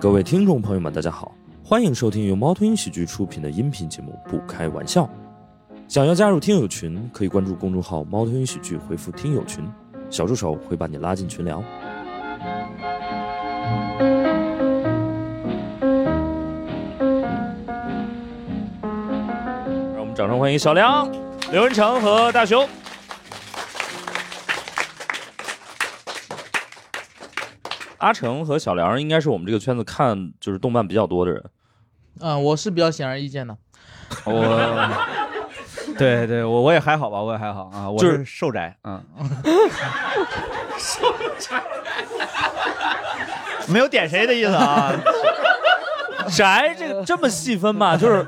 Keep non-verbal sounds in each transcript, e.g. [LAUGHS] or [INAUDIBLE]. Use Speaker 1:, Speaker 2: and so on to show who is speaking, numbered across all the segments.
Speaker 1: 各位听众朋友们，大家好，欢迎收听由猫头鹰喜剧出品的音频节目《不开玩笑》。想要加入听友群，可以关注公众号“猫头鹰喜剧”，回复“听友群”，小助手会把你拉进群聊。让我们掌声欢迎小梁、刘文成和大熊。阿成和小梁应该是我们这个圈子看就是动漫比较多的人。
Speaker 2: 嗯，我是比较显而易见的。 [LAUGHS]
Speaker 1: 我
Speaker 3: 对对，我我也还好吧，我也还好啊，我
Speaker 1: 就是
Speaker 3: 是瘦宅，嗯，没有点谁的意思啊， [LAUGHS]
Speaker 1: 宅这个这么细分嘛，就是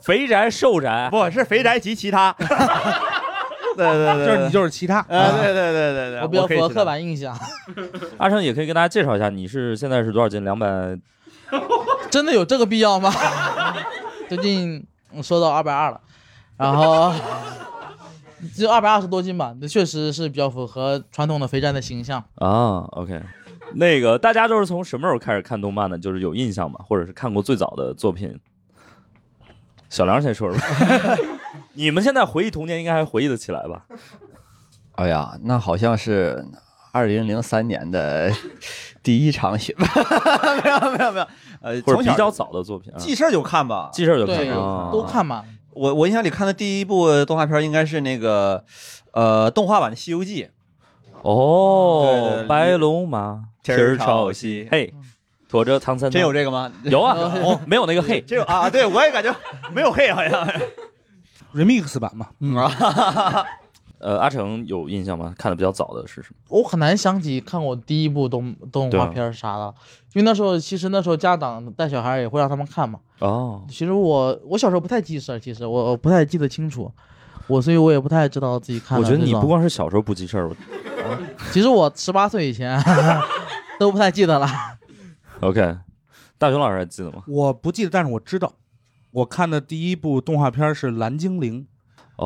Speaker 1: 肥宅、瘦宅，
Speaker 3: [LAUGHS] 不是肥宅及其
Speaker 1: [LAUGHS]
Speaker 3: 他，对对对，
Speaker 4: 就是你就是其他，
Speaker 3: 啊，对对对对对，
Speaker 2: 我比较
Speaker 3: 可
Speaker 2: 符
Speaker 3: 以
Speaker 2: 合
Speaker 3: 知
Speaker 2: 刻
Speaker 3: 道
Speaker 2: 板印象， [LAUGHS]
Speaker 1: 阿成也可以跟大家介绍一下，你是现在是多少斤？两百。
Speaker 2: 真的有这个必要吗？ [LAUGHS] 最近嗯说到二百二了，然后 [LAUGHS] 只有二百二十多斤吧，确实是比较符合传统的肥宅的形象。
Speaker 1: 啊，OK，那个大家都是从什么时候开始看动漫的？就是有印象吗？或者是看过最早的作品？小梁先说说吧，
Speaker 3: [LAUGHS]
Speaker 1: 你们现在回忆童年应该还回忆得起来吧？
Speaker 5: 哎呀，那好像是二零零三
Speaker 1: [LAUGHS]
Speaker 5: 年的第一场雪，没有没有没有，呃，
Speaker 1: 或者
Speaker 5: 从
Speaker 1: 比
Speaker 5: 小
Speaker 1: 较早的作品啊，
Speaker 3: 记事儿就看吧，
Speaker 1: 记事儿就看
Speaker 2: 对，
Speaker 1: 啊
Speaker 2: 都看嘛。
Speaker 5: 我我印象里看的第一部动画片应该是那个，呃，动画版的《西游记》，对对
Speaker 1: 哦
Speaker 5: 对，
Speaker 1: 白龙马
Speaker 5: 儿朝西，
Speaker 1: 嘿，驮着唐三藏
Speaker 5: 真有这个吗？
Speaker 1: 有
Speaker 5: [LAUGHS]
Speaker 1: 啊，
Speaker 2: 有
Speaker 1: 哦没有那个嘿，
Speaker 5: 这有啊，啊对我也感觉没有嘿，好
Speaker 1: [LAUGHS]
Speaker 5: 像
Speaker 4: remix 版嘛，嗯，
Speaker 1: 呃，阿成有印象吗？看的比较早的是什么？
Speaker 2: 我很难想起看我第一部动动
Speaker 1: 啊
Speaker 2: 画片儿啥的，因为那时候其实那时候家长带小孩儿也会让他们看嘛。
Speaker 1: 哦，
Speaker 2: 其实我我小时候不太记事儿，其实我我不太记得清楚，我所以我也不太知道自己看
Speaker 1: 我
Speaker 2: 了
Speaker 1: 觉得你
Speaker 2: 这种
Speaker 1: 不光是小时候不记事 [LAUGHS] 儿我
Speaker 2: 其实我十八岁以前 [LAUGHS] 都不太记得了。
Speaker 1: ，OK，大
Speaker 5: 嗯
Speaker 1: 熊老师还记得吗？
Speaker 4: 我不记得，但是我知道，我看的第一部动画片是《蓝精灵》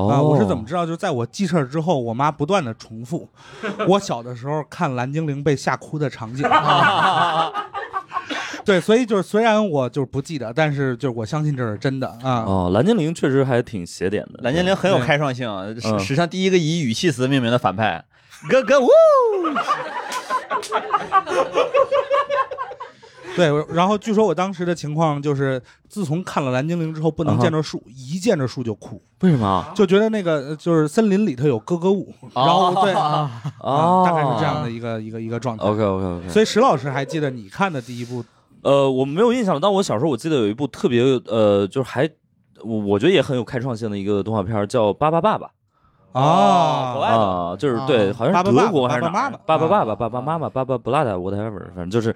Speaker 4: 啊，
Speaker 1: 哦，
Speaker 4: 我是怎么知道？就是在我记事儿之后，我妈不断的重复 [LAUGHS] 我小的时候看《蓝精灵》被吓哭的
Speaker 1: [LAUGHS]
Speaker 4: 场景。对，所以就是虽然我就是不记得，但是就是我相信这是真的啊。
Speaker 1: 哦，蓝精灵确实还挺邪点的。嗯
Speaker 5: 蓝精灵很有开创性，史史上第一个以语气词命名的反派，哥哥呜，
Speaker 4: 对，我然后据说我当时的情况就是，自从看了《蓝精灵》之后，不
Speaker 1: 啊
Speaker 4: 能见着树，一见着树就哭，
Speaker 1: 为什么啊？
Speaker 4: 就觉得那个呃就是森林里头有咯咯舞，然后对啊，
Speaker 1: 哦，
Speaker 4: 大概是这样的。一个一个一个状态。
Speaker 1: OK OK OK，
Speaker 4: 所以石老师还记得你看的第一部
Speaker 1: 呃，我没有印象了，但我小时候我记得有一部特别呃，就是还我我觉得也很有开创性的一个动画片儿，叫《巴巴爸爸》
Speaker 4: 啊
Speaker 5: 哦国外的
Speaker 1: 啊，就是对，
Speaker 2: 啊
Speaker 1: 好像
Speaker 4: 巴
Speaker 1: 是
Speaker 4: 巴
Speaker 1: 德
Speaker 4: 爸
Speaker 1: 国
Speaker 4: 爸
Speaker 1: 还是
Speaker 4: 巴
Speaker 1: 哪
Speaker 4: 巴
Speaker 1: 儿巴
Speaker 4: 妈妈
Speaker 1: 巴爸爸、
Speaker 4: 啊
Speaker 1: 爸爸妈妈、巴巴布拉达 whatever，反正就是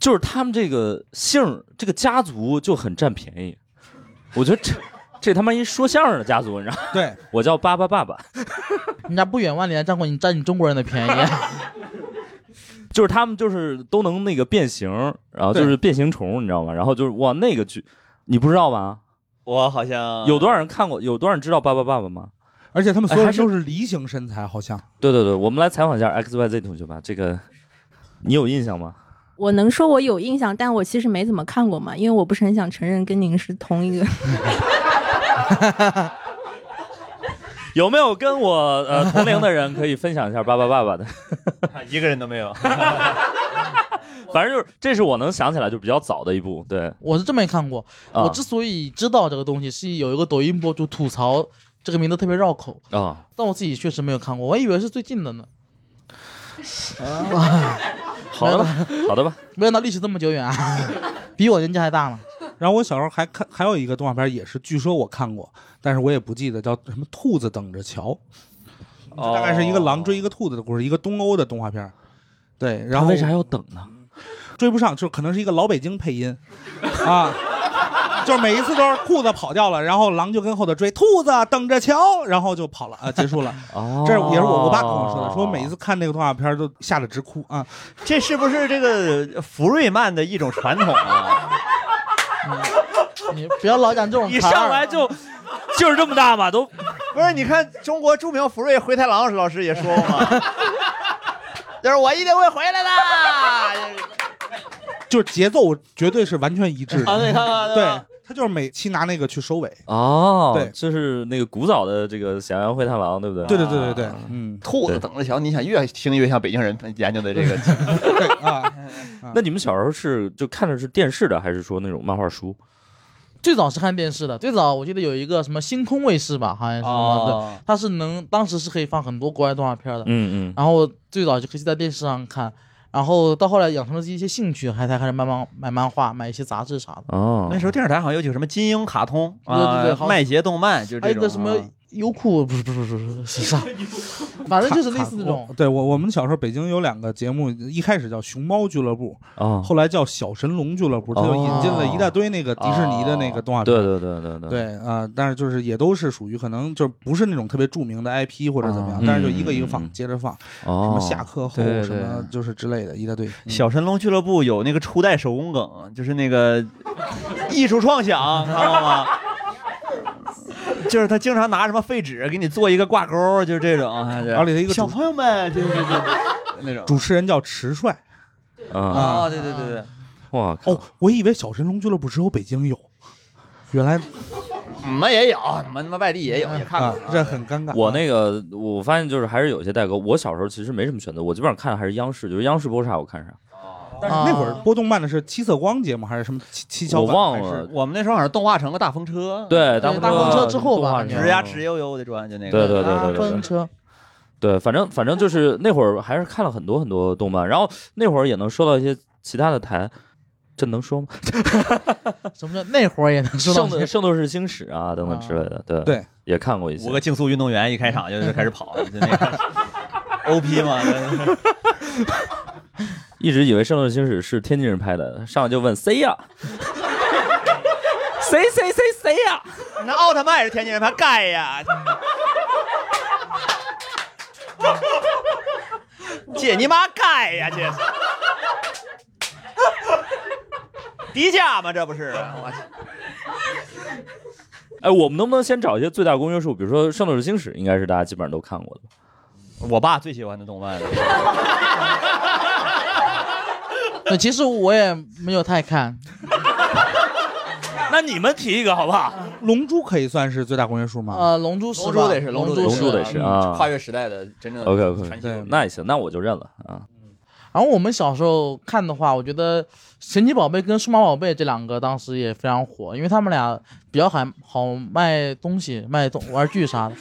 Speaker 1: 就是他们这个姓儿这个家族就很占便宜。我觉得这这他妈一说相声的家族，你知道吗，
Speaker 4: 对，
Speaker 1: 我叫巴巴爸爸。
Speaker 2: 人家不远万里来战过你，占你中国人的便宜。 [LAUGHS]
Speaker 1: 就是他们就是都能那个变形，然后就是变形虫，你知道吗？然后就是哇，那个剧你不知道吗？
Speaker 5: 我好像
Speaker 1: 有多少人看过？有多少人知道《爸爸爸爸》吗？
Speaker 4: 而且他们所有
Speaker 1: 哎还
Speaker 4: 人
Speaker 1: 是
Speaker 4: 都是梨形身材，好像
Speaker 1: 对对对，我们来采访一下 X Y Z 同学吧。这个你有印象吗？
Speaker 6: 我能说我有印象，但我其实没怎么看过嘛，因为我不是很想承认跟您是同一个。 [LAUGHS]
Speaker 1: 有没有跟我呃同龄的人可以分享一下《爸爸爸爸》的？
Speaker 5: 一个人都没有？
Speaker 1: [LAUGHS] 反正就是这是我能想起来就比较早的一部。对，
Speaker 2: 我是真没看过。
Speaker 1: 啊
Speaker 2: 我之所以知道这个东西，是有一个抖音博主吐槽这个名字特别绕口，
Speaker 1: 啊，
Speaker 2: 但我自己确实没有看过，我以为是最近的呢，
Speaker 1: 啊 [LAUGHS] 好的吧，好的吧。
Speaker 2: [LAUGHS] 没想到历史这么久远啊，比我年纪还大呢。
Speaker 4: [LAUGHS] 然后我小时候还看还有一个动画片，也是据说我看过，但是我也不记得叫什么《兔子等着瞧》，大概是一个狼追一个兔子的故事，一个东欧的动画片。对，然后
Speaker 1: 他为啥要等呢？
Speaker 4: 追不上？就可能是一个老北京配音啊， [LAUGHS] 就是每一次都是兔子跑掉了，然后狼就跟后头追，兔子等着瞧，然后就跑了啊，结束了。
Speaker 1: 哦
Speaker 4: 这也是我我爸跟我说的，说每一次看那个动画片都吓得直哭啊。
Speaker 5: 这是不是这个福瑞曼的一种传统啊？
Speaker 2: [LAUGHS] 你不要老讲这种
Speaker 1: 你
Speaker 2: 词儿
Speaker 1: 上来就劲儿这么大嘛，都
Speaker 5: 不是，你看中国著名福瑞回太郎老师也说
Speaker 2: [LAUGHS]
Speaker 5: 过嘛，就是我一定会回来的。
Speaker 4: 就是节奏绝对是完全一致的。
Speaker 2: 啊对看看对
Speaker 4: 对
Speaker 2: 吧，
Speaker 4: 他就是每期拿那个去收尾。
Speaker 1: 哦，
Speaker 4: 对
Speaker 1: 就是那个古早的这个《小羊灰太狼》，对不对？啊
Speaker 4: 对对对对对，嗯，
Speaker 5: 兔子等着瞧，你想越听越像北京人研究的
Speaker 4: [LAUGHS]
Speaker 5: 这个
Speaker 4: 啊
Speaker 1: 那你们小时候是就看的是电视的，还是说那种漫画书？
Speaker 2: 最早是看电视的，最早我记得有一个什么星空卫视吧，好像是什么的，
Speaker 5: 哦
Speaker 2: 它是能当时是可以放很多国外动画片的。
Speaker 1: 嗯嗯，
Speaker 2: 然后最早就可以在电视上看，然后到后来养成了一些兴趣，还才开始慢慢买漫画，买一些杂志啥的。
Speaker 1: 哦
Speaker 2: [LAUGHS]
Speaker 5: 那，时候电视台好像有几个什么金鹰卡通
Speaker 2: 对对
Speaker 5: 啊
Speaker 2: 对好，像
Speaker 5: 麦杰动漫，就是
Speaker 2: 还
Speaker 5: 这
Speaker 2: 有一
Speaker 5: 种啊
Speaker 2: 个什么优酷，不是不是不是不是是啥，反正就是类似这种
Speaker 4: 我。对我我们小时候北京有两个节目，一开始叫熊猫俱乐部，
Speaker 1: 哦，
Speaker 4: 后来叫小神龙俱乐部，他就引进了一大堆那呃个迪士尼的那个动画片。
Speaker 1: 对哦对对对对，
Speaker 4: 对啊、但是就是也都是属于可能就不是那种特别著名的 IP 或者怎么样，
Speaker 1: 嗯
Speaker 4: 但是就一个一
Speaker 1: 嗯
Speaker 4: 个
Speaker 1: 嗯
Speaker 4: 放，接着放，什
Speaker 1: 哦
Speaker 4: 么，下课后
Speaker 5: 对对
Speaker 4: 什么就是之类的一大堆。嗯
Speaker 5: 小神龙俱乐部有那个初代手工梗，就是那个艺术创想，看到吗？ [LAUGHS] 就是他经常拿什么废纸给你做一个挂钩，就是这
Speaker 4: [LAUGHS]
Speaker 5: 种，还是
Speaker 4: 而且他一个
Speaker 5: 小
Speaker 4: 主
Speaker 5: 朋友们，就是这
Speaker 4: [LAUGHS]
Speaker 5: 种那种
Speaker 4: 主持人叫迟帅
Speaker 1: 啊，
Speaker 5: 啊，对对对对，
Speaker 1: 哇靠，
Speaker 4: 哦，我以为小神龙俱乐部只有北京有，原来
Speaker 5: 我们也有，我们他妈外地也有，也看
Speaker 4: 啊
Speaker 5: 过，，
Speaker 4: 这很尴尬。
Speaker 1: 我那个我发现就是还是有些代沟。我小时候其实没什么选择，我基本上看的还是央视，就是央视播啥我看啥，
Speaker 4: 但是那会儿播动漫的是七色光节目还是什么七七巧
Speaker 1: 我
Speaker 4: 板
Speaker 1: 忘
Speaker 4: 还是
Speaker 1: 了。
Speaker 5: 我们那时候好像动画城个大风车，，
Speaker 1: 对，
Speaker 2: 对
Speaker 1: 风
Speaker 2: 大风车之后吧
Speaker 5: 直呀直悠悠的转，就那
Speaker 1: 对
Speaker 5: 个，
Speaker 1: 对对对对对
Speaker 2: 风车，
Speaker 1: 对，反正反正就是 [LAUGHS] 那会儿还是看了很多很多动漫，然后那会儿也能收到一些其他的台，这能说吗？
Speaker 2: 什么叫那会儿也能知道
Speaker 1: 圣
Speaker 4: [LAUGHS]
Speaker 1: 斗圣斗士星矢啊等等之类的，对
Speaker 4: 对，
Speaker 1: 也看过一些
Speaker 5: 五。个竞速运动员一开场
Speaker 4: [LAUGHS]
Speaker 5: 就就开始跑，就那个 OP
Speaker 1: [LAUGHS]
Speaker 5: 嘛，对
Speaker 1: 一直以为圣斗士星矢是天津人拍的，上来就问谁呀？谁谁谁谁呀？
Speaker 5: 那奥特曼也是天津人，他盖呀。 [LAUGHS] 姐你妈盖呀，姐！低价吗？这不是？啊我去
Speaker 1: 哎，我们能不能先找一些最大公约数？比如说《圣斗士星矢》，应该是大家基本上都看过的吧。
Speaker 5: 我爸最喜欢的
Speaker 2: [LAUGHS]
Speaker 5: 动漫了。
Speaker 2: 对，其实我也没有太看，
Speaker 1: [LAUGHS] 那你们提一个好不好？
Speaker 4: 龙珠可以算是最大公约数吗？
Speaker 2: 呃，龙珠是吧？龙珠
Speaker 1: 龙珠得是啊
Speaker 5: 跨越时代的真正的
Speaker 1: OK，OK，
Speaker 5: 传奇
Speaker 4: 对
Speaker 1: 啊那也行，那我就认了啊。
Speaker 2: 然后我们小时候看的话，我觉得《神奇宝贝》跟《数码宝贝》这两个当时也非常火，因为他们俩比较好好卖东西、卖东玩具啥的。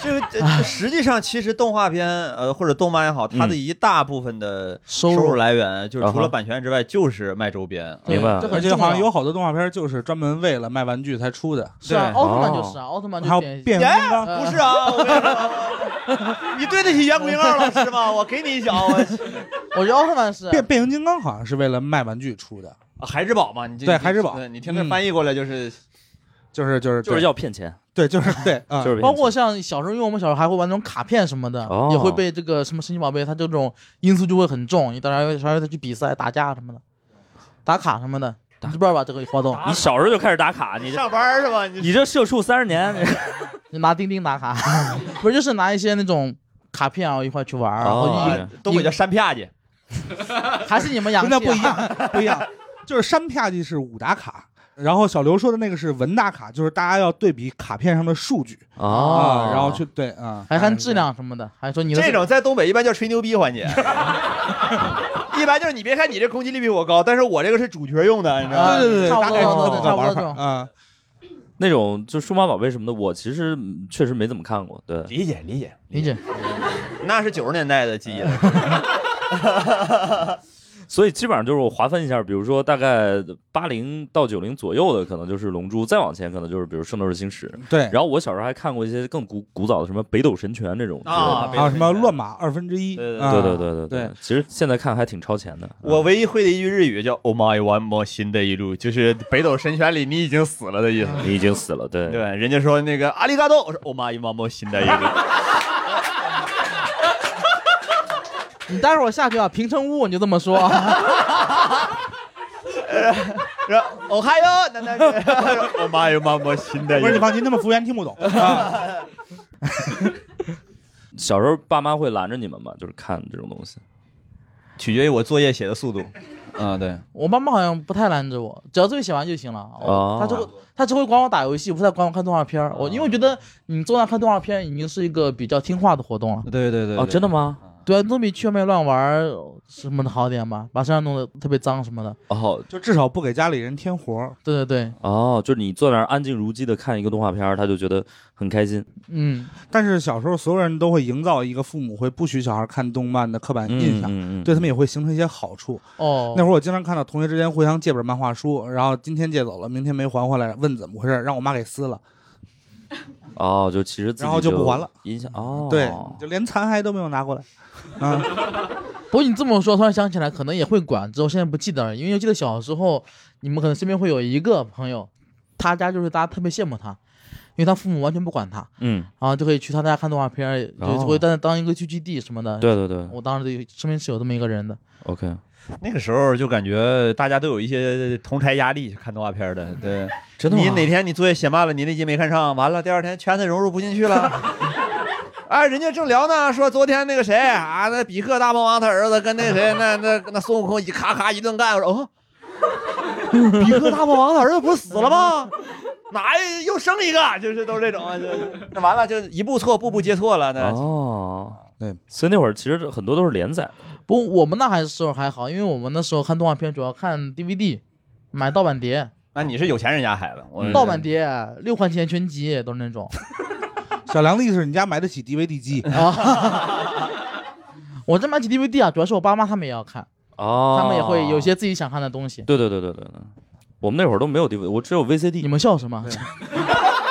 Speaker 5: 这个这实际上，其实动画片呃或者动漫也好，它的
Speaker 4: 嗯
Speaker 5: 一大部分的
Speaker 2: 收
Speaker 5: 收
Speaker 2: 入
Speaker 5: 入来源，就是除
Speaker 1: 啊哈
Speaker 5: 了版权之外，就是卖周边。
Speaker 2: 对
Speaker 1: 明白
Speaker 2: 这很
Speaker 4: 而且
Speaker 2: 重
Speaker 4: 好
Speaker 2: 要
Speaker 4: 像有好多动画片就是专门为了卖玩具才出的，
Speaker 2: 是啊，
Speaker 5: 对
Speaker 2: 奥特曼就是啊，奥特曼
Speaker 4: 哦还有
Speaker 2: 就哎变
Speaker 4: 变形金刚。
Speaker 5: 不是
Speaker 4: [LAUGHS]
Speaker 5: 啊，我跟你说， [LAUGHS] 你对得起袁国英二老师吗？我给你一脚，我去
Speaker 2: 我觉得奥特曼是
Speaker 4: 变变形金刚好像是为了卖玩具出的，
Speaker 5: 啊孩之宝嘛，你这
Speaker 4: 对
Speaker 5: 你
Speaker 4: 孩之宝嗯
Speaker 5: 对你听这翻译过来就是
Speaker 4: 就是就是
Speaker 1: 就是
Speaker 4: 对
Speaker 1: 要骗钱，
Speaker 4: 对就是对
Speaker 2: [LAUGHS]
Speaker 4: 啊，
Speaker 1: 就是骗钱
Speaker 2: 包括像小时候，因为我们小时候还会玩那种卡片什么的，
Speaker 1: 哦
Speaker 2: 也会被这个什么神奇宝贝，它这种因素就会很重。你当然还要去比赛、打架什么的，打卡什么的，你知不知道吧？这个活动，
Speaker 1: 你小时候就开始打卡，你这
Speaker 5: 上班是吧？你
Speaker 1: 你这社畜三十年，
Speaker 2: [LAUGHS] 你拿钉钉打卡， [LAUGHS] 不是就是拿一些那种卡片啊一块去玩儿，然
Speaker 1: 哦
Speaker 2: 后
Speaker 5: 啊东北叫山啪去，
Speaker 2: 还是你们
Speaker 5: [LAUGHS]
Speaker 2: 洋气、啊，
Speaker 4: 那不一样不一样，就是山啪叽是武打卡。然后小刘说的那个是文打卡，就是大家要对比卡片上的数据
Speaker 1: 哦
Speaker 4: 啊，然后去对啊，
Speaker 2: 还看质量什么的，还说你的
Speaker 5: 这种在东北一般叫吹牛逼环节。 [LAUGHS] 一般就是你别看你这攻击力比我高，但是我这个是主角用的，你知道吗？
Speaker 2: 啊
Speaker 4: 对对对，
Speaker 2: 差
Speaker 4: 大
Speaker 2: 不
Speaker 4: 概
Speaker 2: 多
Speaker 4: 是这么
Speaker 2: 差不多
Speaker 1: 哦
Speaker 4: 个玩
Speaker 2: 这
Speaker 4: 法
Speaker 1: 嗯
Speaker 2: 种
Speaker 4: 啊。
Speaker 1: 那种就数码宝贝什么的，我其实嗯确实没怎么看过。对，
Speaker 5: 理解理解，
Speaker 2: 理解。
Speaker 5: 那是九十年代的记忆了。
Speaker 1: [LAUGHS] 所以基本上就是我划分一下，比如说大概八零到九零左右的，可能就是《龙珠》，再往前可能就是比如《圣斗士星矢》。
Speaker 4: 对，
Speaker 1: 然后我小时候还看过一些更古古早的，什么《北斗神拳》这种
Speaker 5: 啊
Speaker 1: 之
Speaker 4: 还有什么乱码二分之一，
Speaker 5: 对
Speaker 1: 类
Speaker 5: 对
Speaker 1: 的
Speaker 4: 啊
Speaker 1: 对对对对对
Speaker 4: 对， [LAUGHS]
Speaker 1: 其实现在看还挺超前的。
Speaker 5: 我唯一会的一句日语叫 “Oh my one more” 新的一路，就是《北斗神拳》里你已经死了的意思。
Speaker 1: 你已经死了，对
Speaker 5: 对，人家说那个阿里嘎多，我说 “Oh my one more” 新的一路。
Speaker 2: 你待会儿下去啊，平成屋你就这么说 [LAUGHS] 啊，
Speaker 5: 然后哦嗨哟，那那是哦妈哟妈妈新的
Speaker 4: 不是你放心，他们服务员听不懂。啊
Speaker 1: 小时候爸妈会拦着你们吗？就是看这种东西。
Speaker 5: 取决于我作业写的速度。啊，对，
Speaker 2: 我妈妈好像不太拦着我，只要作业写完就行了。
Speaker 5: 哦
Speaker 2: 她只会她只会管我打游戏，不太管我看动画片儿。我因为我觉得你坐那看动画片已经是一个比较听话的活动了。
Speaker 5: 对对对
Speaker 1: 哦，真的吗？
Speaker 2: 对啊，总比去外面乱玩儿什么的好点吧，把身上弄得特别脏什么的。
Speaker 1: 哦，
Speaker 4: 就至少不给家里人添活儿。
Speaker 2: 对对对，
Speaker 1: 哦，就是你坐那儿安静如鸡的看一个动画片儿，他就觉得很开心。
Speaker 2: 嗯，
Speaker 4: 但是小时候所有人都会营造一个父母会不许小孩看动漫的刻板印象，
Speaker 1: 嗯嗯嗯
Speaker 4: 对他们也会形成一些好处。
Speaker 2: 哦，
Speaker 4: 那会儿我经常看到同学之间互相借本漫画书，然后今天借走了，明天没还回来，问怎么回事，让我妈给撕了。
Speaker 1: 哦，就其实自己
Speaker 4: 然后就不还了，
Speaker 1: 影响哦，
Speaker 4: 对，就连残骸都没有拿过来。啊，
Speaker 2: [LAUGHS] 不过你这么说，突然想起来，可能也会管，只是我现在不记得了。因为我记得小时候，你们可能身边会有一个朋友，他家就是大家特别羡慕他，因为他父母完全不管他，
Speaker 1: 嗯，
Speaker 2: 然后就可以去他家看动画片儿，就
Speaker 1: 哦
Speaker 2: 就会当当一个聚集地什么的。
Speaker 1: 对对对
Speaker 2: 我当时有身边是有这么一个人的。
Speaker 1: ，OK，
Speaker 5: 那个时候就感觉大家都有一些同台压力，看动画片 [LAUGHS] 的，对，
Speaker 1: 真的吗
Speaker 5: 你哪天你作业写慢了，你那集没看上，完了第二天圈子融入不进去了。 [LAUGHS] 哎，人家正聊呢，说昨天那个谁啊，那比克大魔王他儿子跟那 [LAUGHS] 谁，那那那孙悟空一咔咔一顿干，我说 [LAUGHS] 哦，比克大魔王他儿子不是死了吗？哪又生一个？就是都是这种，就那完了就一步错，步步皆错了。那、
Speaker 1: 哦，
Speaker 4: 对，
Speaker 1: 所以那会儿其实很多都是连载的，
Speaker 2: 不过我们那还时候还好，因为我们那时候看动画片主要看 DVD，买盗版碟，
Speaker 5: 那你是有钱人家孩子，我
Speaker 2: 盗版碟啊六块钱全集都是那种。
Speaker 4: [LAUGHS] 小梁的意思是你家买得起 DVD 机，
Speaker 2: 啊 [LAUGHS] 我这买起 DVD 啊，主要是我爸妈他们也要看，
Speaker 1: 哦，
Speaker 2: 他们也会有些自己想看的东西。
Speaker 1: 对对对对对对，我们那会儿都没有 DVD，我只有
Speaker 2: 你
Speaker 1: VCD。
Speaker 2: 们笑什么？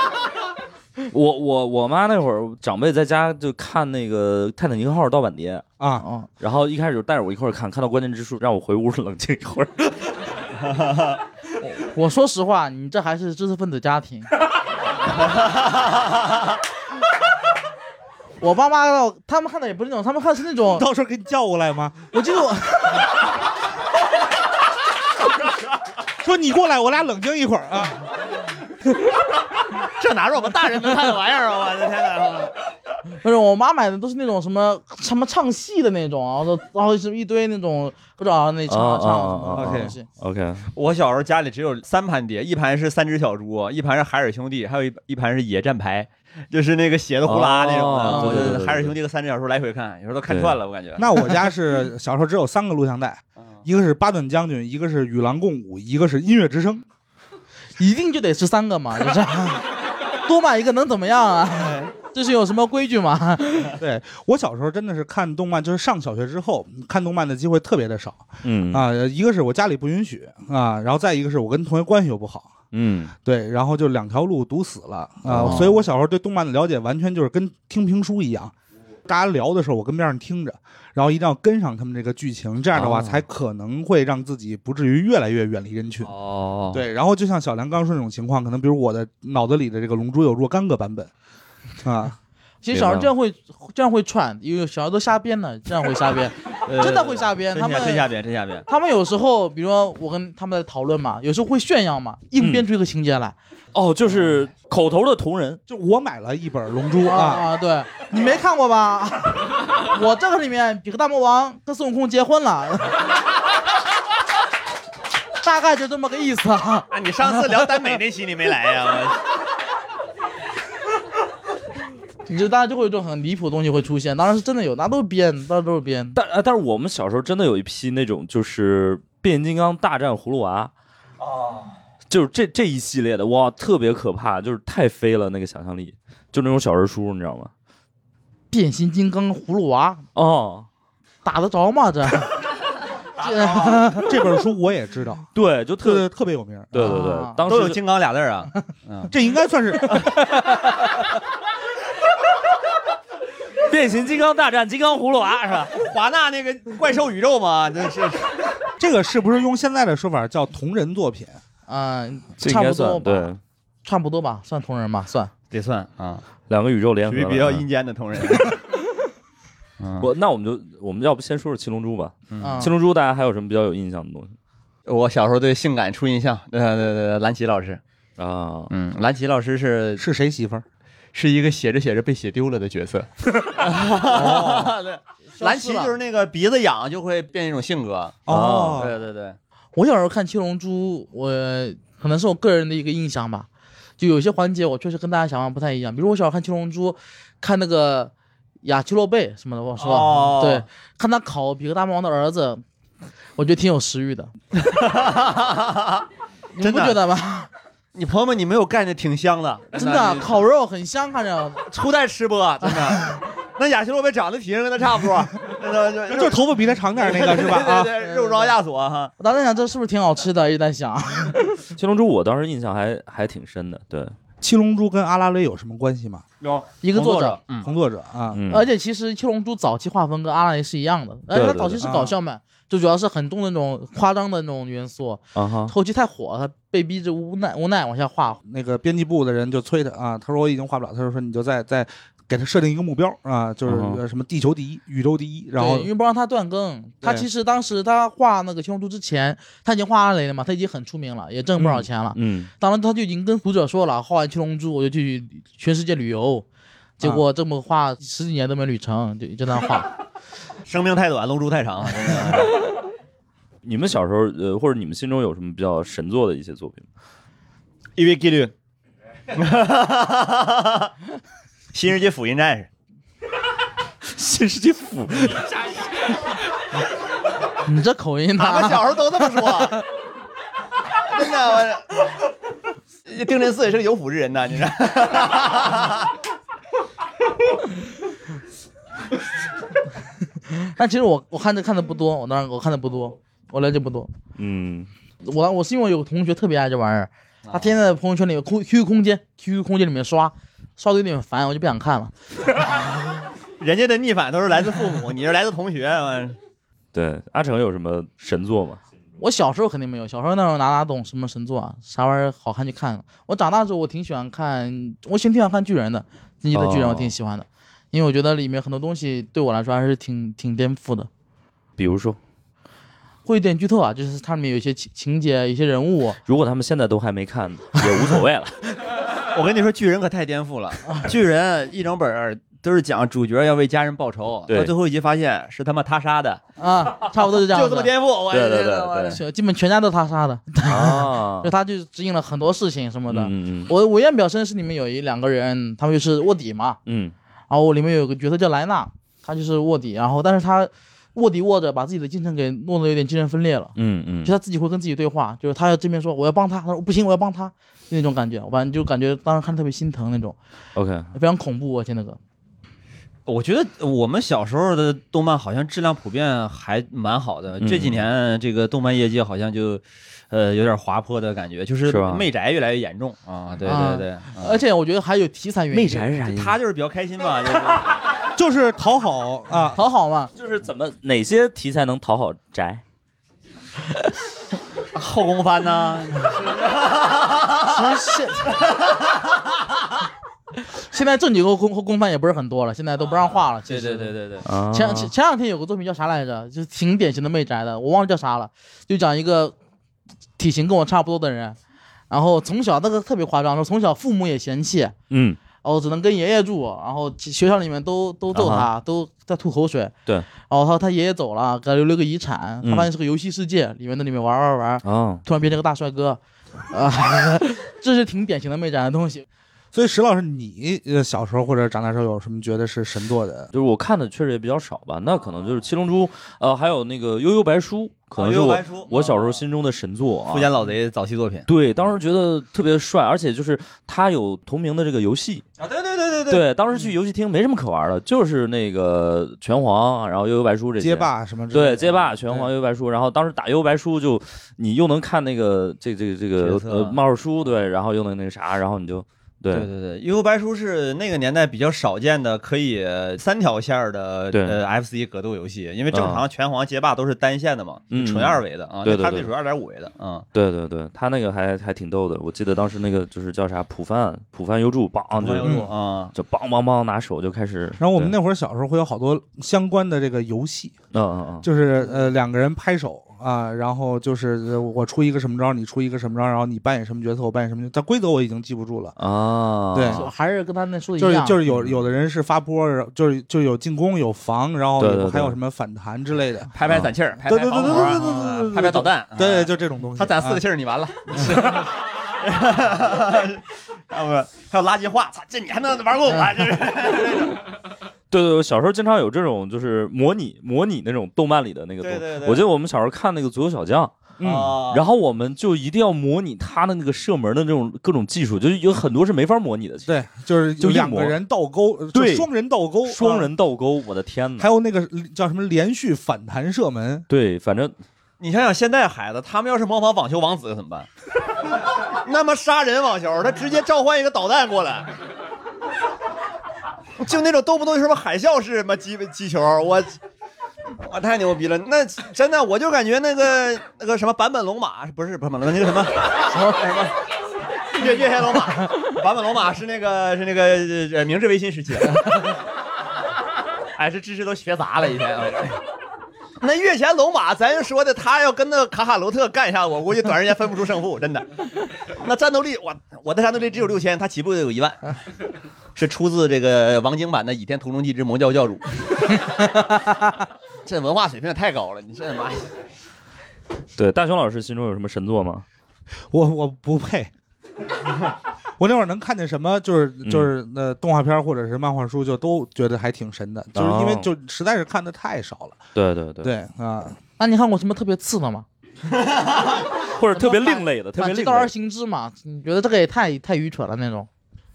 Speaker 1: [LAUGHS] 我我我妈那会儿长辈在家就看那个《泰坦尼克号》盗版碟，
Speaker 4: 啊，
Speaker 2: 哦，
Speaker 1: 然后一开始就带着我一块儿看，看到关键之处让我回屋冷静一会儿。
Speaker 2: 我说实话，你这还是知识分子家庭。我爸妈让我他们看的也不是那种，他们看的是那种，
Speaker 4: 到时候给你叫过来吗？
Speaker 2: 我记得我
Speaker 4: 说你过来，我俩冷静一会儿
Speaker 1: [LAUGHS]
Speaker 4: 啊。
Speaker 5: [LAUGHS] 这哪是我们大人能看的玩意儿啊！我的天哪！
Speaker 2: 不是我妈买的都是那种什么什么唱戏的那种，然后然后是一堆那种不知道那唱
Speaker 5: 哦
Speaker 1: 啊
Speaker 2: 唱什
Speaker 1: 啊
Speaker 2: 么
Speaker 1: 啊
Speaker 4: 啊
Speaker 2: 东西。
Speaker 1: OK，
Speaker 5: 我小时候家里只有三盘碟，一盘是三只小猪，一盘是海尔兄弟，还有一一盘是野战排，就是那个斜的呼啦那种的。
Speaker 1: 哦
Speaker 5: 我
Speaker 1: 对对
Speaker 5: 就
Speaker 1: 对对
Speaker 5: 是海尔兄弟和三只小猪来回看，有时候都看串了，我感觉。
Speaker 4: 那我家是小时候只有三个录像带，
Speaker 1: 嗯
Speaker 4: 一个是巴顿将军，一个是与狼共舞，一个是音乐之声。
Speaker 2: 一定就得吃三个嘛，就是多买一个能怎么样
Speaker 1: [LAUGHS]
Speaker 2: 啊？ [LAUGHS] 这是有什么规矩吗？ [LAUGHS]
Speaker 4: 对我小时候真的是看动漫，就是上小学之后看动漫的机会特别的少
Speaker 1: 嗯
Speaker 4: 啊。一个是我家里不允许啊，然后再一个是我跟同学关系又不好，
Speaker 1: 嗯，
Speaker 4: 对，然后就两条路堵死了啊。
Speaker 1: 哦
Speaker 4: 所以我小时候对动漫的了解完全就是跟听评书一样。大家聊的时候，我跟边上听着，然后一定要跟上他们这个剧情，这样的话
Speaker 1: 哦
Speaker 4: 才可能会让自己不至于越来越远离人群。
Speaker 5: 哦，
Speaker 4: 对，然后就像小梁刚刚说那种情况，可能比如我的脑子里的这个《龙珠》有若干个版本，啊，
Speaker 2: 其实小时候这样会这样会串，因为小时候都瞎编的，这样会瞎编，[LAUGHS]
Speaker 5: 呃
Speaker 2: 真的会瞎编。
Speaker 5: [LAUGHS] 真
Speaker 2: 他
Speaker 5: 下
Speaker 2: 们
Speaker 5: 真下边，真下边。
Speaker 2: 他们有时候，比如说我跟他们在讨论嘛，有时候会炫耀嘛，硬编出一个情节来。
Speaker 1: 嗯哦，就是口头的同人，
Speaker 4: 就哦我买了一本《龙珠》
Speaker 2: 啊
Speaker 4: 啊，
Speaker 2: 啊，对你没看过吧？ [LAUGHS] 我这个里面，比克大魔王跟孙悟空结婚了， [LAUGHS] 大概就这么个意思啊。
Speaker 5: 啊， [LAUGHS] 你上次聊耽美那期你没来呀、 [LAUGHS]
Speaker 2: 你就大家就会有一种很离谱的东西会出现，当然是真的有，那都是编，那都是 [LAUGHS] 编。
Speaker 1: 但呃但是我们小时候真的有一批那种就是变形金刚大战葫芦娃，哦，就是这这一系列的哇，特别可怕，就是太飞了那个想象力，就那种小人书，你知道吗？
Speaker 2: 变形金刚、葫芦娃
Speaker 1: 哦，
Speaker 2: 打得着吗？这这
Speaker 4: 这本书我也知道，
Speaker 1: [LAUGHS] 对，就
Speaker 4: 特
Speaker 1: 特
Speaker 4: 别特别有名儿。
Speaker 1: 对对
Speaker 2: 啊
Speaker 1: 对，当
Speaker 5: 都有
Speaker 1: 时
Speaker 5: 金刚俩字儿
Speaker 4: [LAUGHS]
Speaker 5: 啊。
Speaker 4: 这应该算是
Speaker 1: [LAUGHS] 变形金刚大战金刚葫芦娃是吧？
Speaker 5: 华纳那个怪兽宇宙嘛，这是
Speaker 4: 这个是不是用现在的说法叫同人作品？
Speaker 2: 嗯，
Speaker 1: 这应
Speaker 2: 差
Speaker 1: 该
Speaker 2: 不
Speaker 1: 算
Speaker 2: 多吧，
Speaker 1: 对，
Speaker 2: 差不多吧，算同人吧，算。
Speaker 5: 得算啊，
Speaker 1: 两个宇宙联
Speaker 5: 属
Speaker 1: 合
Speaker 5: 于
Speaker 1: 了
Speaker 5: 比较
Speaker 1: 嗯
Speaker 5: 阴间的同人。嗯
Speaker 1: 我那我们就我们要不先说说七龙珠吧？
Speaker 2: 嗯，
Speaker 1: 七龙珠大家还有什么比较有印象的东西
Speaker 5: 我小时候对性感初印象，呃，对对对，蓝奇老师，
Speaker 1: 啊？
Speaker 5: 嗯，蓝奇老师是
Speaker 4: 是谁媳妇儿？
Speaker 5: 是一个写着写着被写丢了的角色。 [LAUGHS] 蓝旗就是那个鼻子痒就会变一种性格。啊
Speaker 4: 哦
Speaker 5: 对对对，
Speaker 2: 我小时候看《七龙珠》，我呃可能是我个人的一个印象吧，就有些环节我确实跟大家想法不太一样。比如我小时候看《七龙珠》，看那个雅奇洛贝什么的，我说、
Speaker 5: 哦
Speaker 2: 对，看他烤比克大魔王的儿子，我觉得挺有食欲的。你
Speaker 5: 真
Speaker 2: 不
Speaker 5: 的
Speaker 2: 觉得吗？
Speaker 5: 你朋友们，你没有概念，挺香的，
Speaker 2: 真的烤肉很香，啊看着
Speaker 5: [LAUGHS] 初代吃播啊真的。那亚奇洛贝长得体型跟他差不多，那就
Speaker 4: [LAUGHS] 就是头发比他长点儿那个是吧？啊，
Speaker 5: 对对 [LAUGHS] 对，肉装亚索哈。
Speaker 2: 我当时想这是不是挺好吃的，一直在想。
Speaker 1: 七龙珠我当时印象还还挺深的，对，
Speaker 4: [LAUGHS] 七龙珠跟阿拉蕾有什么关系吗？
Speaker 5: 有
Speaker 2: 一个作者，
Speaker 5: 嗯，
Speaker 4: 红作者啊，
Speaker 1: 嗯，
Speaker 2: 而且其实《七龙珠》早期画风跟阿拉蕾是一样的，而且它早期是搞笑漫，就主要是很重的那种夸张的那种元素，
Speaker 1: 啊哈，
Speaker 2: 后期太火了，他被逼着无奈无奈往下画。
Speaker 4: 那个编辑部的人就催他啊，他说我已经画不了，他就说你就再再给他设定一个目标啊，就是
Speaker 1: 嗯
Speaker 4: 呃什么地球第一、宇宙第一，然后
Speaker 2: 对因为不让他断更，他
Speaker 4: 对
Speaker 2: 其实当时他画那个《七龙珠》之前，他已经画阿拉蕾了嘛，他已经很出名了，也挣不少钱了。
Speaker 1: 嗯，
Speaker 2: 当时他就已经跟读者说了，画完《七龙珠》我就去全世界旅游，结
Speaker 5: 啊
Speaker 2: 果这么画十几年都没旅成，就就那样
Speaker 5: [LAUGHS]
Speaker 2: 画。
Speaker 5: 生命太短，龙珠太长。真的
Speaker 1: 你们小时候呃，或者你们心中有什么比较神作的一些作品吗？
Speaker 5: 一为纪律， [LAUGHS] 新世界福音战士，
Speaker 1: 新世界腐
Speaker 2: 你这口音
Speaker 5: 俺们
Speaker 2: 呐，
Speaker 5: 小时候都这么 [LAUGHS] 说，真的。我定真寺也是个有福之人呐，你知道。
Speaker 2: [LAUGHS] 但其实我我看的看的不多，我当然我看的不多，我了解不多。
Speaker 1: 嗯，
Speaker 2: 我我是因为有个同学特别爱这玩意儿，
Speaker 5: 啊
Speaker 2: 他天天在朋友圈里空 QQ 空间 QQ 空间里面刷，刷的有点烦，我就不想看了。
Speaker 5: [LAUGHS] 人家的逆反都是来自父母，你是来自同学。我
Speaker 1: 对，阿成有什么神作吗？
Speaker 2: 我小时候肯定没有，小时候那时候哪哪懂什么神作啊，啥玩意儿好看就看。我长大之后我挺喜欢看，我挺挺喜欢看巨人的，进击的巨人
Speaker 1: 哦
Speaker 2: 我挺喜欢的，因为我觉得里面很多东西对我来说还是挺挺颠覆的。
Speaker 1: 比如说，
Speaker 2: 会有点剧透啊，就是它里面有一些情情节、有些人物，
Speaker 1: 如果他们现在都还没看，也无所
Speaker 2: [LAUGHS]
Speaker 1: 谓了。
Speaker 5: 我跟你说，巨人可太颠覆 [LAUGHS] 了。巨人一整本儿都是讲主角要为家人报仇，
Speaker 1: 对
Speaker 5: 到最后一集发现是他妈他杀的，
Speaker 2: 啊，差不多是这样
Speaker 5: [LAUGHS] 就
Speaker 2: 子。
Speaker 5: 这么颠覆。我
Speaker 1: 对对对
Speaker 5: 我
Speaker 1: 对
Speaker 2: 是基本全家都是他杀的，[LAUGHS]
Speaker 1: 啊
Speaker 2: 就，他就指引了很多事情什么的。
Speaker 1: 嗯嗯
Speaker 2: 我我印象比较深是里面有一两个人，他们就是卧底嘛，
Speaker 1: 嗯
Speaker 2: 然后里面有个角色叫莱纳，他就是卧底，然后但是他卧底卧着把自己的精神给弄得有点精神分裂了，
Speaker 1: 嗯嗯
Speaker 2: 就他自己会跟自己对话，就是他要这边说我要帮他，他说不行我要帮他那种感觉，我反正就感觉当时看着特别心疼那种，
Speaker 1: ，OK，
Speaker 2: 非常恐怖，我啊天那个
Speaker 5: 我觉得我们小时候的动漫好像质量普遍还蛮好的，
Speaker 1: 嗯
Speaker 5: 这几年这个动漫业界好像就，呃，有点滑坡的感觉，就是
Speaker 1: 是吧
Speaker 5: 媚宅越来越严重啊！对
Speaker 2: 啊
Speaker 5: 对对，啊
Speaker 2: 而且我觉得还有题材原因，
Speaker 1: 是啥意
Speaker 5: 他就是比较开心
Speaker 4: [LAUGHS]
Speaker 5: 吧，嗯就是
Speaker 4: 就是讨好啊，
Speaker 2: 很好嘛，
Speaker 1: 就是怎么哪些题材能讨好
Speaker 4: [LAUGHS]
Speaker 1: 宅？
Speaker 5: 后宫番呐、
Speaker 2: 其实现现在正经后宫后宫番也不是很多了，现在都不让画了，其
Speaker 5: 对
Speaker 2: 实
Speaker 5: 对对对对，
Speaker 4: 哦
Speaker 1: 啊
Speaker 2: 前前前两天有个作品叫啥来着，就是挺典型的媚宅的，我忘了叫啥了，就讲一个体型跟我差不多的人，然后从小那个特别夸张，说从小父母也嫌弃，然
Speaker 1: 嗯
Speaker 2: 后只能跟爷爷住，然后其学校里面都都揍
Speaker 1: 啊
Speaker 2: 他，都在吐口水，
Speaker 1: 对
Speaker 2: 然后他他爷爷走了，给他留了个遗产，
Speaker 1: 嗯
Speaker 2: 他发现是个游戏世界，里面在里面玩玩玩，
Speaker 1: 哦，
Speaker 2: 突然变成个大帅哥，啊、 [LAUGHS] 这是挺典型的媚宅的东西。
Speaker 4: 所以石老师，你呃小时候或者长大时候有什么觉得是神作的？
Speaker 1: 就是我看的确实也比较少吧，那可能就是《七龙珠》，呃，还有那个《悠悠白书》，可能是
Speaker 5: 哦悠悠
Speaker 1: 我、
Speaker 5: 白书
Speaker 1: 我小时候
Speaker 5: 啊
Speaker 1: 心中的神作啊
Speaker 5: 富。坚老贼早期作品。
Speaker 1: 对，当时觉得特别帅，而且就是他有同名的这个游戏啊，对对对对对，当时去游戏厅没什么可玩的，就是那个拳皇，然后悠悠白书这些
Speaker 4: 街霸什么之类的？
Speaker 1: 对，街霸、拳皇、
Speaker 4: 对
Speaker 1: 幽游白书，然后当时打幽游白书就，你又能看那个这这这个
Speaker 5: 角色
Speaker 1: 呃漫画书，对，然后又能那个啥，然后你就对
Speaker 5: 对对对，幽游白书是那个年代比较少见的可以呃三条线儿的
Speaker 1: 对
Speaker 5: 呃 FC 格斗游戏，因为正
Speaker 1: 啊
Speaker 5: 常拳皇、街霸都是单线的嘛，
Speaker 1: 嗯
Speaker 5: 纯二维的啊，
Speaker 1: 对对
Speaker 5: 它
Speaker 1: 对
Speaker 5: 这属于二点五维的啊。
Speaker 1: 对对对，他那个还还挺逗的，我记得当时那个就是叫啥普范普范优助，梆
Speaker 5: 幽
Speaker 1: 就嗯
Speaker 5: 游啊，
Speaker 1: 就梆梆梆拿手就开始，
Speaker 4: 然后我们
Speaker 1: 对
Speaker 4: 那会儿小时候会有好多相关的这个游戏，
Speaker 1: 嗯嗯嗯
Speaker 4: 就是呃两个人拍手啊，然后就是呃我出一个什么招，你出一个什么招，然后你扮演什么角色，我扮演什么角色，但规则我已经记不住了。
Speaker 1: 啊，
Speaker 4: 对
Speaker 2: 就还是跟他那
Speaker 1: 嗯
Speaker 2: 说的
Speaker 4: 就
Speaker 2: 一
Speaker 4: 是
Speaker 2: 样，
Speaker 4: 就是有有的人是发波，然后就是就有进攻有防，然后
Speaker 1: 对对对
Speaker 4: 还有什么反弹之类的。
Speaker 5: 拍拍散气儿，拍
Speaker 4: 对
Speaker 5: 拍
Speaker 4: 对对
Speaker 5: 防
Speaker 4: 对
Speaker 5: 火
Speaker 4: 对
Speaker 5: 啊，
Speaker 4: 对对对，
Speaker 5: 拍拍导弹，
Speaker 4: 对，
Speaker 5: 啊
Speaker 4: 就这种东西。
Speaker 5: 他攒四
Speaker 4: 啊
Speaker 5: 个气儿，你完了。 [LAUGHS] 然后还有垃圾话，操，这你还能玩过我？这是
Speaker 1: 对对，我小时候经常有这种，就是模拟模拟那种动漫里的那个东西。
Speaker 5: 对
Speaker 1: 我记得我们小时候看那个《足球小将》，
Speaker 5: 啊，
Speaker 1: 然后我们就一定要模拟他的那个射门的那种各种技术，就是有很多是没法模拟的。其实
Speaker 4: 对，就是
Speaker 1: 就
Speaker 4: 有
Speaker 1: 一
Speaker 4: 两
Speaker 1: 模
Speaker 4: 个人倒钩，呃就
Speaker 1: 对
Speaker 4: 双人倒钩，
Speaker 1: 双
Speaker 4: 啊
Speaker 1: 人倒钩，我的天哪！
Speaker 4: 还有那个叫什么连续反弹射门，
Speaker 1: 对，反正
Speaker 5: 你想想现在孩子，他们要是模仿网球王子怎么办？ [LAUGHS] 那么杀人网球，他直接召唤一个导弹过来，就那种动不动就什么海啸式什么击击球，我我太牛逼了！那真的，我就感觉那个那个什么版本龙马不是版本龙那个什么什么什么月月黑龙马，版本龙马是那个是那个呃明治维新时期的，哎，这知识都学杂了一天。哎那月前龙马，咱就说的，他要跟那卡卡罗特干一下，我估计短时间分不出胜负，真的。那战斗力，我我的战斗力只有六千，他起步有一
Speaker 4: [LAUGHS]
Speaker 5: 万，是出自这个王晶版的《倚天屠龙记之魔教教主》。
Speaker 4: [LAUGHS]
Speaker 5: 这文化水平也太高了，你这妈！
Speaker 1: 对大雄老师心中有什么神作吗？
Speaker 4: 我我不配。 [LAUGHS] 我那会儿能看见什么，就是
Speaker 5: 嗯
Speaker 4: 就是那动画片或者是漫画书，就都觉得还挺神的，就是因为
Speaker 1: 哦
Speaker 4: 就实在是看的太少了。
Speaker 1: 对对对，
Speaker 4: 对啊，
Speaker 2: 那你看过什么特别次的吗？啊
Speaker 1: 或者特别另类的，特别
Speaker 2: 反其
Speaker 1: 另
Speaker 2: 道而
Speaker 1: 类。
Speaker 2: 行之嘛，你觉得这个也太太愚蠢了那种。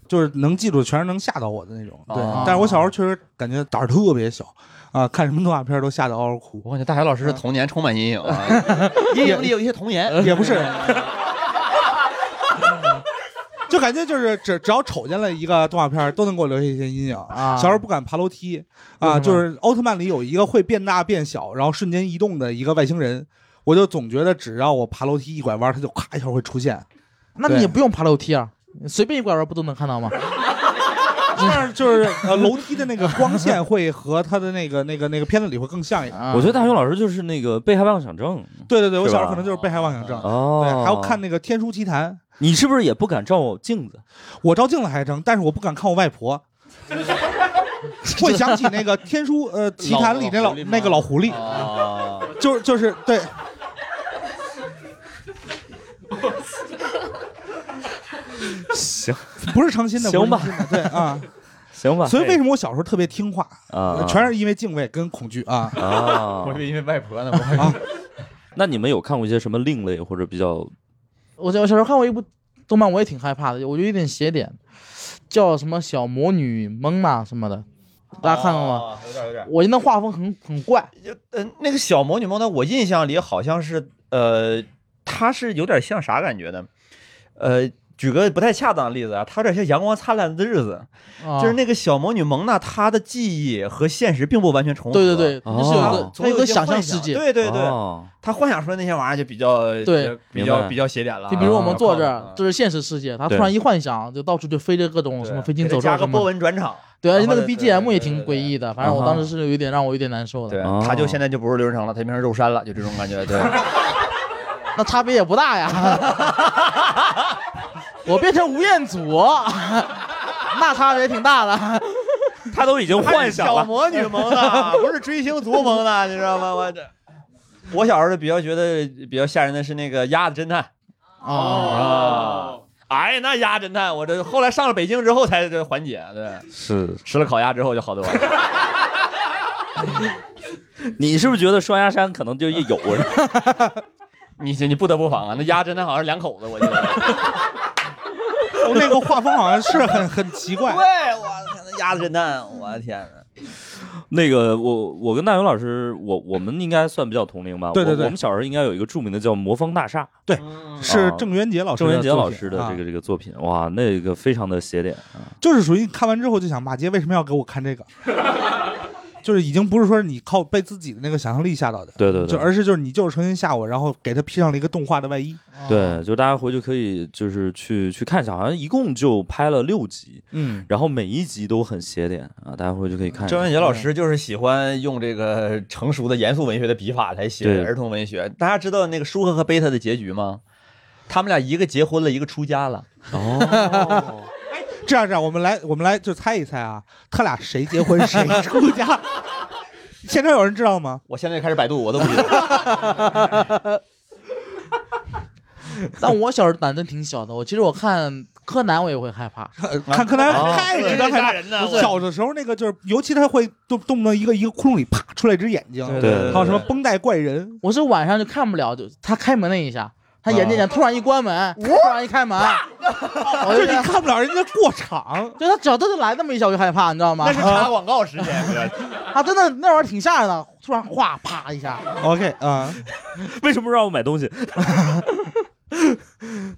Speaker 4: 就是能记住全是能吓到我的那种。对
Speaker 5: 哦，
Speaker 4: 但是我小时候确实感觉胆儿特别小啊，看什么动画片都吓得嗷嗷哭。嗯
Speaker 5: 我感觉大学老师的童年充满阴影啊，阴影里有一些童言。
Speaker 4: 也不是， [LAUGHS] 就感觉就是只只要瞅见了一个动画片儿，都能给我留下一些阴影
Speaker 2: 啊
Speaker 4: 小时候不敢爬楼梯
Speaker 2: 为
Speaker 4: 啊，
Speaker 2: 什么
Speaker 4: 就是奥特曼里有一个会变大变小，然后瞬间移动的一个外星人，我就总觉得只要我爬楼梯一拐弯，他就咔一下会出现。
Speaker 2: 那
Speaker 4: 对
Speaker 2: 你也不用爬楼梯啊，你随便一拐弯不都能看到吗？ [LAUGHS]
Speaker 4: 这样就是呃，楼梯的那个光线会和他的那个那个那个片子里会更像一点。
Speaker 2: 啊
Speaker 1: 我觉得大雄老师就是那个被害妄想症
Speaker 4: 对对对，我
Speaker 1: 是吧
Speaker 4: 小时候可能就是被害妄想症。
Speaker 1: 哦
Speaker 4: 啊对，还有看那个《天书奇谭》，
Speaker 1: 你是不是也不敢照镜子？
Speaker 4: 我照镜子还成，但是我不敢看我外婆。
Speaker 1: [LAUGHS]
Speaker 4: 会想起那个《天书》呃《奇谭》里那老
Speaker 5: 老狐狸吗
Speaker 4: 那个老狐狸，
Speaker 5: 啊，
Speaker 4: [LAUGHS] 就是就是对，
Speaker 1: 行
Speaker 4: 不是诚心的，
Speaker 1: 行吧
Speaker 4: 不是诚心的，对啊。
Speaker 1: [LAUGHS] 行吧，
Speaker 4: 所以为什么我小时候特别听话，
Speaker 1: 啊，
Speaker 4: 全是因为敬畏跟恐惧啊。
Speaker 1: 啊
Speaker 5: 我。是因为外婆呢，我
Speaker 1: 那你们有看过一些什么另类或者比较
Speaker 2: 我小我小时候看过一部动漫，我也挺害怕的，我觉得有点邪点，叫什么小魔女蒙娜什么的，大家看过吗？
Speaker 5: 哦吗？有点有点。
Speaker 2: 我觉得那画风很很怪，
Speaker 5: 就呃， [LAUGHS] 那个小魔女梦呢，我印象里好像是呃，它是有点像啥感觉呢？呃，举个不太恰当的例子啊，它有点像《阳光灿烂的日子》
Speaker 2: 啊
Speaker 5: 就是那个小魔女蒙娜，她的记忆和现实并不完全重合。
Speaker 2: 对对对，那是有
Speaker 1: 哦
Speaker 2: 个，它
Speaker 5: 总
Speaker 2: 有
Speaker 5: 有
Speaker 2: 个
Speaker 5: 一些
Speaker 2: 想象
Speaker 5: 幻
Speaker 2: 世界。
Speaker 5: 对对对，
Speaker 1: 哦
Speaker 5: 她幻想出来那些玩意儿就比较
Speaker 2: 对，
Speaker 5: 比
Speaker 1: 明
Speaker 5: 较
Speaker 1: 白
Speaker 5: 比较邪点了啊。
Speaker 2: 就比如我们坐这
Speaker 5: 啊
Speaker 2: 儿，这是现实世界，它突
Speaker 1: 对
Speaker 2: 然一幻想，就到处就飞着各种什么
Speaker 5: 对
Speaker 2: 飞禽
Speaker 5: 给它
Speaker 2: 走兽
Speaker 5: 加个
Speaker 2: 什
Speaker 5: 波
Speaker 2: 么。
Speaker 5: 纹转场，
Speaker 2: 对，而且那
Speaker 5: 然
Speaker 2: 个
Speaker 5: 后对
Speaker 2: BGM 也
Speaker 5: 对
Speaker 2: 挺
Speaker 5: 对
Speaker 2: 诡
Speaker 5: 对
Speaker 2: 异的，反正我当时是有一点让我有点难受的。
Speaker 5: 对
Speaker 1: 哦，
Speaker 5: 她就现在就不是流程了，她变成肉山了，就这种感觉。
Speaker 1: [LAUGHS]
Speaker 5: 对，
Speaker 2: 那差别也不大呀。我变成吴彦祖，那差别挺大的。
Speaker 1: 他都已经幻想
Speaker 5: 小
Speaker 1: 了。
Speaker 5: 魔女萌的，不是追星族萌的，你知道吗？我这。我小时候比较觉得比较吓人的是那个鸭子侦探
Speaker 2: 哦，
Speaker 5: 啊，哎，那鸭侦探，我这后来上了北京之后才这缓解，对，
Speaker 1: 是
Speaker 5: 吃了烤鸭之后就好多了。
Speaker 1: 你是不是觉得双鸭山可能就一有？
Speaker 5: [LAUGHS] 你你不得不防啊，那鸭侦探好像是两口子，我记
Speaker 2: [LAUGHS]
Speaker 5: 得。
Speaker 4: 我哦那个画风好像是很很奇怪
Speaker 5: 对，，我天，那鸭子侦探，我的天哪！
Speaker 1: [LAUGHS] 那个我我跟大勇老师，我我们应该算比较同龄吧。
Speaker 4: 对对
Speaker 1: 我
Speaker 4: 对
Speaker 1: 我们小时候应该有一个著名的叫《魔方大厦》，啊
Speaker 7: 嗯
Speaker 4: 是郑渊洁老
Speaker 1: 嗯
Speaker 4: 师
Speaker 1: 郑
Speaker 4: 的
Speaker 1: 渊洁老
Speaker 4: 作品
Speaker 1: 师的
Speaker 4: 啊
Speaker 1: 这个这个作品，哇，那个非常的邪典。啊
Speaker 4: [LAUGHS] 就是属于看完之后就想骂街，为什么要给我看这个？就是已经不是说你靠被自己的那个想象力吓到的，
Speaker 1: 对对对
Speaker 4: 就而是就是你就是诚心吓我，然后给他披上了一个动画的外衣。
Speaker 1: 对，就大家回去可以就是去去看一下，好像一共就拍了六集，
Speaker 4: 嗯，
Speaker 1: 然后每一集都很写点啊，大家回去可以看一下。
Speaker 7: 郑渊洁老师就是喜欢用这个成熟的严肃文学的笔法来写
Speaker 1: 对
Speaker 7: 儿童文学。大家知道那个舒赫和贝塔的结局吗？他们俩一个结婚了，一个出家了。
Speaker 4: 哦，这样这样，我们来我们来就猜一猜啊，他俩谁结婚
Speaker 7: [LAUGHS]
Speaker 4: 谁出家？现场有人知道吗？
Speaker 7: [LAUGHS] 我现在开始百度，我都不知道。
Speaker 2: [LAUGHS]
Speaker 1: [LAUGHS]
Speaker 2: 但我小时候胆子挺小的，我其实我看柯南我也会害怕，
Speaker 4: [LAUGHS]
Speaker 2: 啊
Speaker 4: 看柯南太值得看
Speaker 7: 哦人呢
Speaker 4: 了。小的时候那个就是，尤其他会动动不动一个一个窟窿里啪出来一只眼睛，
Speaker 7: 对对对
Speaker 4: 还有什么绷带怪人，
Speaker 2: 我是晚上就看不了，就他开门那一下，他眼睛
Speaker 4: 啊
Speaker 2: 眼突然一关门，突然一开门，
Speaker 7: 哦
Speaker 2: 我
Speaker 4: 就
Speaker 2: 就是
Speaker 4: 你看不了人家过场。
Speaker 2: 就他只要他就来那么一下，我就害怕，你知道吗
Speaker 7: 那？是插广告时间，
Speaker 2: 啊，真的那玩意儿挺吓人的，突然哗啪一下，
Speaker 4: OK 啊，
Speaker 1: [LAUGHS] 为什么让我买
Speaker 4: [LAUGHS]
Speaker 1: 东西？ [LAUGHS]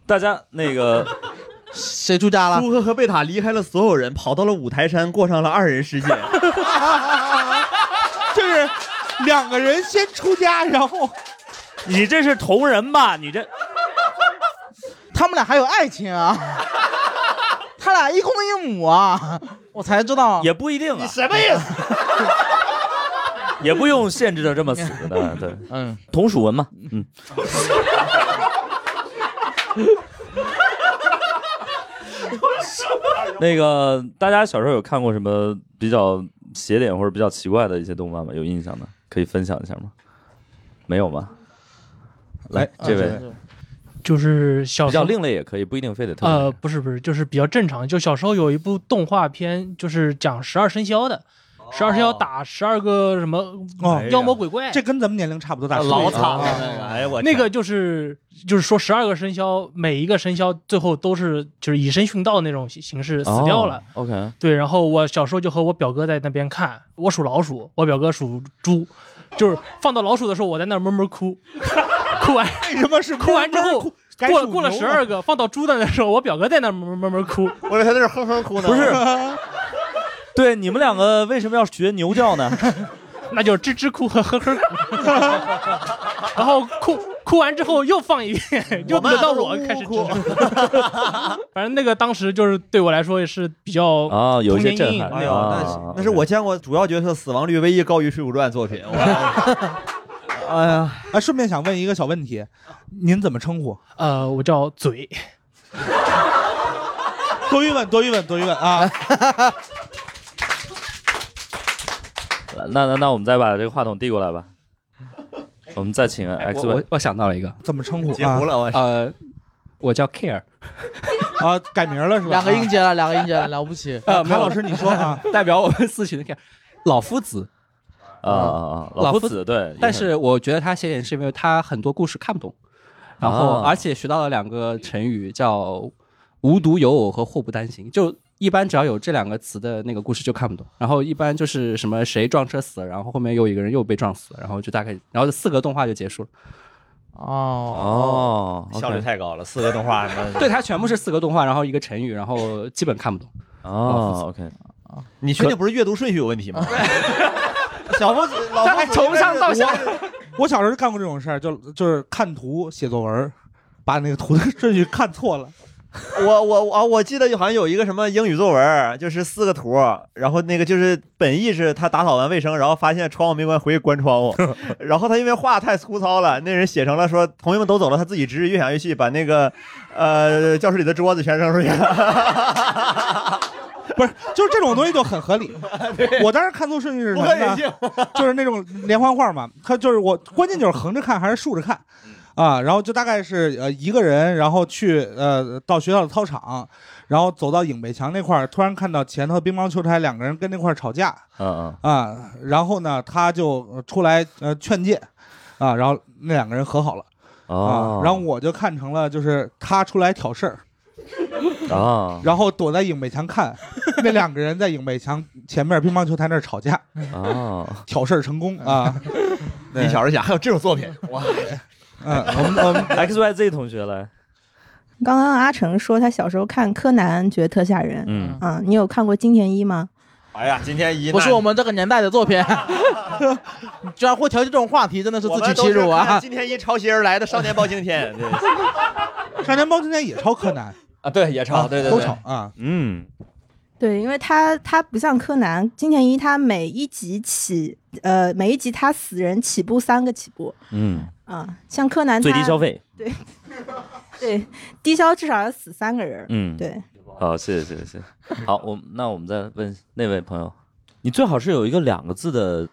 Speaker 1: 大家那个
Speaker 2: 谁出家了？
Speaker 7: 舒赫和贝塔离开了所有人，跑到了五台山，过上了二人世界。
Speaker 4: [LAUGHS] 就是两个人先出家，然后
Speaker 1: 你这是同人吧？你这
Speaker 2: 他们俩还有爱情啊？他俩一公一母啊，我才知道。
Speaker 1: 也不一定啊，
Speaker 7: 什么意思？
Speaker 1: 也不用限制的这么死的，对，
Speaker 2: 嗯，
Speaker 1: 同属文嘛，嗯，那个大家小时候有看过什么比较邪点或者比较奇怪的一些动漫吗？有印象的可以分享一下吗？没有吗？来，哎这位
Speaker 8: 就是哎啊小
Speaker 1: 比
Speaker 8: 时
Speaker 1: 较
Speaker 8: 候
Speaker 1: 另类也可以，不一定非得特别
Speaker 8: 呃，不是不是，就是比较正常。就小时候有一部动画片，就是讲十二生肖的，十二生肖
Speaker 1: 哦
Speaker 8: 打十二个什么
Speaker 4: 哦
Speaker 8: 妖魔鬼怪，
Speaker 4: 这跟咱们年龄差不多大，
Speaker 7: 老
Speaker 4: 惨
Speaker 7: 惨了那个，哎呀我
Speaker 8: 那个就是就是说十二个生肖，每一个生肖最后都是就是以身殉道的那种形形式呃死掉了。。
Speaker 1: 哦 OK，
Speaker 8: 对，然后我小时候就和我表哥在那边看，我属老鼠，我表哥属猪，就是放到老鼠的时候，我在那儿闷闷哭， [LAUGHS] 哭完
Speaker 4: 为什么是
Speaker 8: 哭完之后。
Speaker 4: 该
Speaker 8: 过了
Speaker 4: 属
Speaker 8: 过了
Speaker 4: 牛
Speaker 8: 十二个，放到猪的那时候，我表哥在那儿闷闷闷哭。
Speaker 7: 我以为他在这哼哼哭呢。
Speaker 1: 不是，对你们两个为什么要学牛叫呢？
Speaker 8: 那就是吱吱哭和呵呵，然后哭哭完之后又放一遍，就轮到我开始吱吱。 [LAUGHS] 反正那个当时就是对我来说也是比较
Speaker 1: 啊，有一些
Speaker 8: 童年
Speaker 1: 震
Speaker 8: 阴影
Speaker 1: 撼。
Speaker 7: 哎呦，
Speaker 1: 啊
Speaker 7: 那是那是我见过主要角色死亡率唯一高于《水浒传》作品。
Speaker 1: [LAUGHS]
Speaker 7: 我哎呀，
Speaker 4: 啊，顺便想问一个小问题，您怎么称呼？
Speaker 8: 呃，我叫嘴，
Speaker 4: [LAUGHS] 多余问，多余问，多余问啊！
Speaker 1: [LAUGHS] 那那那我们再把这个话筒递过来吧，我们再请 X
Speaker 9: 哎我
Speaker 1: 位
Speaker 9: 我我想到了一个，
Speaker 4: 怎么称呼
Speaker 7: 截
Speaker 4: 啊
Speaker 7: 胡？了我。
Speaker 9: 呃，我叫 Care，
Speaker 4: [LAUGHS] 啊，改名了是吧？
Speaker 2: 两个音
Speaker 4: 啊
Speaker 2: 节了，两个音节了，了不起。
Speaker 9: 呃，
Speaker 4: 谭老师，你说啊，
Speaker 9: 代表我们四群的 Care，老夫子。
Speaker 1: 啊啊啊，
Speaker 9: 老
Speaker 1: 夫
Speaker 9: 夫
Speaker 1: 子对，
Speaker 9: 但是我觉得他显眼是因为他很多故事看不懂，然后
Speaker 1: 啊
Speaker 9: 而且学到了两个成语叫“无独有偶”和“祸不单行”，就一般只要有这两个词的那个故事就看不懂。然后一般就是什么谁撞车死了，然后后面又一个人又被撞死了，然后就大概，然后就四个动画就结束了。
Speaker 2: 哦，
Speaker 1: 哦，
Speaker 7: 效率
Speaker 1: OK
Speaker 7: 太高了，四个动画。那
Speaker 9: 对，它全部是四个动画，然后一个成语，然后基本看不懂。
Speaker 1: 哦，OK，
Speaker 7: 你确定不是阅读顺序有问题吗？
Speaker 8: [LAUGHS]
Speaker 7: 小夫子， [LAUGHS] 老
Speaker 9: 他
Speaker 7: 夫
Speaker 9: 还
Speaker 7: 子
Speaker 9: 从上到下，
Speaker 4: 我小时候就干过这种事儿，就就是看图写作文儿，把那个图的顺序看错了。
Speaker 7: [LAUGHS] 我我我我记得好像有一个什么英语作文，就是四个图，然后那个就是本意是他打扫完卫生，然后发现窗户没关，回去关窗户， [LAUGHS] 然后他因为画太粗糙了，那人写成了说同学们都走了，他自己执意越想越气，把那个呃教室里的桌子全扔出去了， [LAUGHS]
Speaker 4: 不是，就是这种东西就很合理。啊我当时看错顺序是什
Speaker 7: 不
Speaker 4: 么
Speaker 7: 可理
Speaker 4: 呢？
Speaker 7: 性。
Speaker 4: [LAUGHS] 就是那种连环画嘛，它就是我关键就是横着看还是竖着看。啊，然后就大概是呃一个人，然后去呃到学校的操场，然后走到影北墙那块儿，突然看到前头乒乓球台两个人跟那块儿吵架
Speaker 1: 嗯嗯，
Speaker 4: 啊，然后呢他就呃出来呃劝诫，啊，然后那两个人和好了
Speaker 1: 哦
Speaker 4: 啊，，然后我就看成了就是他出来挑事儿，
Speaker 1: 啊
Speaker 4: 然后躲在影北墙
Speaker 1: [LAUGHS]
Speaker 4: 看，那两个人在影北墙前面乒乓球台那儿吵架，
Speaker 1: 啊，
Speaker 4: 挑事儿成功
Speaker 7: [LAUGHS]
Speaker 4: 啊，对
Speaker 7: 你小时候想啊还有这种
Speaker 9: [LAUGHS]
Speaker 7: 作品，哇，
Speaker 4: 嗯，我们我们
Speaker 1: [LAUGHS] X Y Z 同学来，
Speaker 6: 刚刚阿成说他小时候看柯南觉得特吓人，
Speaker 1: 嗯，
Speaker 6: 啊，你有看过金田一吗？
Speaker 5: 哎呀，今天一
Speaker 2: 不是我们这个年代的作品，你居然会挑起这种话题，真的是自
Speaker 5: 我
Speaker 2: 取
Speaker 5: 们都
Speaker 2: 其
Speaker 5: 是
Speaker 2: 辱啊
Speaker 5: 看！今天一抄袭而来的《少年包青
Speaker 2: [LAUGHS]
Speaker 5: 天》对，
Speaker 4: 少年包青天也抄柯南
Speaker 5: 啊，对，也抄，对对
Speaker 4: 都
Speaker 5: 对
Speaker 4: 抄啊，
Speaker 1: 嗯，
Speaker 6: 对，因为他他不像柯南，金田一他每一集起，呃，每一集他死人起步三个起步，
Speaker 1: 嗯，
Speaker 6: 啊，像柯南
Speaker 1: 最低
Speaker 6: 他
Speaker 1: 消费，
Speaker 6: 对对，低消至少要死三个人，
Speaker 1: 嗯
Speaker 6: 对，
Speaker 1: 好，谢谢谢谢谢。好，我们那我们再问那位朋友，你最好是有一个两个字的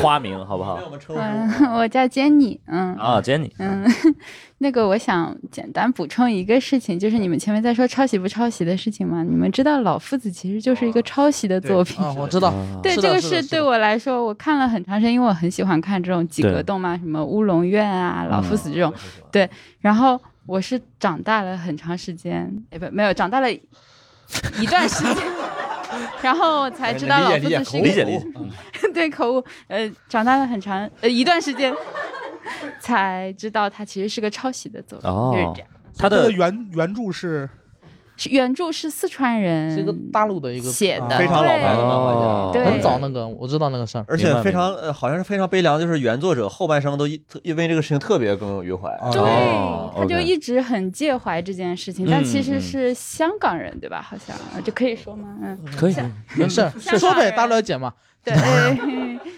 Speaker 1: 花名，好不
Speaker 7: [LAUGHS]
Speaker 1: 好？
Speaker 10: 嗯，我叫 Jenny，嗯
Speaker 1: 啊，Jenny，
Speaker 10: 嗯， [LAUGHS] 那个我想简单补充一个事情，就是你们前面在说抄袭不抄袭的事情嘛，你们知道《老夫子》其实就是
Speaker 1: 哦
Speaker 10: 一个抄袭的作品。
Speaker 2: 啊，我知道，
Speaker 10: 对，
Speaker 2: 是
Speaker 10: 这
Speaker 2: 的
Speaker 10: 个
Speaker 2: 是的
Speaker 10: 对我来说，我看了很长时间，因为我很喜欢看这种几
Speaker 2: 对
Speaker 10: 格动漫，什么《乌龙院》啊、《老夫子》这
Speaker 1: 嗯
Speaker 10: 种。对，然后我是长大了很长时间，哎不，没有长大了一段时间， [LAUGHS] 然后才知道《老夫子》是一个
Speaker 1: 哎理解理解，
Speaker 10: [LAUGHS] 对口误，呃，长大了很长呃一段时间，才知道它其实是个抄袭的作品，就是
Speaker 1: 哦
Speaker 10: 这样。，
Speaker 1: 他
Speaker 4: 这
Speaker 1: 的
Speaker 4: 个原原著是
Speaker 10: 是原著是四川人，
Speaker 2: 是一个大陆的一个
Speaker 10: 写的，
Speaker 5: 非常老
Speaker 10: 对
Speaker 5: 牌的漫画家，
Speaker 10: 对
Speaker 2: 很早那个，我知道那个事儿，
Speaker 5: 而
Speaker 1: 明
Speaker 5: 且
Speaker 1: 白
Speaker 5: 非常呃，好像是非常悲凉，就是原作者后半生都一特因为这个事情特别耿耿于怀。
Speaker 2: 啊
Speaker 1: 哦
Speaker 10: 对，他就
Speaker 1: OK
Speaker 10: 一直很介怀这件事情，但
Speaker 1: 嗯
Speaker 10: 其
Speaker 1: 嗯
Speaker 10: 实是香港人对吧？好像这可以说吗？嗯，
Speaker 1: 可以，
Speaker 2: 没事儿，
Speaker 10: 香港
Speaker 2: 说呗，
Speaker 10: 人
Speaker 2: 大不了解嘛。
Speaker 10: 对，哎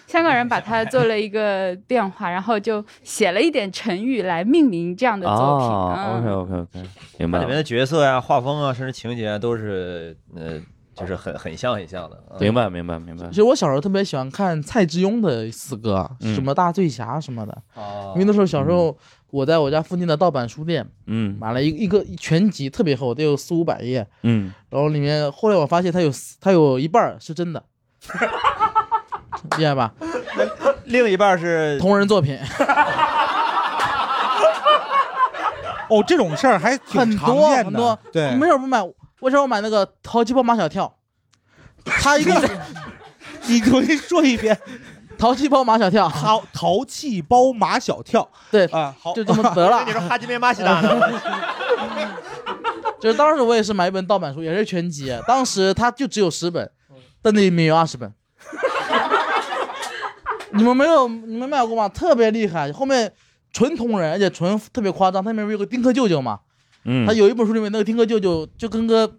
Speaker 10: 香港人把它做了一个变化，然后就写了一点成语来命名这样的作品。
Speaker 1: 哦，OK
Speaker 10: 嗯，
Speaker 1: OK OK，明白
Speaker 5: 它里面
Speaker 1: 了，
Speaker 5: 的角色呀、画风啊，甚至情节啊都是呃，就是很很像很像的。嗯
Speaker 1: 明白明白明白
Speaker 2: 其，实我小时候特别喜欢看蔡志庸的诗歌，
Speaker 1: 嗯
Speaker 2: 什么大醉侠什么的，
Speaker 5: 哦
Speaker 2: 因为那时候小时候我在我家附近的盗版书店
Speaker 1: 嗯
Speaker 2: 买了一一个一全集，特别厚，得有四五百页，
Speaker 1: 嗯，
Speaker 2: 然后里面后来我发现它有四它有一半儿是真的， [LAUGHS] 厉害吧？
Speaker 5: [LAUGHS] 另一半是
Speaker 2: 同人作品
Speaker 4: [LAUGHS] 哦，这种事儿还挺
Speaker 2: 很
Speaker 4: 常
Speaker 2: 多
Speaker 4: 见
Speaker 2: 很多
Speaker 4: 的，，对
Speaker 2: 你没，有不买，为什么我买那个《淘气包马小跳》？他一个 [LAUGHS]
Speaker 4: 你重新说一遍，
Speaker 2: 淘气包马小跳，
Speaker 4: 淘淘气包马小跳
Speaker 2: 对，
Speaker 4: 啊，好，
Speaker 2: [LAUGHS] 就这么
Speaker 4: [LAUGHS]
Speaker 2: 得了
Speaker 5: [LAUGHS] 那。你说哈基米马西达呢？
Speaker 2: [LAUGHS] 就是当时我也是买一本盗版书，也是全集，当时它就只有十本，但那里面有二十本。你们没有，你们买过吗？特别厉害，后面纯同人，而且纯特别夸张。它里面不是有个丁克舅舅嘛，
Speaker 1: 嗯
Speaker 2: 他，有一本书里面那个丁克舅舅就跟个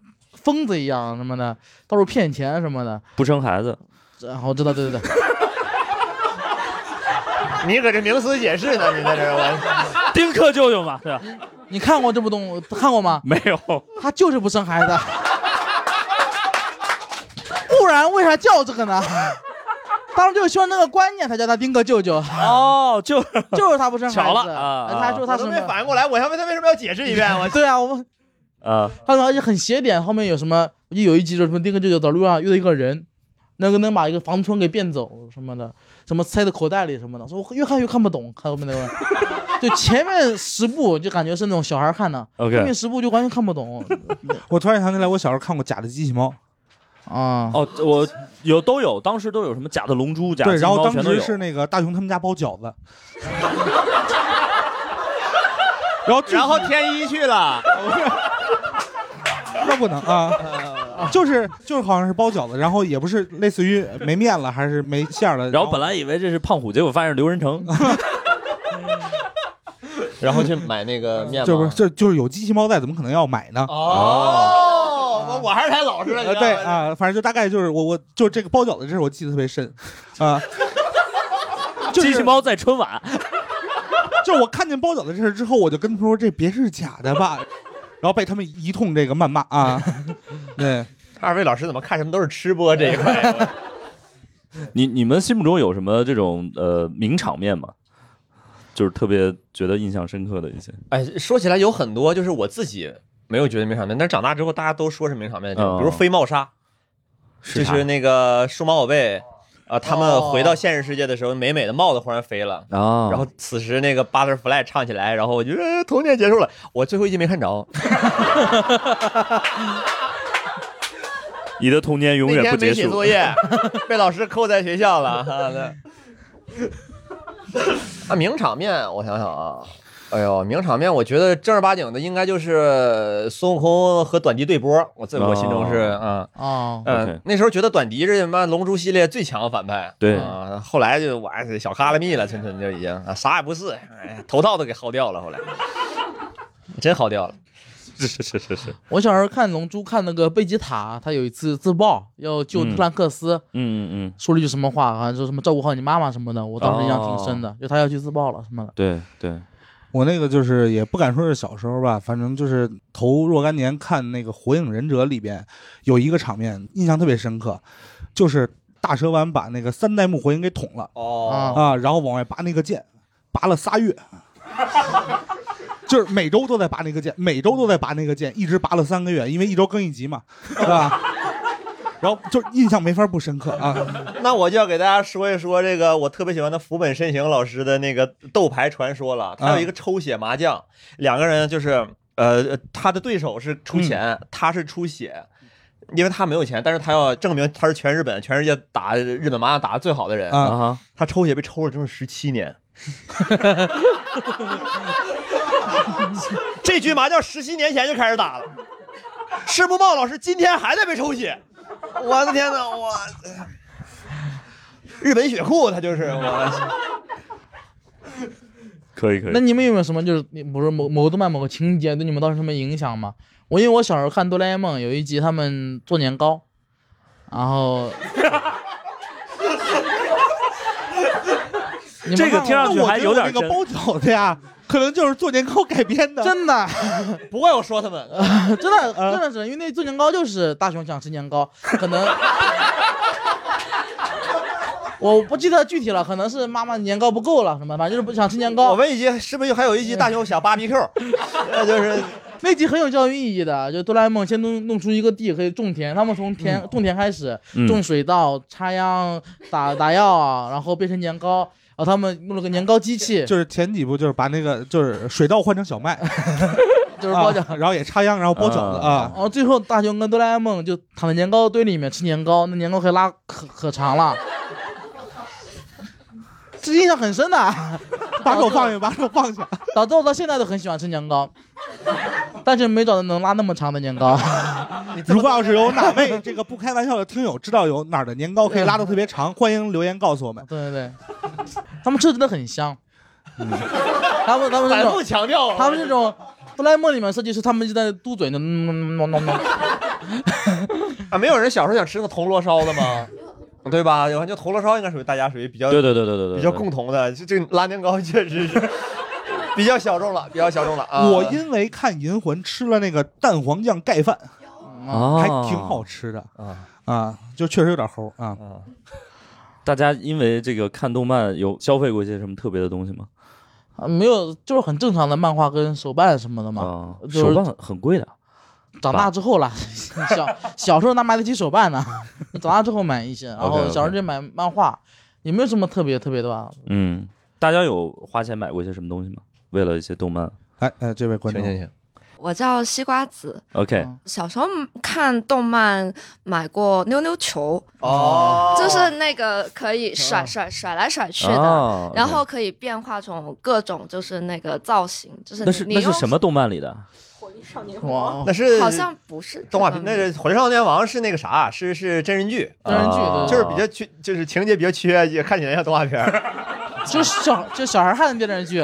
Speaker 2: 疯子一样什么的，到处骗钱什么的。
Speaker 1: 不生孩子，
Speaker 2: 然后我知道，对对对，
Speaker 5: [LAUGHS] 你搁这名词解释呢？你在这儿我
Speaker 1: [LAUGHS] 丁克舅舅嘛，对吧？
Speaker 2: 你看过这部动物看过吗？
Speaker 1: 没有，
Speaker 2: [LAUGHS] 他就是不生孩子，不然为啥叫这个呢？当时就希望那个观念，才叫他丁克舅舅，
Speaker 1: 哦，就
Speaker 2: 就是他不生孩子。呃哎
Speaker 1: 巧了啊
Speaker 2: 他说他
Speaker 5: 我
Speaker 2: 什
Speaker 5: 都
Speaker 2: 么
Speaker 5: 没？反应过来，我要问他为什么要解释一
Speaker 2: [LAUGHS]
Speaker 5: 遍？我
Speaker 2: 对啊，我们
Speaker 1: 啊，
Speaker 2: 他说而且很邪点，后面有什么？就有一集就是什么丁克舅舅走路上遇到一个人，那个能把一个房村给变走什么的，什么塞到口袋里什么的，说我越看越看不懂，看后面那
Speaker 1: [LAUGHS]
Speaker 2: 个。就前面十部就感觉是那种小孩看的
Speaker 1: OK
Speaker 2: 后面十部就完全看不懂
Speaker 4: 我突然想起来，我小时候看过《假的机器猫
Speaker 2: 啊。
Speaker 1: 哦，我有都有，当时都有什么假的龙珠，》，假的
Speaker 4: 对，
Speaker 1: 金
Speaker 4: 然后
Speaker 1: 毛
Speaker 4: 当
Speaker 1: 全都
Speaker 4: 时
Speaker 1: 有，
Speaker 4: 是那个大雄他们家包
Speaker 1: [LAUGHS]
Speaker 4: 饺子，然后具体
Speaker 5: 然后天一去了，
Speaker 4: [LAUGHS] 那不能
Speaker 1: 嗯
Speaker 4: 啊，就是就是好像是包饺子，然后也不是类似于没面了还是没馅儿了，
Speaker 1: 然后本来以为这是胖虎，结果发现是刘仁成，
Speaker 5: 然后去买那个面
Speaker 4: [LAUGHS] 就不是就就是有机器猫在，怎么可能要买呢？
Speaker 5: 哦，我我还是太老实了，你
Speaker 4: 呃，
Speaker 5: 知道吗
Speaker 4: 对啊、反正就大概就是我我就这个包饺子这事儿我记得特别深，啊、
Speaker 1: 机器猫在春晚，
Speaker 4: 就是我看见包饺子这事儿之后，我就跟他们说这别是假的吧，然后被他们一通这个谩骂啊，对，
Speaker 5: 二位老师怎么看什么都是吃播这一块？ [LAUGHS]
Speaker 1: 你你们心目中有什么这种呃名场面吗？就是特别觉得印象深刻的一些，
Speaker 5: 哎，说起来有很多，就是我自己没有觉得名场面，但是长大之后大家都说是名场面的地方，
Speaker 1: 嗯
Speaker 5: 比如飞帽杀，
Speaker 1: 是
Speaker 5: 就
Speaker 1: 啥
Speaker 5: 是那个数码宝贝啊，他们
Speaker 2: 哦
Speaker 5: 回到现实世界的时候，美美的帽子忽然飞了。
Speaker 4: 嗯
Speaker 1: 啊，
Speaker 5: 然后此时那个 Butterfly 唱起来，然后我就、呃、童年结束了。我最后一集没看着，
Speaker 1: 你的童年永
Speaker 5: 那
Speaker 1: 远不
Speaker 5: 天没
Speaker 1: 结
Speaker 5: 写
Speaker 1: 束。
Speaker 5: 作业，被老师扣在学 [LAUGHS] 校了。啊，对啊名场面，我想想啊，哎呦，名场面，我觉得正儿八经的应该就是孙悟空和短笛对波，我在我心中是
Speaker 1: 哦
Speaker 5: 嗯
Speaker 2: 哦
Speaker 5: 嗯
Speaker 1: OK，
Speaker 5: 那时候觉得短笛是什么龙珠系列最强反派，
Speaker 1: 对
Speaker 5: 啊，后来就我哎小卡拉密了，纯纯就已经啊啥也不是，哎，头套都给薅掉了，后来真薅掉了，
Speaker 1: [LAUGHS] 是是是是是，
Speaker 2: 我小时候看《龙珠》，看那个贝吉塔，他有一次自爆要救
Speaker 1: 嗯
Speaker 2: 特兰克斯，
Speaker 1: 嗯嗯嗯，
Speaker 2: 说了一句什么话，好像说什么照顾好你妈妈什么的，我当时印象挺深的
Speaker 1: 哦，
Speaker 2: 就他要去自爆了什么的。
Speaker 1: 对对，
Speaker 4: 我那个就是也不敢说是小时候吧，反正就是头若干年看那个《火影忍者》里边有一个场面印象特别深刻，就是大蛇丸把那个三代目火影给捅了
Speaker 5: 哦
Speaker 4: 啊，然后往外拔那个剑，拔了仨月，就是每周都在拔那个剑，每周都在拔那个剑，一直拔了三个月，因为一周更一集嘛，是吧？ [LAUGHS] 然后就印象没法不深刻啊。
Speaker 5: [LAUGHS] 那我就要给大家说一说这个我特别喜欢的福本慎行老师的那个斗牌传说了。他有一个抽血麻将，两个人就是呃，他的对手是出钱，他是出血，因为他没有钱，但是他要证明他是全日本、全世界打日本麻将打的最好的人
Speaker 1: 啊哈。
Speaker 5: 他抽血被抽了整整十七年，这局麻将十七年前就开始打了。施不茂老师今天还在被抽血，我的天哪，我日本血库他就是我。
Speaker 1: 可以可
Speaker 2: 那你们有没有什么就是不是某某动漫某个情节对你们造成什么影响吗？我因为我小时候看哆啦 A 梦有一集他们做年糕，然后你们
Speaker 1: 这个
Speaker 2: 看过
Speaker 1: 听上去
Speaker 2: 吗
Speaker 1: 还有点
Speaker 4: 那个
Speaker 1: 真
Speaker 4: 包饺子呀，可能就是 [LAUGHS] 做年糕改编的，
Speaker 2: 真的，
Speaker 5: 不怪我说他们，
Speaker 2: [LAUGHS] 真的真的是因为那做年糕就是大雄想吃年糕，可能我不记得具体了，可能是妈妈年糕不够了什么，反正就是不想吃年糕。
Speaker 5: 我们已经是不是还有一集大雄想
Speaker 2: [LAUGHS]
Speaker 5: BBQ，呃就是
Speaker 2: 那集很有教育意义的，就哆啦 A 梦先弄弄出一个地可以种田，他们从田、种田开始，
Speaker 1: 嗯
Speaker 2: 种水稻、插秧、打打药，然后变成年糕，然后他们弄了个年糕机器，
Speaker 4: 就是前几部就是把那个就是水稻换成小麦，
Speaker 2: [LAUGHS] 就是包饺子。
Speaker 4: 啊然后也插秧，然后包饺子啊
Speaker 2: 然。后最后大雄跟哆啦 A 梦就躺在年糕堆里面吃年糕，那年糕可以拉可可长了，这印象很深的。
Speaker 4: 把手放下，把手放下。
Speaker 2: 导致我到现在都很喜欢吃年糕，但是没找到能拉那么长的年糕。
Speaker 4: 啊如果要是有哪位这个不开玩笑的听友知道有哪儿的年糕可以拉的特
Speaker 2: [LAUGHS]
Speaker 4: 别长，欢迎留言告诉我们。
Speaker 2: 对对对，他们吃的真的很香。他们他们这
Speaker 5: 反
Speaker 2: 种
Speaker 5: 复强调啊，
Speaker 2: 他们这种哆啦 A 梦里面设计师，他们就在嘟嘴呢，嗯嗯嗯嗯嗯
Speaker 5: 啊，没有人小时候想吃那铜锣烧
Speaker 11: [LAUGHS]
Speaker 5: 的吗？对吧？有就铜锣烧应该属于大家属于比较
Speaker 1: 对对对对对对，
Speaker 5: 比较共同的，这这拉年糕确实是比较小众了，比较小众了啊。
Speaker 4: 我因为看《银魂》吃了那个蛋黄酱盖饭，
Speaker 2: 嗯
Speaker 1: 啊，
Speaker 4: 还挺好吃的
Speaker 5: 啊
Speaker 4: 啊，就确实有点齁啊。
Speaker 5: 啊，
Speaker 1: 大家因为这个看动漫有消费过一些什么特别的东西吗？
Speaker 2: 啊，没有，就是很正常的漫画跟手办什么的嘛。
Speaker 1: 啊，
Speaker 2: 就是
Speaker 1: 手办很贵的，
Speaker 2: 长
Speaker 1: 啊
Speaker 2: 大之后啦，小小时候哪买得起手办呢？长大之后买一些，然后
Speaker 1: OK，OK
Speaker 2: 小时候就买漫画，也没有什么特别特别的吧。
Speaker 1: 嗯，大家有花钱买过一些什么东西吗？为了一些动漫
Speaker 4: 哎哎，这位观
Speaker 5: 行行
Speaker 4: 众，
Speaker 5: 行，
Speaker 11: 我叫西瓜子，
Speaker 1: ，OK，
Speaker 2: 嗯
Speaker 11: 小时候看动漫买过妞妞球，
Speaker 5: 哦，
Speaker 11: 就是那个可以甩甩甩来甩去的，
Speaker 1: 嗯哦，OK
Speaker 11: 然后可以变化种各种就是那个造型，就是
Speaker 1: 那是
Speaker 11: 你
Speaker 1: 那
Speaker 11: 用
Speaker 1: 是什么动漫里的？
Speaker 2: 哇，
Speaker 5: 那是
Speaker 11: 好像不是
Speaker 5: 动画
Speaker 11: 这
Speaker 5: 片，
Speaker 11: 个
Speaker 5: 那是《火神少年王》是那个啥，是是真人剧，
Speaker 2: 真人剧
Speaker 1: 啊
Speaker 2: 对，
Speaker 5: 就是比较缺，就是情节比较缺，也看起来像动画片儿。
Speaker 2: 就是小就小孩看的电视剧，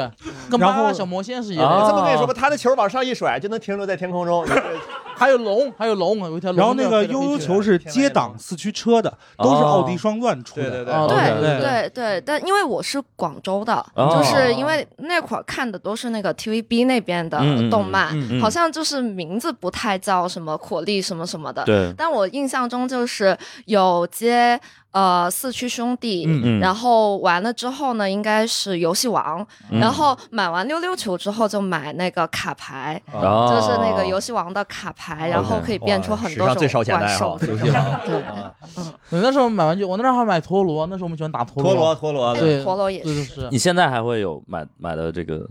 Speaker 2: 跟
Speaker 4: 然
Speaker 2: 妈
Speaker 4: 后
Speaker 2: 妈小魔仙是一
Speaker 1: 啊
Speaker 2: 样
Speaker 5: 这
Speaker 2: 的。
Speaker 5: 么跟你说吧，他的球往上一甩就能停留在天空中，
Speaker 2: [LAUGHS] 还有龙，还有龙，啊有一条龙。
Speaker 4: 然后那个悠悠球是接档四驱车的，都
Speaker 5: 啊
Speaker 4: 是奥迪双钻出
Speaker 5: 对对
Speaker 4: 的。
Speaker 5: 对。
Speaker 2: 哦
Speaker 11: 对
Speaker 2: 对
Speaker 11: 对对，但因为我是广州的，
Speaker 1: 哦
Speaker 11: 就是因为那会儿看的都是那个 TVB 那边的
Speaker 1: 嗯嗯嗯
Speaker 11: 动漫，
Speaker 1: 嗯嗯
Speaker 11: 好像就是名字不太叫什么火力什么什么的。
Speaker 1: 对，
Speaker 11: 但我印象中就是有接呃四驱兄弟，
Speaker 1: 嗯嗯
Speaker 11: 然后完了之后呢，应该是游戏王，
Speaker 1: 嗯
Speaker 11: 然后买完溜溜球之后就买那个卡牌。
Speaker 1: 啊
Speaker 11: 就是那个游戏王的卡牌，然后可以变出很多
Speaker 5: 哇史上
Speaker 11: 种
Speaker 5: 最烧钱的
Speaker 11: 怪
Speaker 5: 爱好 [LAUGHS]
Speaker 11: 兽。
Speaker 5: 游
Speaker 1: [LAUGHS]
Speaker 5: 戏王
Speaker 11: 对，
Speaker 2: 我那时候买玩具，我那时候还买陀螺，那时候我们喜欢打陀螺。
Speaker 5: 陀螺陀螺，
Speaker 2: 对，
Speaker 11: 陀螺也
Speaker 2: 对对
Speaker 11: 是
Speaker 2: 是。
Speaker 1: 你现在还会有买买的这个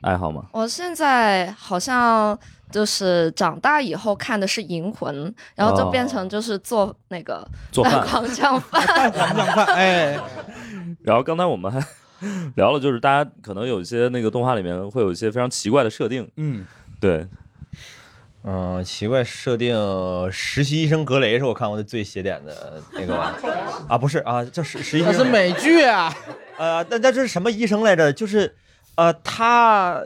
Speaker 1: 爱好
Speaker 5: [LAUGHS]
Speaker 1: 吗？
Speaker 11: 我现在好像就是长大以后看的是《银魂》，然后就变成就是做那个
Speaker 1: 哦做
Speaker 11: 蛋 [LAUGHS]
Speaker 1: 饭。
Speaker 11: 黄酱饭。
Speaker 1: [LAUGHS]
Speaker 4: 蛋黄酱饭，哎，
Speaker 1: 然后刚才我们还 [LAUGHS] 聊了，就是大家可能有一些那个动画里面会有一些非常奇怪的设定，
Speaker 4: 嗯，
Speaker 1: 对，
Speaker 5: 嗯、奇怪设定，呃实习医生格雷是我看过的最邪典的那个吧？啊，不是啊，这实实习
Speaker 2: 那是美剧啊。
Speaker 5: 呃，那那这是什么医生来着？就是，呃，他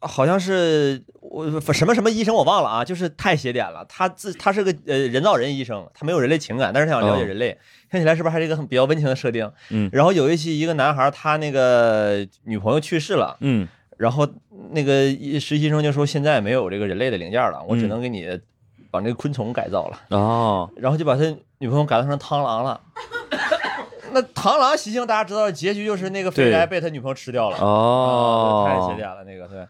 Speaker 5: 好像是我什么什么医生我忘了啊，就是太邪典了。他自他是个呃人造人医生，他没有人类情感，但是他想了解
Speaker 1: 哦
Speaker 5: 人类。听起来是不是还是一个很比较温情的设定？
Speaker 1: 嗯
Speaker 5: 然后有一期一个男孩儿他那个女朋友去世了，
Speaker 1: 嗯，
Speaker 5: 然后那个医实习生就说现在没有这个人类的零件了，我
Speaker 1: 嗯
Speaker 5: 只能给你把那个昆虫改造了，
Speaker 1: 哦，
Speaker 5: 然后就把他女朋友改造成螳螂了。 [COUGHS] 那螳螂习性大家知道，结局就是那个肥宅
Speaker 1: 对
Speaker 5: 被他女朋友吃掉了。
Speaker 1: 哦
Speaker 5: 啊太邪典了那个，对，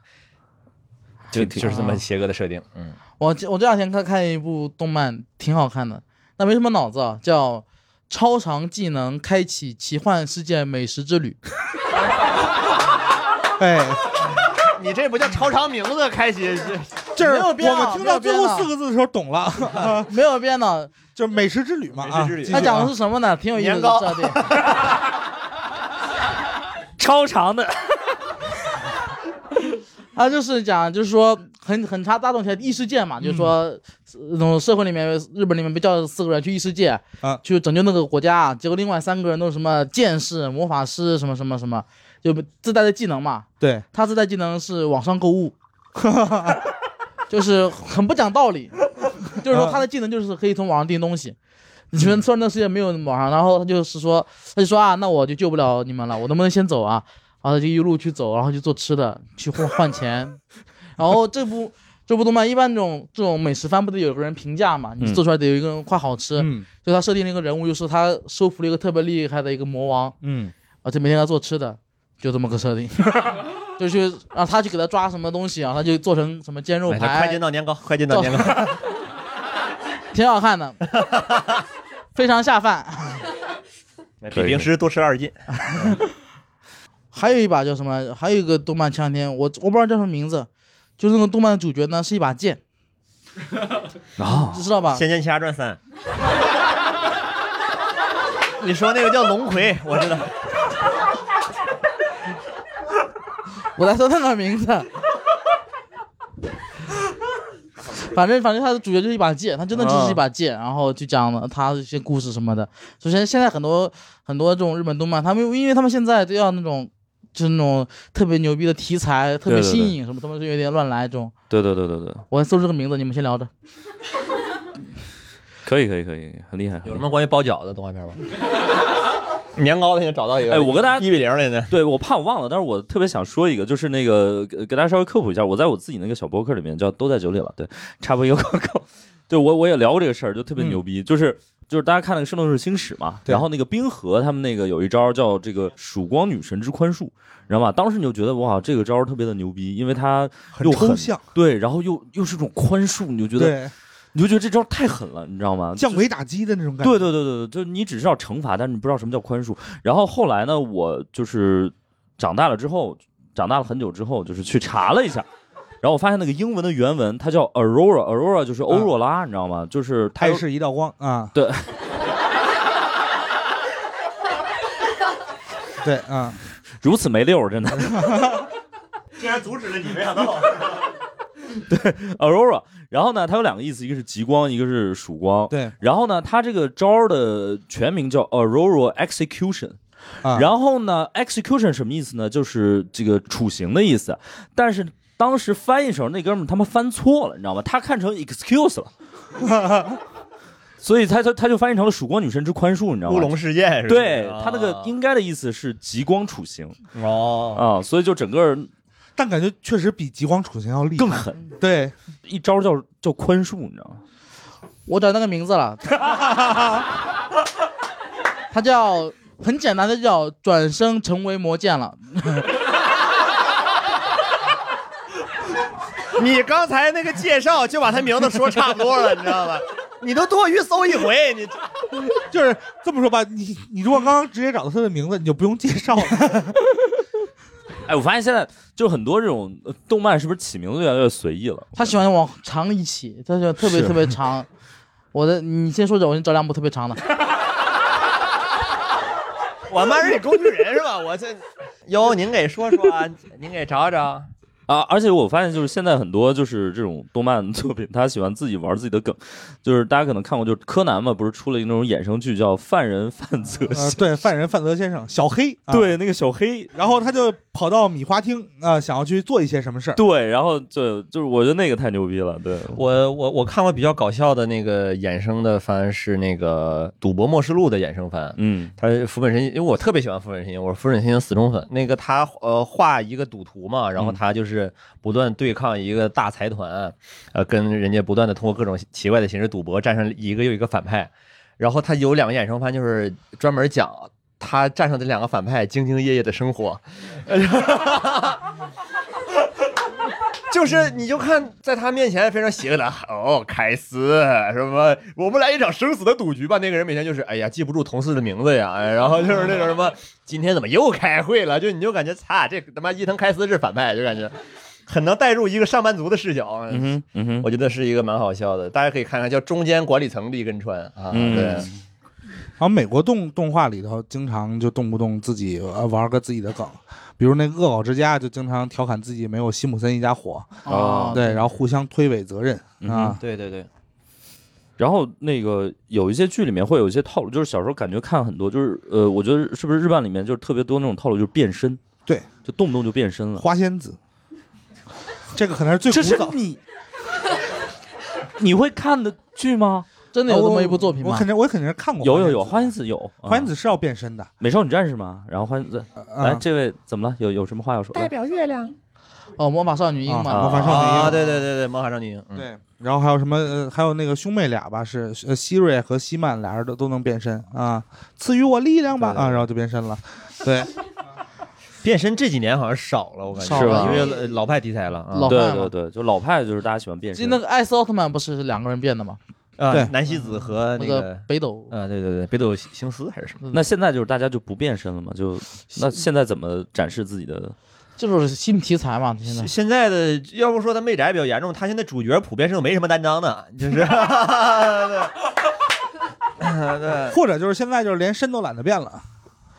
Speaker 5: 就就
Speaker 1: 啊
Speaker 5: 是这么邪恶的设定。嗯，
Speaker 2: 我这我这两天看看一部动漫，挺好看的，但没什么脑子啊，叫《超常技能开启奇幻世界美食之旅》。
Speaker 4: 哎，
Speaker 5: 你这不叫超长名字开启，
Speaker 4: [LAUGHS] 这是
Speaker 2: 没有编
Speaker 4: 我
Speaker 2: 啊
Speaker 4: 们听到最后四个字的时候懂了，
Speaker 2: [LAUGHS] 没有编的，
Speaker 4: [LAUGHS] 就是美食之旅嘛。啊
Speaker 5: 美食之旅
Speaker 2: 它讲的是什么呢？挺有意思
Speaker 5: 年
Speaker 2: 的
Speaker 5: 糕
Speaker 2: 设定。
Speaker 5: [LAUGHS]
Speaker 1: 超长的。
Speaker 2: [LAUGHS] 他就是讲，就是说很很差大众些异世界嘛，就是说呃
Speaker 4: 嗯
Speaker 2: 那种社会里面，日本里面被叫四个人去异世界
Speaker 4: 啊，
Speaker 2: 去拯救那个国家，啊结果另外三个人都是什么剑士、魔法师什么什么什么，就自带的技能嘛。
Speaker 4: 对，
Speaker 5: 啊
Speaker 2: 他自带技能是网上购物， [LAUGHS] 就是很不讲道理， [LAUGHS] 就是
Speaker 4: 嗯
Speaker 2: 说他的技能就是可以从网上订东西。你们说那世界没有网上，然后他就是说，他就说啊，那我就救不了你们了，我能不能先走啊？然后他就一路去走，然后去做吃的，去换换钱。然后这部这部动漫一般这种这种美食番不得有个人评价嘛？你
Speaker 4: 嗯
Speaker 2: 做出来得有一个人夸好吃，
Speaker 4: 嗯
Speaker 2: 所以他设定了一个人物，就是他收服了一个特别厉害的一个魔王，
Speaker 4: 嗯，
Speaker 2: 而且啊每天他做吃的，就这么个设定， [LAUGHS] 就去让他去给他抓什么东西，啊然后他就做成什么煎肉
Speaker 5: 哎那快
Speaker 2: 排
Speaker 5: 进，到年糕，快进到年糕。
Speaker 4: [LAUGHS]
Speaker 2: 挺好看的， [LAUGHS] 非常下饭。 [LAUGHS]
Speaker 5: 比零食多吃二斤。
Speaker 2: 还有一把叫什么？还有一个动漫，前两天我我不知道叫什么名字，就是那个动漫的主角呢是一把剑，
Speaker 1: 啊
Speaker 2: 知道吧？
Speaker 5: 《仙剑奇侠传三》， [LAUGHS] 你说那个叫龙葵，我知道。
Speaker 2: 我来说那个名字。反正反正他的主角就是一把剑，他真的
Speaker 5: 啊
Speaker 2: 就是一把剑，然后就讲了他一些故事什么的。首先现在很多很多这种日本动漫，他们因为他们现在都要那种就是那种特别牛逼的题材，特别
Speaker 1: 对对对
Speaker 2: 新颖什么，他们就有点乱来这种。
Speaker 1: 对对对对对，
Speaker 2: 我搜这个名字，你们先聊着。
Speaker 1: 可以可以可以，很厉害。
Speaker 5: 有什么关于包饺子动画片吗？ [LAUGHS] 年糕的现在找到一个，
Speaker 1: 哎，我跟大家
Speaker 5: 一比零了呢。
Speaker 1: 对，我怕我忘了，但是我特别想说一个，就是那个呃给大家稍微科普一下，我在我自己那个小博客里面叫都在酒里了，对，插播一个广告。 [LAUGHS] 对我我也聊过这个事儿，就特别牛逼，就是就是大家看那个《圣斗士星矢》嘛，
Speaker 4: 嗯对
Speaker 1: 然后那个冰河他们那个有一招叫这个曙光女神之宽恕，你知道吗？当时你就觉得哇，这个招儿特别的牛逼，因为它又
Speaker 4: 抽
Speaker 1: 很
Speaker 4: 象，
Speaker 1: 对，然后又又是种宽恕，你就觉得
Speaker 4: 对，
Speaker 1: 你就觉得这招儿太狠了，你知道吗？
Speaker 4: 降维打击的那种感觉。
Speaker 1: 对对对对对，就是你只知道惩罚，但是你不知道什么叫宽恕。然后后来呢，我就是长大了之后，长大了很久之后，就是去查了一下，然后我发现那个英文的原文它叫 aurora，aurora 就是欧若拉，你知道吗？就是它
Speaker 4: 爱
Speaker 1: 有
Speaker 4: 是一道光啊，
Speaker 1: 对
Speaker 4: 对啊，
Speaker 1: [LAUGHS] 如此没溜儿，
Speaker 4: [LAUGHS]
Speaker 1: 真的。
Speaker 5: [LAUGHS] 竟然阻止了你，没想 [LAUGHS] 到。
Speaker 1: [LAUGHS] Aurora，然后呢，它有两个意思，一个是极光，一个是曙光。
Speaker 4: 对，
Speaker 1: 然后呢，它这个招儿的全名叫 Aurora Execution。
Speaker 4: 啊
Speaker 1: 然后呢，execution 什么意思呢？就是这个处刑的意思。但是当时翻译时候，那哥们儿他妈翻错了，你知道吗？他看成 excuse 了，
Speaker 5: [LAUGHS]
Speaker 1: 所以他他他就翻译成了“曙光女神之宽恕”，你知道吗？
Speaker 5: 乌龙事件是吧？
Speaker 1: 对
Speaker 5: 啊
Speaker 1: 他那个应该的意思是极光处刑
Speaker 5: 哦，
Speaker 1: 啊，所以就整个
Speaker 4: 但感觉确实比极光处刑要厉害，
Speaker 1: 更狠，
Speaker 4: 对，
Speaker 1: 一招叫叫宽恕，你知道吗？
Speaker 2: 我找那个名字了，它叫很简单的叫转生成为魔剑了。 [LAUGHS]
Speaker 5: 你刚才那个介绍哦就把他名字说差不多了，你知 [LAUGHS] 道吧？你都多余搜一回，你
Speaker 4: [LAUGHS] 就是这么说吧，你你如果刚刚直接找到他的名字，你就不用介
Speaker 1: [LAUGHS]
Speaker 4: 绍了。
Speaker 1: 哎，我发现现在就很多这种呃动漫是不是起名字越来越随意了？
Speaker 2: 他喜欢往长里起，他就特别
Speaker 1: 是
Speaker 2: 特别长。我的，你先说着，我先找两部特别长的。
Speaker 5: 我妈是你工具人是吧？我这 [LAUGHS] 哟，您给说说啊，您给找找。
Speaker 1: 啊，而且我发现就是现在很多就是这种动漫作品，他喜欢自己玩自己的梗，就是大家可能看过，就是柯南嘛，不是出了那种衍生剧叫《犯人范泽》
Speaker 4: 呃，对，犯人范泽先生，小黑，啊
Speaker 1: 对那个小黑，
Speaker 4: 然后他就跑到米花厅啊、想要去做一些什么事儿。
Speaker 1: 对，然后就就是我觉得那个太牛逼了，对，
Speaker 5: 我我我看过比较搞笑的那个衍生的番是那个《赌博默示录》的衍生番，
Speaker 1: 嗯，
Speaker 5: 他福本神，因为我特别喜欢福本神行，我是福本神行死忠粉。那个他呃画一个赌徒嘛，然后他就是不断对抗一个大财团，呃，跟人家不断的通过各种奇怪的形式赌博战胜一个又一个反派。然后他有两个衍生番，就是专门讲他战胜这两个反派兢兢业业的生活。 [LAUGHS] 就是你就看在他面前非常邪恶的哦，凯斯什么，我们来一场生死的赌局吧。那个人每天就是哎呀，记不住同事的名字呀，哎然后就是那种什么， [LAUGHS] 今天怎么又开会了？就你就感觉擦，这他妈伊藤开司是反派，就感觉很能带入一个上班族的视角。嗯
Speaker 1: 哼，嗯哼，
Speaker 5: 我觉得是一个蛮好笑的，大家可以看看，叫《中间管理层立根川》啊，
Speaker 4: 嗯
Speaker 5: 对。
Speaker 4: 然后美国动动画里头，经常就动不动自己呃玩个自己的梗，比如那《恶搞之家》就经常调侃自己没有辛普森一家火
Speaker 1: 哦
Speaker 4: 对，然后互相推诿责任
Speaker 2: 嗯
Speaker 4: 啊，
Speaker 5: 对对对。
Speaker 1: 然后那个有一些剧里面会有一些套路，就是小时候感觉看很多，就是呃，我觉得是不是日漫里面就是特别多那种套路，就是变身，
Speaker 4: 对，
Speaker 1: 就动不动就变身了。
Speaker 4: 花仙子，这个可能是最
Speaker 1: 这是
Speaker 4: 古早
Speaker 1: 你，你会看的剧吗？
Speaker 2: 真的有这么一部作品吗
Speaker 4: 啊我肯定我肯定是看过，
Speaker 1: 有有有，花仙子有，
Speaker 4: 花仙
Speaker 1: 嗯
Speaker 4: 子是要变身的，
Speaker 1: 美少女战士嘛，然后花仙子，
Speaker 4: 啊
Speaker 1: 来这位怎么了？有有什么话要说？
Speaker 2: 表月亮。哦，魔法少女樱嘛，
Speaker 4: 啊魔法少女樱
Speaker 5: 啊，对对对对，魔法少女樱。嗯
Speaker 4: 对，然后还有什么？呃，还有那个兄妹俩吧，是呃希瑞和希曼俩人都都能变身啊，赐予我力量吧啊，然后就变身了。对，
Speaker 5: 变身这几年好像少了，我感觉
Speaker 1: 少了
Speaker 5: 因为老派题材了。啊
Speaker 1: 对对对，就老派就是大家喜欢变
Speaker 2: 就
Speaker 1: 身。
Speaker 2: 那个艾斯奥特曼不是两个人变的吗？
Speaker 5: 啊
Speaker 1: 对
Speaker 5: 南希子和那
Speaker 2: 那
Speaker 5: 个
Speaker 2: 个北斗
Speaker 1: 呃
Speaker 5: 啊，对对对，北斗星司还是什么？
Speaker 1: 那现在就是大家就不变身了嘛？就那现在怎么展示自己的？
Speaker 2: 就是新题材嘛，现在
Speaker 5: 现在的要不说他媚宅比较严重，他现在主角普遍是没什么单张的，就是 [LAUGHS]
Speaker 1: [LAUGHS] 嗯
Speaker 5: 对，
Speaker 4: 或者就是现在就是连身都懒得变了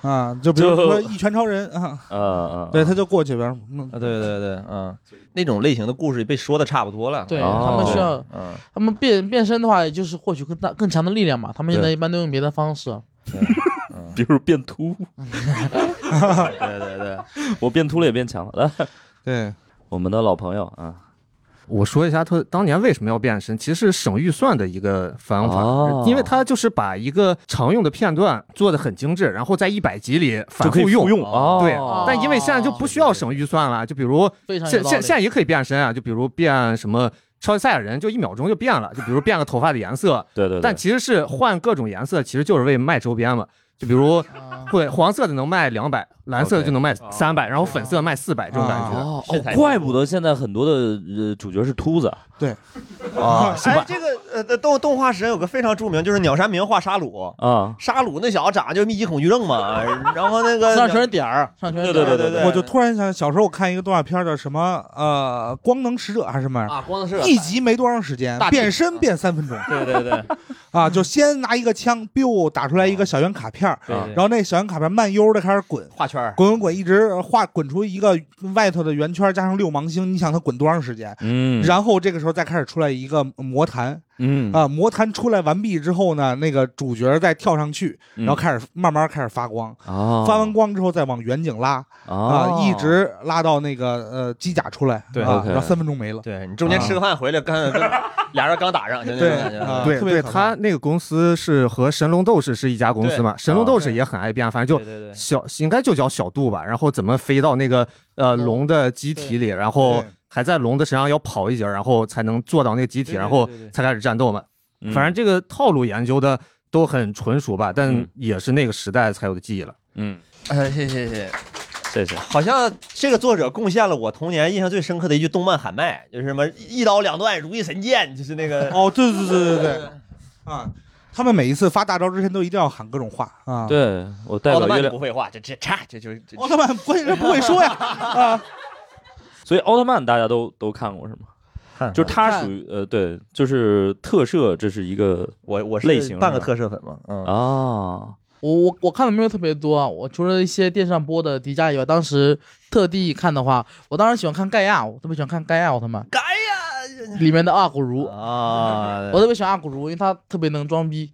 Speaker 4: 啊，就比
Speaker 5: 就
Speaker 4: 如说一拳超人啊，
Speaker 1: 呃，
Speaker 4: 对，他就过去，比方
Speaker 5: 啊对对对，嗯，那种类型的故事被说的差不多了。
Speaker 2: 对他们需要
Speaker 5: 嗯，
Speaker 2: 他们变变身的话，也就是获取更大更强的力量嘛。他们现在
Speaker 1: 对
Speaker 2: 一般都用别的方式。
Speaker 1: 呃比如变秃， [LAUGHS]
Speaker 5: 对对对，
Speaker 1: 我变秃了也变强了。 [LAUGHS] 来，
Speaker 4: 对，
Speaker 1: 我们的老朋友啊，
Speaker 12: 我说一下他当年为什么要变身，其实是省预算的一个方法，
Speaker 1: 哦
Speaker 12: 因为他就是把一个常用的片段做的很精致，然后在一百集里反复用。
Speaker 1: 哦哦
Speaker 12: 对，但因为现在就不需要省预算了，就比如
Speaker 2: 非常有
Speaker 12: 现
Speaker 2: 道
Speaker 12: 现
Speaker 2: 理
Speaker 12: 现在也可以变身啊，就比如变什么。超级赛亚人就一秒钟就变了，就比如变个头发的颜色，
Speaker 1: 对对对
Speaker 12: 但其实是换各种颜色，其实就是为卖周边嘛。就比如，
Speaker 1: 啊
Speaker 12: 会黄色的能卖两百，蓝色的就能卖三百，然后粉色卖四百这种感觉。
Speaker 1: 哦，怪不得现在很多的呃主角是秃子。
Speaker 4: 对，
Speaker 1: 啊， [LAUGHS] 是
Speaker 5: 哎
Speaker 1: 吧，？
Speaker 5: 这个呃动动画史上有个非常著名，就是鸟山明画沙鲁，
Speaker 1: 啊，
Speaker 5: 沙鲁那小子长得就密集恐惧症嘛，然后那个
Speaker 2: 上全是点儿，上全是点儿
Speaker 4: 我就突然想，小时候我看一个动画片叫什么呃《光能使者》还是什么
Speaker 5: 啊光能使者
Speaker 4: 一集没多长时间
Speaker 5: 大，啊
Speaker 4: 变身变三分钟，
Speaker 5: 对对对，
Speaker 4: 啊，就先拿一个枪，biu 打出来一个小圆卡片儿，
Speaker 5: 对对
Speaker 4: 然后那小圆卡片慢悠的开始滚，
Speaker 5: 画圈儿
Speaker 4: 滚滚滚，一直画滚出一个外头的圆圈儿，加上六芒星，你想它滚多长时间？
Speaker 1: 嗯
Speaker 4: 然后这个时候再开始出来一个魔弹。
Speaker 1: 嗯
Speaker 4: 啊，魔弹出来完毕之后呢，那个主角再跳上去，
Speaker 1: 嗯
Speaker 4: 然后开始慢慢开始发光，
Speaker 1: 哦
Speaker 4: 发完光之后再往远景拉，
Speaker 1: 哦
Speaker 4: 啊，一直拉到那个呃机甲出来，
Speaker 5: 对
Speaker 4: 啊
Speaker 5: OK
Speaker 4: 然后三分钟没了，啊
Speaker 5: 对你中间吃个饭回来，刚刚俩人刚打上，就那种感觉。啊
Speaker 12: 对对，他那个公司是和神龙斗士是一家公司嘛，
Speaker 5: 对
Speaker 12: 神龙斗士也很爱变，反正
Speaker 5: 对对
Speaker 12: 就
Speaker 5: 对
Speaker 12: 小应该就叫小度吧，然后怎么飞到那个呃龙的机体里，然后还在龙的身上要跑一截儿，然后才能坐到那个机体，
Speaker 5: 对对
Speaker 12: 然后
Speaker 5: 对对对
Speaker 12: 才开始战斗嘛
Speaker 5: 嗯。
Speaker 12: 反正这个套路研究的都很纯熟吧，
Speaker 5: 嗯
Speaker 12: 但也是那个时代才有的记忆了。
Speaker 1: 嗯，
Speaker 5: 呃，谢谢谢谢。
Speaker 1: 谢谢。
Speaker 5: 好像这个作者贡献了我童年印象最深刻的一句动漫喊麦，就是什么一刀两断如意神剑，就是那个
Speaker 4: 哦，对对对对
Speaker 5: [LAUGHS]
Speaker 4: 对，啊，他们每一次发大招之前都一定要喊各种话啊。
Speaker 1: 对我代
Speaker 5: 奥
Speaker 1: 表月
Speaker 5: 特曼就
Speaker 1: 亮
Speaker 5: 不，会画，这这差这就这
Speaker 4: 奥特曼关键是不会
Speaker 5: [LAUGHS]
Speaker 4: 说呀啊，
Speaker 1: 所以奥特曼大家都都看过是吗？
Speaker 5: 看
Speaker 1: 就是它属于呃，对，就是特摄，这是一个
Speaker 5: 我我是
Speaker 1: 类型
Speaker 5: 半
Speaker 1: 是
Speaker 5: 个
Speaker 1: 吧
Speaker 5: 特摄粉嘛，嗯
Speaker 1: 啊，
Speaker 2: 我我我看的没有特别多啊，我除了一些电视上播的迪迦以外，当时特地看的话，我当时喜欢看盖亚，我特别喜欢看盖亚奥特曼。盖
Speaker 7: 亚
Speaker 2: 里面的阿古茹
Speaker 7: 啊
Speaker 2: 我特别喜欢阿古茹，因为他特别能装逼。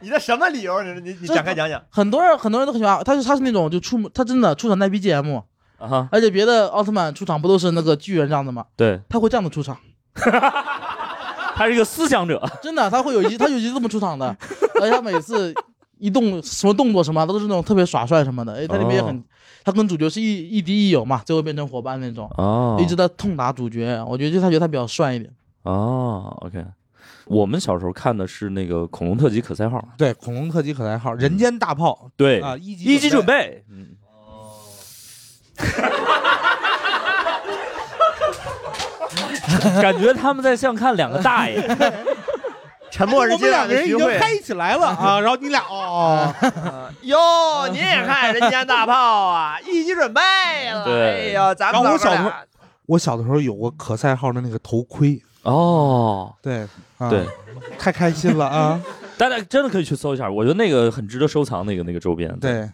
Speaker 7: 你这什么理由？你你你展开讲
Speaker 2: [LAUGHS]
Speaker 7: 讲。
Speaker 2: 很多人很多人都很喜欢，他是他是那种就出他真的出场带 BGM，
Speaker 1: 啊
Speaker 2: 而且别的奥特曼出场不都是那个巨人这样的吗？
Speaker 1: 对，
Speaker 2: 他会这样的出场， [LAUGHS]
Speaker 1: 他是一个思想
Speaker 4: [LAUGHS]
Speaker 1: 者，
Speaker 2: 真的，他会有一他有一次这么出场
Speaker 1: [LAUGHS]
Speaker 2: 的，而且他每次一动什么动作什么啊都是那种特别耍帅什么的，哎，他里面也很，
Speaker 1: 哦
Speaker 2: 他跟主角是一亦敌亦友嘛，最后变成伙伴那种，
Speaker 1: 哦
Speaker 2: 一直在痛打主角，我觉得就他觉得他比较帅一
Speaker 1: [LAUGHS]
Speaker 2: 点，
Speaker 1: 哦，OK，我们小时候看的是那个《恐龙特级可赛号》，
Speaker 4: 对，《恐龙特级可赛号》《人间大炮》
Speaker 1: 对
Speaker 4: 啊，一级
Speaker 1: 一级准备，
Speaker 4: [LAUGHS]
Speaker 1: 感觉他们在像看两个大爷。
Speaker 7: 沉
Speaker 4: 默是
Speaker 7: 今晚的聚
Speaker 4: 我们两个人已
Speaker 7: 会
Speaker 4: 经嗨起
Speaker 5: [LAUGHS]
Speaker 4: 来了啊，然后你俩哦，
Speaker 5: 啊
Speaker 7: 哟，你也看人间大炮啊，一级准备了。哎呀，咱
Speaker 4: 然
Speaker 7: 们老
Speaker 4: 后我小
Speaker 7: 哥
Speaker 4: 时候
Speaker 7: 俩，
Speaker 4: 我小的时候有过可赛号的那个头盔
Speaker 1: 哦，
Speaker 4: 对啊
Speaker 1: 对，
Speaker 4: 太开心了啊！
Speaker 1: 大家真的可以去搜一下，我觉得那个很值得收藏，那个那个周边。
Speaker 4: 对，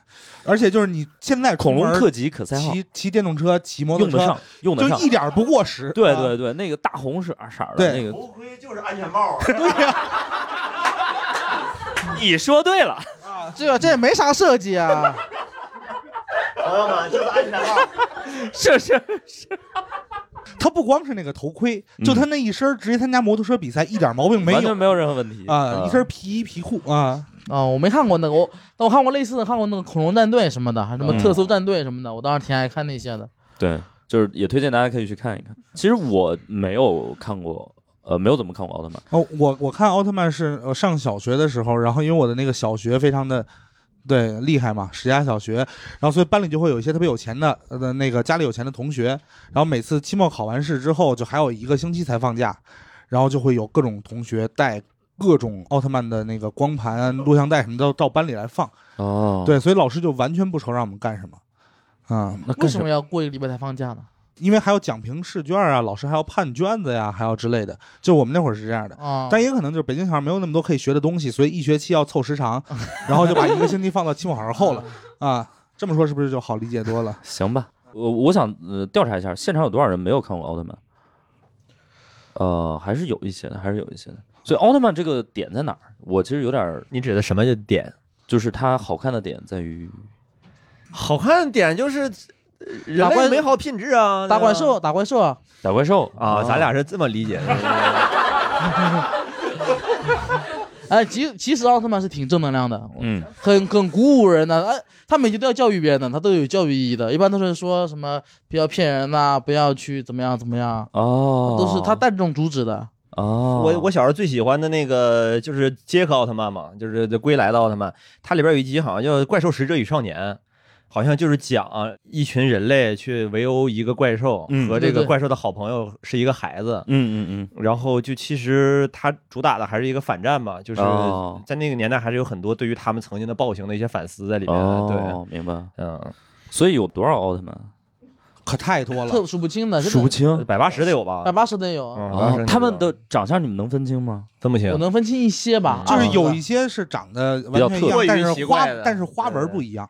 Speaker 4: 而且就是你现在
Speaker 1: 恐龙
Speaker 4: 出门
Speaker 1: 特级可赛号
Speaker 4: 骑骑电动车、骑摩托
Speaker 1: 用
Speaker 4: 车
Speaker 1: 得上用得上
Speaker 4: 就一点不过时。
Speaker 1: 对
Speaker 4: 啊
Speaker 1: 对对，那个大红色色儿的
Speaker 4: 对
Speaker 1: 那个，
Speaker 7: 就是安全帽。
Speaker 1: 你说对了，
Speaker 2: 这这也没啥设计
Speaker 1: [LAUGHS]
Speaker 2: 啊，
Speaker 7: 朋友们，就是安全帽。
Speaker 1: 是是
Speaker 4: 是。他不光是那个头盔，就他那一身儿直接参加摩托车比赛一点毛病没
Speaker 1: 嗯完
Speaker 4: 有
Speaker 1: 全没有呃任何问题
Speaker 4: 啊，一身皮衣皮裤啊
Speaker 2: 啊，我没看过那个，我但我看过类似的，看过那个恐龙战队什么的，还有什么
Speaker 1: 嗯
Speaker 2: 特搜战队什么的，我当时挺爱看那些的。
Speaker 1: 对，就是也推荐大家可以去看一看。其实我没有看过，呃，没有怎么看过奥特曼。
Speaker 4: 哦，我我看奥特曼是呃上小学的时候，然后因为我的那个小学非常的。对，厉害嘛，石家小学，然后所以班里就会有一些特别有钱的，呃，那个家里有钱的同学，然后每次期末考完试之后，就还有一个星期才放假，然后就会有各种同学带各种奥特曼的那个光盘、录像带什么的到班里来放，
Speaker 1: 哦
Speaker 4: 对，，所以老师就完全不愁让我们干什么，啊、
Speaker 2: 为什么要过一个礼拜才放假呢？
Speaker 4: 因为还有讲评试卷啊，老师还要判卷子呀，还要之类的。就我们那会儿是这样的，
Speaker 2: 啊
Speaker 4: 但也可能就是北京小孩没有那么多可以学的东西，所以一学期要凑
Speaker 2: [LAUGHS]
Speaker 4: 时长，然后就把一个星期放到期末考试后了啊。这么说是不是就好理解多了？
Speaker 1: 行吧，我我想呃调查一下，现场有多少人没有看过奥特曼？呃，还是有一些的，还是有一些的。所以奥特曼这个点在哪儿？我其实有点儿，
Speaker 5: 你指的什么叫点？
Speaker 1: 就是它好看的点在于
Speaker 5: 好看的点就是呃人
Speaker 2: 打怪
Speaker 5: 类美好品质啊，
Speaker 2: 打怪兽，打怪兽啊！
Speaker 1: 打怪兽
Speaker 5: 啊，咱俩是这么理解的。
Speaker 2: [LAUGHS] 哎，其其实奥特曼是挺正能量的，
Speaker 1: 嗯，
Speaker 2: 很很鼓舞人的。哎，他每集都要教育别人的，他都有教育意义的。一般都是说什么不要骗人呐、不要去怎么样怎么样，
Speaker 1: 哦
Speaker 2: 都是他带这种主旨的。
Speaker 1: 哦
Speaker 5: 我我小时候最喜欢的那个就是杰克奥特曼嘛，就是这归来的奥特曼，它里边有一集好像叫《怪兽使者与少年》，好像就是讲一群人类去围殴一个怪兽，
Speaker 1: 嗯
Speaker 5: 和这
Speaker 1: 对
Speaker 5: 个
Speaker 1: 对
Speaker 5: 怪兽的好朋友是一个孩子，
Speaker 1: 嗯嗯
Speaker 5: 然后就其实它主打的还是一个反战嘛，就是
Speaker 1: 哦
Speaker 5: 在那个年代还是有很多对于他们曾经的暴行的一些反思在里
Speaker 1: 嗯，
Speaker 5: 面的。
Speaker 1: 哦，明白，
Speaker 5: 嗯，
Speaker 1: 所以有多少奥特曼？
Speaker 4: 可太多
Speaker 2: 特数不清的，真的
Speaker 1: 数不，清，
Speaker 5: 百八十得有吧
Speaker 2: 百八十得有，
Speaker 1: 啊，他们的长相你们能分清吗？
Speaker 5: 分不
Speaker 2: 我能分清一些吧，啊
Speaker 4: 就是有一
Speaker 2: 些。
Speaker 4: 些是长得
Speaker 1: 比较
Speaker 4: 完全一样
Speaker 1: 特，
Speaker 4: 但
Speaker 1: 过于奇
Speaker 4: 是花
Speaker 1: 怪的
Speaker 4: 但是花纹不一样。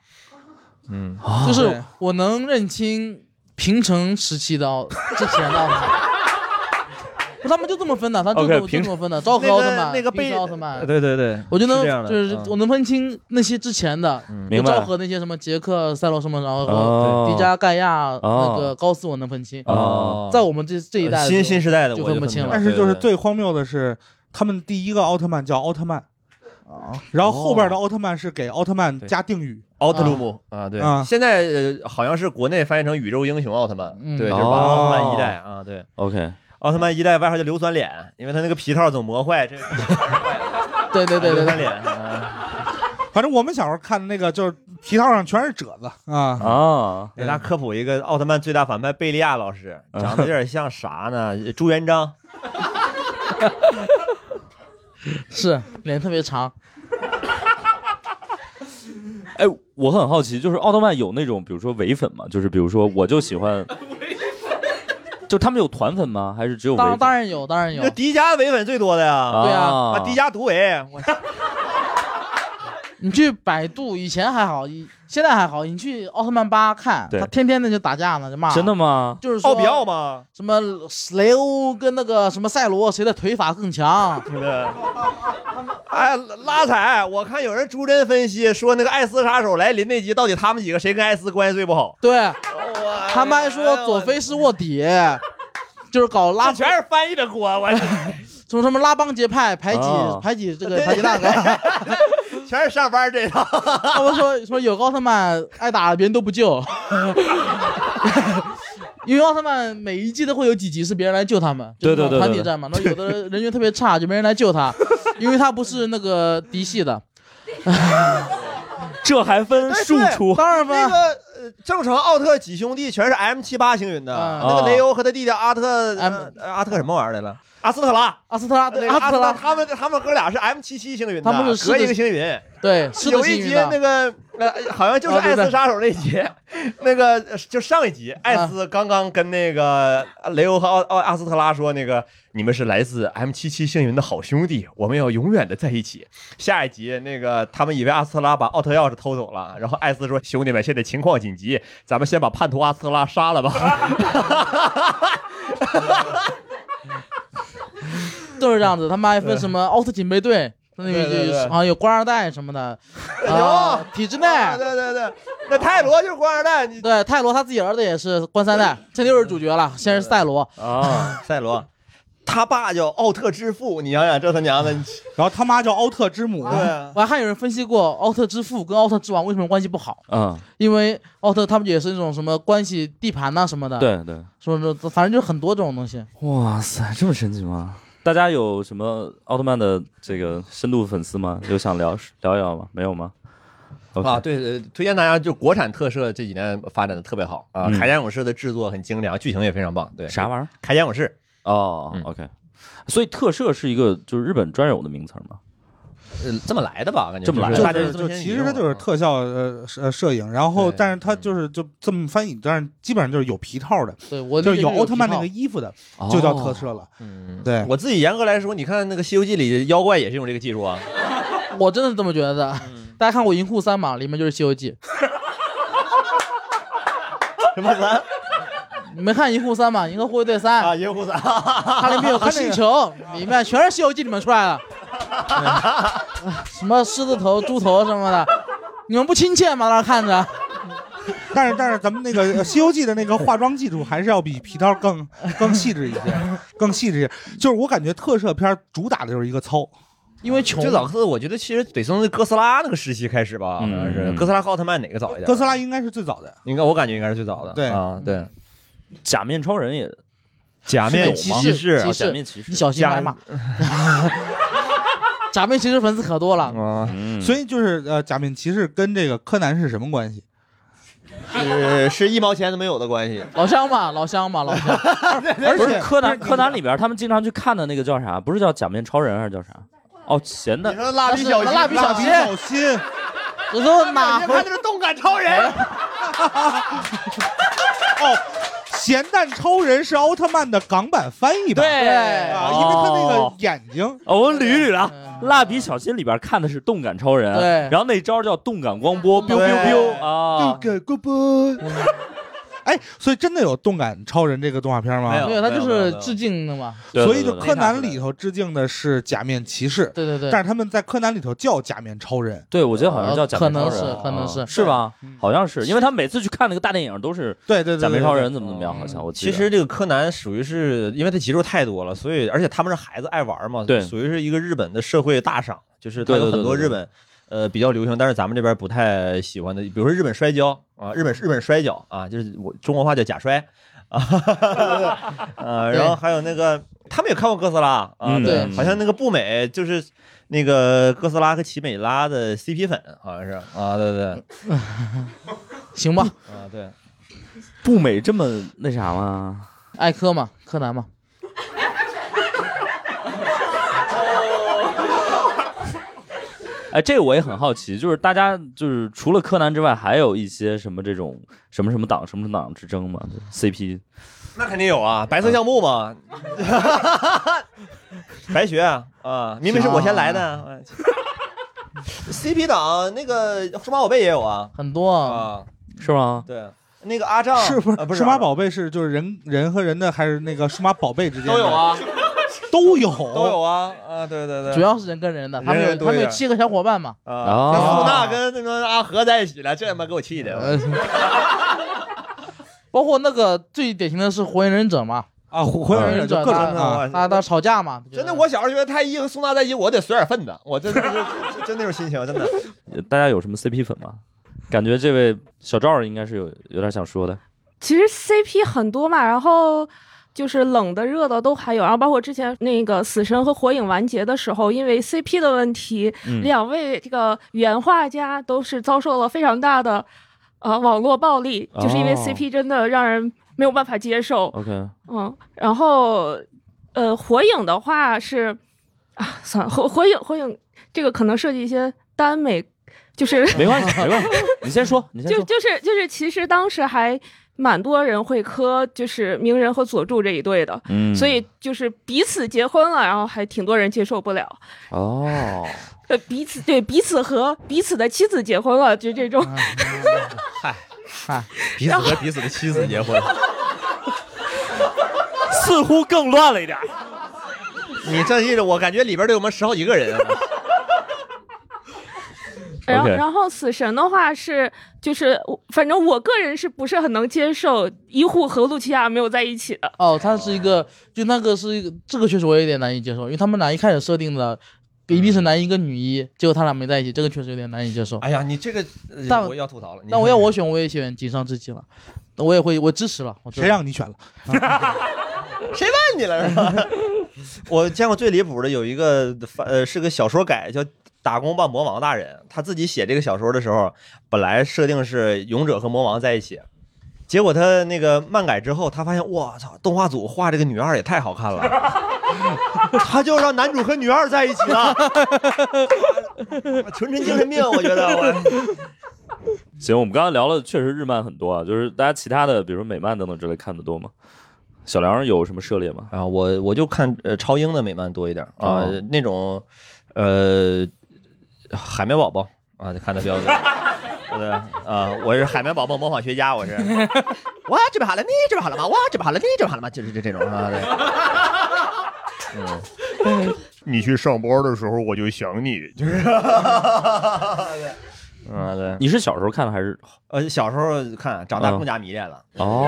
Speaker 5: 嗯，
Speaker 2: 就是我能认清平成时期的奥之前的奥特 [LAUGHS] 曼。不他们就这么分的，他就
Speaker 5: OK，
Speaker 2: 这么就
Speaker 5: 平
Speaker 2: 这么分的，昭和奥特曼、
Speaker 5: 那个那个
Speaker 2: 冰
Speaker 5: 被
Speaker 2: 川奥特曼，
Speaker 5: 对对对，
Speaker 2: 我就能
Speaker 5: 是这样的
Speaker 2: 就是
Speaker 5: 嗯
Speaker 2: 我能分清那些之前的，就
Speaker 1: 明白
Speaker 2: 昭和那些什么杰克、赛罗什么，然后
Speaker 1: 哦
Speaker 2: 迪迦、盖亚、
Speaker 1: 哦
Speaker 2: 那个高斯，我能分清
Speaker 1: 哦。
Speaker 2: 在我们这这一代就就分不清了。
Speaker 4: 但是就是最荒谬的是，他们第一个奥特曼叫奥特曼，
Speaker 2: 哦
Speaker 4: 然后后边的奥特曼是给奥特曼加定语，
Speaker 5: 奥特鲁姆啊，对
Speaker 4: 啊，
Speaker 5: 现在呃好像是国内翻译成宇宙英雄奥特曼，
Speaker 4: 嗯
Speaker 5: 对，就是把
Speaker 1: 哦
Speaker 5: 奥特曼一代啊，对，
Speaker 1: OK，
Speaker 5: 奥特曼一代外号叫硫酸脸，因为他那个皮套总磨坏，这
Speaker 2: [LAUGHS] 对对对对
Speaker 5: 硫酸
Speaker 2: 对
Speaker 5: 脸，啊
Speaker 4: 反正我们小时候看那个，就是皮套上全是褶子啊。啊
Speaker 1: 啊，
Speaker 5: 给大家科普一个奥特曼最大反派贝利亚老师，长得有点像啥呢？ [LAUGHS] 朱元璋，
Speaker 2: [LAUGHS] 是脸特别长，
Speaker 1: [LAUGHS] 哎，我很好奇，就是奥特曼有那种，比如说伪粉吗？就是比如说，我就喜欢，就他们有团粉吗？还是只有伪
Speaker 2: 当
Speaker 1: 粉？啊
Speaker 2: 当然有，当然有
Speaker 5: 那。迪迦伪粉最多的呀，
Speaker 1: 对啊
Speaker 5: 把迪迦毒伪，我
Speaker 2: [LAUGHS] 你去百度以前还好，以现在还好。你去奥特曼八看，
Speaker 1: 对
Speaker 2: 他天天的就打架呢，就骂。
Speaker 1: 真的？吗？
Speaker 2: 就是说
Speaker 5: 奥比奥嘛，
Speaker 2: 什么雷欧跟那个什么赛罗，谁的腿法更
Speaker 5: [LAUGHS]
Speaker 2: 强？
Speaker 5: 哎，拉踩！我看有人逐帧分析说，那个艾斯杀手来临那集，到底他们几个谁跟艾斯关系最不好？哎
Speaker 2: 对，他们还说佐菲是卧底，就是搞拉，
Speaker 5: 全是 [LAUGHS] 翻译的锅，我
Speaker 2: 什么什么拉帮结派排挤
Speaker 5: 哦
Speaker 2: 排挤这个排挤那个。
Speaker 5: [LAUGHS] 全是上班这套。
Speaker 2: 他们说说有个奥特曼挨打了，别人都不救， [LAUGHS] 因为奥特曼每一季都会有几集是别人来救他们，就是那种
Speaker 1: 对对对对
Speaker 2: 团体战嘛。那有的人员特别差，就 [LAUGHS] 没人来救他，因为他不是那个嫡系的。
Speaker 1: 这还分
Speaker 5: 哎对
Speaker 2: 当然
Speaker 5: 那个呃正常奥特几兄弟全是 M 七八星云的，
Speaker 2: 嗯
Speaker 5: 那个雷欧和他弟弟阿特呃阿特什么玩意儿来了？阿斯特拉，
Speaker 2: 阿斯特拉，
Speaker 5: 对，
Speaker 2: 阿斯特拉
Speaker 5: 他们他们哥俩是 M 七七星云的，
Speaker 2: 他们是
Speaker 5: 隔
Speaker 2: 狮
Speaker 5: 一
Speaker 2: 子
Speaker 5: 个星云。
Speaker 2: 对，是
Speaker 5: 有一集那个呃，好像就是《艾斯杀手》那集， [LAUGHS] 那个呃就上一集，艾斯刚刚跟那个雷欧和奥奥阿斯特拉说，那个你们是来自 M 七七星云的好兄弟，我们要永远的在一起。下一集，那个他们以为阿斯特拉把奥特钥匙偷走了，然后艾斯说：“兄弟们，现在情况紧急，咱们先把叛徒阿斯特拉杀了吧。 [LAUGHS]
Speaker 2: 都是这样子。他们还分什么奥特警备队，那有
Speaker 5: 对对对
Speaker 2: 好像有官二代什么的，
Speaker 5: 哎
Speaker 2: 啊，体制内。
Speaker 5: 对对对，那泰罗就是官二代。
Speaker 2: 对，泰罗他自己儿子也是官三代，这就是主角了。先是赛罗，”
Speaker 5: 啊，赛罗。 [LAUGHS] 他爸叫奥特之父，你想想这他娘的，
Speaker 4: 然后他妈叫奥特之母。
Speaker 5: 对，
Speaker 2: 我还看有人分析过奥特之父跟奥特之王为什么关系不好，
Speaker 1: 嗯，
Speaker 2: 因为奥特他们也是那种什么关系地盘呐、什么的。
Speaker 1: 对，对，
Speaker 2: 说说反正就很多这种东西。
Speaker 1: 哇塞，这么神奇吗？大家有什么奥特曼的这个深度粉丝吗？有想聊聊一聊吗？没有吗？OK
Speaker 5: 啊，对，呃推荐大家就国产特摄这几年发展的特别好啊，
Speaker 1: 嗯
Speaker 5: 铠甲勇士》的制作很精良，剧情也非常棒。对，
Speaker 1: 啥玩意儿？
Speaker 5: 铠甲勇士》
Speaker 1: 哦、o
Speaker 5: 嗯
Speaker 1: k 所以特摄是一个就是日本专有的名词儿吗？
Speaker 5: 呃，这么来的吧，感觉
Speaker 1: 这么来的
Speaker 5: 就是
Speaker 1: 大
Speaker 5: 大家
Speaker 1: 家
Speaker 5: 就
Speaker 1: 就
Speaker 5: 这
Speaker 4: 就
Speaker 5: 么
Speaker 4: 其
Speaker 5: 先
Speaker 4: 实它
Speaker 5: 用
Speaker 4: 就是特效呃摄呃摄影，然后但是
Speaker 5: 嗯
Speaker 4: 它就是就这么翻译，但是基本上就是有皮套的，
Speaker 2: 对我
Speaker 4: 就
Speaker 5: 理解
Speaker 4: 有
Speaker 5: 就是有
Speaker 4: 奥特曼
Speaker 5: 皮
Speaker 4: 那
Speaker 5: 套
Speaker 4: 个衣服的
Speaker 5: 哦，
Speaker 4: 就叫特摄了。
Speaker 5: 嗯，
Speaker 4: 对
Speaker 5: 我自己严格来说，你看那个《西游记》里妖怪也是用这个技术啊。
Speaker 2: 我真的是这么觉得的。大家看过《银护三》嘛，里面就是《西游
Speaker 4: [LAUGHS]
Speaker 2: 记》。
Speaker 5: 什么三？
Speaker 2: 你没看《银护三》吗？《银河护卫队三》啊，
Speaker 5: 《银护三》
Speaker 2: [LAUGHS] 它里面有个星
Speaker 4: [LAUGHS]
Speaker 2: 球，里面全是《西游记》里面出来的，什么狮子头、猪头什么的，你们不亲切吗？在那儿看着。
Speaker 4: 但是但是咱们那个《呃西游记》的那个化妆技术还是要比皮套更更细致一些，更细致一些。就是我感觉特摄片主打的就是一个糙，
Speaker 2: 因为穷
Speaker 5: 最早是我觉得其实得从哥斯拉那个时期开始吧，好像
Speaker 2: 嗯
Speaker 5: 是哥斯拉和奥特曼哪个早一点？
Speaker 4: 哥斯拉应该是最早的。
Speaker 5: 应该我感觉应该是最早的。
Speaker 4: 对
Speaker 5: 啊，对，
Speaker 1: 假面超人也，
Speaker 5: 假面
Speaker 2: 是有吗骑士
Speaker 5: 士，啊
Speaker 2: 骑士你小心挨骂假面骑士粉丝可多了，
Speaker 5: 啊，
Speaker 4: 所以就是呃，假面骑士跟这个柯南是什么关系？
Speaker 5: 是是一毛钱都没有的关系。
Speaker 2: 老乡嘛，老乡
Speaker 1: [LAUGHS]
Speaker 2: 嘛，老乡。
Speaker 1: 而且柯南柯南里边他们经常去看的那个叫啥？不是叫假面超人还是叫啥？哦，闲的。
Speaker 5: 你说蜡笔
Speaker 2: 小新蜡笔小新蜡笔小
Speaker 4: 新，
Speaker 2: 我说哪
Speaker 5: 他就是动感超人。
Speaker 4: 哦，咸蛋超人是奥特曼的港版翻译吧？
Speaker 1: 对
Speaker 4: 啊，因为他那个
Speaker 1: 哦
Speaker 4: 眼睛。哎
Speaker 1: 哦， [LAUGHS] 我捋一捋啊，蜡笔小新里边看的是动感超人，
Speaker 4: 对
Speaker 1: 然后那招叫动感光波，biu
Speaker 4: 对
Speaker 1: biu biu
Speaker 2: 哦
Speaker 1: 啊，
Speaker 4: 动感光波。
Speaker 2: [LAUGHS]
Speaker 4: 哎，所以真的有动感超人这个动画片吗？
Speaker 2: 对，他就是致敬的嘛。
Speaker 4: 所以就柯南里头致敬的是假面骑士，
Speaker 2: 对对对
Speaker 4: 但是他们在柯南里头叫假面超人，
Speaker 1: 对，我觉得好像叫假面超人，
Speaker 2: 可能是可能是
Speaker 1: 啊是吧？好像是，因为他每次去看那个大电影都是
Speaker 4: 对对
Speaker 1: 假面超人怎么怎么样，好像我记得。
Speaker 5: 其实这个柯南属于是因为他集数太多了，所以而且他们是孩子爱玩嘛，
Speaker 1: 对
Speaker 5: 属于是一个日本的社会大赏，就是它
Speaker 1: 对对
Speaker 5: 有
Speaker 1: 对
Speaker 5: 很多
Speaker 1: 对对
Speaker 5: 日本呃比较流行，但是咱们这边不太喜欢的，比如说日本摔跤啊，日本日本摔跤啊，就是我中国话叫假摔啊， [LAUGHS] 呃，然后还有那个他们也看过哥斯拉啊，
Speaker 1: 嗯
Speaker 5: 对，
Speaker 1: 对
Speaker 5: 好像那个步美就是。那个哥斯拉和奇美拉的 CP 粉好像是啊，对对 [LAUGHS] 对，
Speaker 2: 行吧，
Speaker 5: 啊对，
Speaker 1: 步美这么那啥吗？
Speaker 2: 艾科嘛，柯南嘛。
Speaker 1: 哎，这个我也很好奇，就是大家就是除了柯南之外，还有一些什么这种什么什么党什么什么党之争吗就？CP
Speaker 5: 那肯定有
Speaker 2: 嗯
Speaker 5: 啊，白色橡
Speaker 2: [LAUGHS]
Speaker 5: 木嘛，啊
Speaker 2: 啊
Speaker 5: 白雪啊，啊明明是我先来的， CP 党那个数码宝贝也有啊，
Speaker 2: 很多
Speaker 5: 啊，
Speaker 1: 是吗？
Speaker 5: 对，那个阿丈
Speaker 4: 是不
Speaker 5: 呃不是
Speaker 4: 数码宝贝是就是人人和人的，还是那个数码宝贝之间的
Speaker 5: 都有啊，
Speaker 4: 都有
Speaker 5: 都有啊啊，对对对，
Speaker 2: 主要是人跟人的，他们有哦
Speaker 5: 人
Speaker 2: 他
Speaker 5: 多一
Speaker 2: 们有
Speaker 5: 点
Speaker 2: 七个小伙伴嘛。
Speaker 5: 啊，那苏娜跟那个阿和在一起了，这他妈给我气的。
Speaker 2: 包括那个最典型的是火影忍者嘛，
Speaker 4: 啊，
Speaker 5: 火影忍者各种的
Speaker 2: 啊，
Speaker 5: 哇
Speaker 2: 他他吵架嘛，
Speaker 5: 真的，我小时候觉得太一和苏娜在一起，我得随点份子，我真的是真那种心情，真的。
Speaker 1: 呃大家有什么 CP 粉吗？感觉这位小赵应该是有有点想说的。
Speaker 13: 其实 CP 很多嘛，然后就是冷的、热的都还有，然后包括之前那个《死神》和《火影》完结的时候，因为 CP 的问题，
Speaker 14: 嗯
Speaker 13: 两位这个原画家都是遭受了非常大的呃网络暴力，就是因为
Speaker 1: 哦
Speaker 13: CP 真的让人没有办法接受。
Speaker 1: OK，
Speaker 13: 嗯，然后呃，火影的话是啊，算了，火火影火影这个可能涉及一些耽美，就是
Speaker 1: 没关系，没关系，你先说，你先
Speaker 13: 就
Speaker 1: 说。
Speaker 13: 就是就是，其实当时还蛮多人会磕，就是鸣人和佐助这一对的，
Speaker 1: 嗯
Speaker 13: 所以就是彼此结婚了，然后还挺多人接受不了。
Speaker 1: 哦，
Speaker 13: 呃，彼此对彼此和彼此的妻子结婚了，就这种。
Speaker 5: 嗨，
Speaker 2: 嗨，
Speaker 5: 彼此和彼此的妻子
Speaker 2: [LAUGHS]
Speaker 5: 结婚，
Speaker 1: 似乎更乱了一点。
Speaker 5: 你这意思，我感觉里边得有我们十好几个人啊。
Speaker 13: 然后
Speaker 5: OK
Speaker 13: 然后死神的话是就是，反正我个人是不是很能接受医护和露琪亚没有在一起的？
Speaker 2: 哦，他是一个，就那个是一个，这个确实我有点难以接受，因为他们俩一开始设定的，一定是男一跟女一，结果他俩没在一起，这个确实有点难以接受。
Speaker 5: 哎呀，你这个呃
Speaker 2: 但
Speaker 5: 我要吐槽了。你
Speaker 2: 那我要我选，我也选井上之纪了，我也会，我支持了。我支持
Speaker 4: 谁让你选了？
Speaker 2: [LAUGHS]
Speaker 5: 谁问你了是吧？ [LAUGHS] 我见过最离谱的有一个翻呃是个小说改叫《打工吧魔王大人》，他自己写这个小说的时候，本来设定是勇者和魔王在一起，结果他那个漫改之后，他发现我操，动画组画这个女二也太好看了， [LAUGHS] 他就让男主和女二在一起
Speaker 2: [LAUGHS]
Speaker 5: 了，纯纯精神病，我觉得我。
Speaker 1: 行，我们刚刚聊了，确实日漫很多啊，就是大家其他的，比如说美漫等等之类看的多吗？小梁有什么涉猎吗？
Speaker 5: 啊，我我就看呃超英的美漫多一点啊、
Speaker 1: 哦
Speaker 5: 那种呃海绵宝宝啊，就看的比较 [LAUGHS] 多。对啊，我是海绵宝宝模仿学家， [LAUGHS] [LAUGHS] 我是哇这边好了，你这边好了吗？哇这边好了，你这边好了吗？就是这这种 [LAUGHS] 啊，对，嗯， [LAUGHS] 你去上班的时候我就想你，就是，嗯对，
Speaker 1: 你是小时候看的还是？啊
Speaker 5: 呃小时候看，长大更加迷恋了。
Speaker 2: 嗯我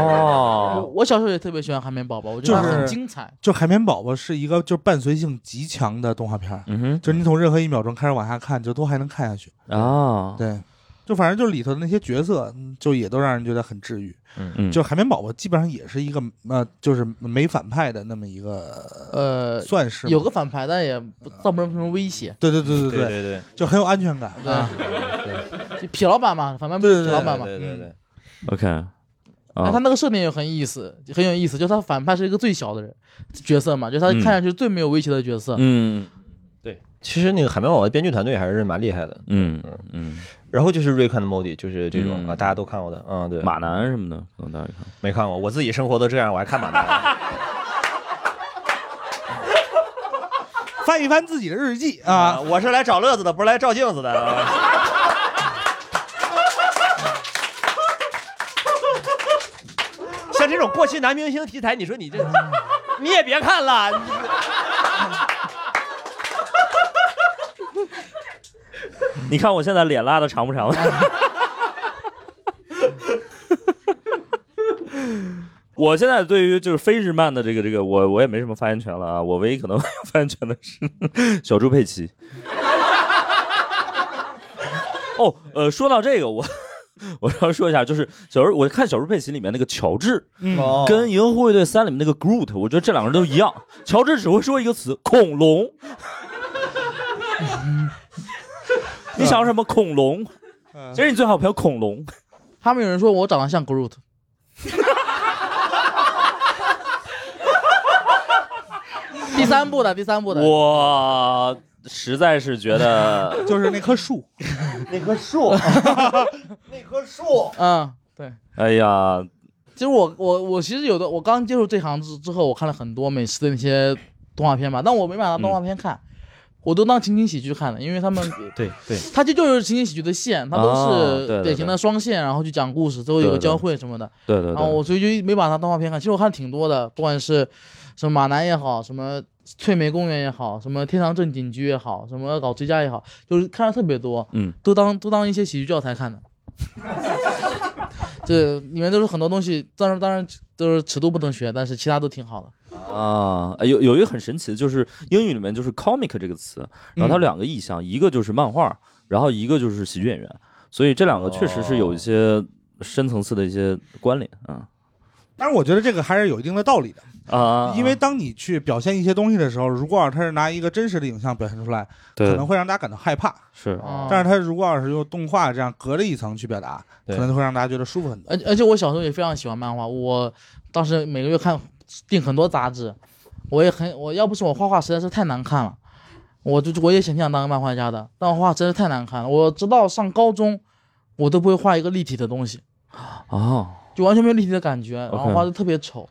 Speaker 1: [LAUGHS] 哦，
Speaker 2: 我小时候也特别喜欢海绵宝宝，我觉得它很精彩。
Speaker 4: 就海绵宝宝是一个就伴随性极强的动画片儿，
Speaker 1: 嗯哼，
Speaker 4: 就是你从任何一秒钟开始往下看，就都还能看下去。
Speaker 1: 啊，
Speaker 4: 对，就反正就里头的那些角色，嗯就也都让人觉得很治愈。
Speaker 1: 嗯嗯
Speaker 4: 就海绵宝宝基本上也是一个呃，就是没反派的那么一个
Speaker 2: 呃，
Speaker 4: 算是
Speaker 2: 有个反派，但也不造不成什么威胁。
Speaker 4: 对对对对
Speaker 5: 对
Speaker 4: 对
Speaker 5: 对对，
Speaker 4: 就很有安全感
Speaker 2: 对
Speaker 4: 啊。
Speaker 2: 就痞老板嘛，反派不
Speaker 4: 对
Speaker 2: 是
Speaker 4: 对
Speaker 2: 痞
Speaker 4: 对
Speaker 2: 老板嘛。
Speaker 5: 对
Speaker 1: 嗯
Speaker 5: 对对，
Speaker 1: OK，
Speaker 2: 然后他
Speaker 1: 啊，
Speaker 2: 那个设定也很意思，很有意思，就是他反派是一个最小的人角色嘛，就是他看上去最没有威胁的角色。
Speaker 1: 嗯，
Speaker 5: 对，其实那个海绵宝宝的编剧团队还是蛮厉害的，
Speaker 1: 嗯嗯。
Speaker 5: 然后就是瑞克和莫蒂，就是这种啊，大家都看过的，嗯，对，
Speaker 1: 马男什么的，可能大家看
Speaker 5: 没看过，我自己生活都这样，我还看马男。
Speaker 4: [LAUGHS] 翻一翻自己的日记啊，
Speaker 5: 我是来找乐子的，不是来照镜子的。啊
Speaker 4: [LAUGHS]
Speaker 5: 像这种过气男明星题材，你说你这你也别看了。你
Speaker 1: 你看我现在脸拉的长不 [LAUGHS] 长？我现在对于就是非日漫的这个这个，我我也没什么发言权了啊。我唯一可能有发言权的是小猪佩奇。哦，呃，说到这个，我我要说一下，就是小猪，我看小猪佩奇里面那个乔治，
Speaker 4: 嗯
Speaker 5: 哦
Speaker 1: 跟《银河护卫队三》里面那个 Groot，我觉得这两个人都一样。乔治只会说一个词：恐龙。你想什么恐龙？其实你最好朋友恐龙。
Speaker 2: 他们有人说我长得像 Groot，第三部的第三部的，
Speaker 1: 我实在是觉得
Speaker 2: [LAUGHS]
Speaker 4: 就是那棵树，
Speaker 5: [LAUGHS] 那棵树，那棵树，
Speaker 2: 嗯，对。
Speaker 1: 哎呀，
Speaker 2: 其实我我我其实有的，我刚
Speaker 1: 嗯
Speaker 2: 接触这行之之后，我看了很多美式的那些动画片嘛，但我没把它当动画片看。我都当情景喜剧看了，因为他
Speaker 1: [LAUGHS]
Speaker 2: 们
Speaker 5: [LAUGHS]
Speaker 1: 对对，
Speaker 2: 它这就是情景喜剧的线，它都
Speaker 1: 哦对
Speaker 2: 是
Speaker 1: 对
Speaker 2: 典型的双线，然后去讲故事，最后有个交汇什么的。
Speaker 1: 对对对
Speaker 2: 然后啊我所以就没把它当动画片看。其实我看挺多的，不管是什么马南也好，什么翠梅公园也好，什么天堂镇景区也好，什么搞追加也好，就是看的特别多。
Speaker 1: 嗯，
Speaker 2: 都当都当一些喜剧教材看的。 [LAUGHS] 这里面都是很多东西，当然当然都是尺度不能学，但是其他都挺好的。
Speaker 1: 啊，哎有有一个很神奇的，就是英语里面就是 comic 这个词，然后它有两个意象，一个就是漫画，然后一个就是喜剧演员，所以这两个确实是有一些深层次的一些关联啊
Speaker 4: 但是我觉得这个还是有一定的道理的，
Speaker 1: 啊，
Speaker 4: 因为当你去表现一些东西的时候，如果要是它是拿一个真实的影像表现出来，
Speaker 1: 对
Speaker 4: 可能会让大家感到害怕。
Speaker 1: 是
Speaker 2: 哦
Speaker 4: 但是它如果要是用动画这样隔了一层去表达，
Speaker 1: 对
Speaker 4: 可能会让大家觉得舒服很多。
Speaker 2: 而而且我小时候也非常喜欢漫画，我当时每个月看订很多杂志，我也很我要不是我画画实在是太难看了，我就我也挺想当个漫画家的，但我画真是太难看了。我直到上高中，我都不会画一个立体的东西，
Speaker 1: 哦，
Speaker 2: 就完全没有立体的感觉，然后
Speaker 1: OK
Speaker 2: 画的特别丑。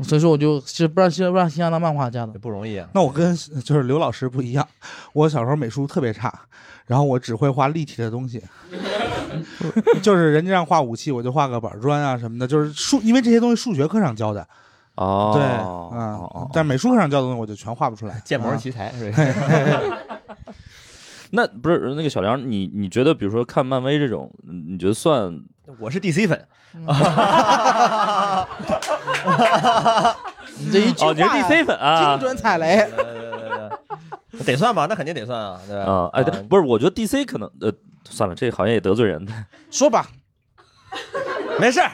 Speaker 2: 所
Speaker 14: 啊
Speaker 2: 以说，我就其实不让，其实不让新疆当漫画家的，
Speaker 5: 不容易啊。
Speaker 4: 那我跟 [LAUGHS] 就是刘老师不一样，我小时候美术特别差，然后我只会画立体的东西， [LAUGHS] 就是人家让画武器，我就画个板砖啊什么的，就是数，因为这些东西数学课上教的。
Speaker 1: 哦
Speaker 4: 对，啊、但美术课上教的东西我就全画不出来，
Speaker 5: 哦
Speaker 4: 啊
Speaker 5: 建模奇才
Speaker 4: [LAUGHS]
Speaker 5: 是吧
Speaker 4: 吧？
Speaker 1: 那不是那个小梁，你你觉得比如说看漫威这种，嗯你觉得算？
Speaker 5: 我是
Speaker 1: [LAUGHS]
Speaker 5: DC 粉，
Speaker 2: 你这一句话
Speaker 1: 哦，你是 DC 粉啊？
Speaker 2: 精准踩雷。
Speaker 5: [LAUGHS]
Speaker 14: 呃
Speaker 5: 得算吧？那肯定得算啊，对 [LAUGHS] 吧？
Speaker 1: 啊，哎，对，不是，我觉得 DC 可能呃，算了，这好像也得罪人。
Speaker 2: 说吧，
Speaker 5: [LAUGHS] 没事儿，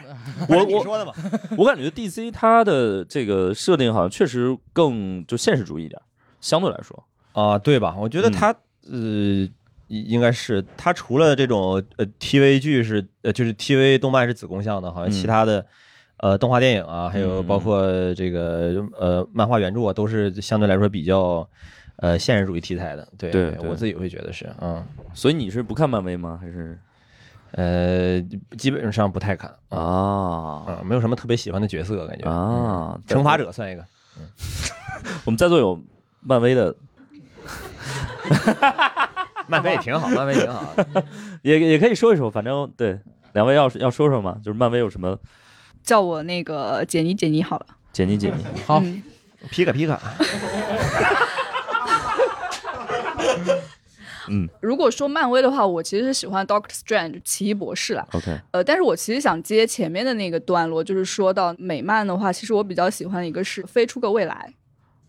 Speaker 1: 我
Speaker 5: [LAUGHS] 你
Speaker 1: 我
Speaker 5: 说的嘛。
Speaker 1: 我感觉 DC 它的这个设定好像确实更就现实主义一点，相对来说。嗯
Speaker 5: 啊，对吧？我觉得他、呃，应应该是他除了这种呃 TV 剧是呃就是 TV 动漫是子宫向的，好像其他的、呃动画电影啊，还有包括这个呃漫画原著啊，都是相对来说比较呃现实主义题材的。对，
Speaker 1: 对对
Speaker 5: 我自己会觉得是嗯。
Speaker 1: 所以你是不看漫威吗？还是？
Speaker 5: 呃，基本上不太看
Speaker 1: 啊、
Speaker 5: 嗯没有什么特别喜欢的角色，感觉
Speaker 1: 啊
Speaker 5: 嗯惩罚者算一个。
Speaker 1: 我们在座有漫威的，
Speaker 5: [LAUGHS] 漫威也挺好，漫威挺 [LAUGHS] 好的。
Speaker 1: [LAUGHS] 也也可以说一说，反正对两位要是要说说嘛，就是漫威有什么
Speaker 14: 叫我那个杰尼杰尼好了。嗯
Speaker 1: 解腻解腻。
Speaker 2: [LAUGHS] 好，
Speaker 5: 皮卡皮卡，
Speaker 1: 嗯
Speaker 14: 如果说漫威的话，我其实是喜欢 Doctor Strange 奇异博士啦。
Speaker 1: ，OK，
Speaker 14: 呃，但是我其实想接前面的那个段落，就是说到美漫的话，其实我比较喜欢一个是《飞出个未来》，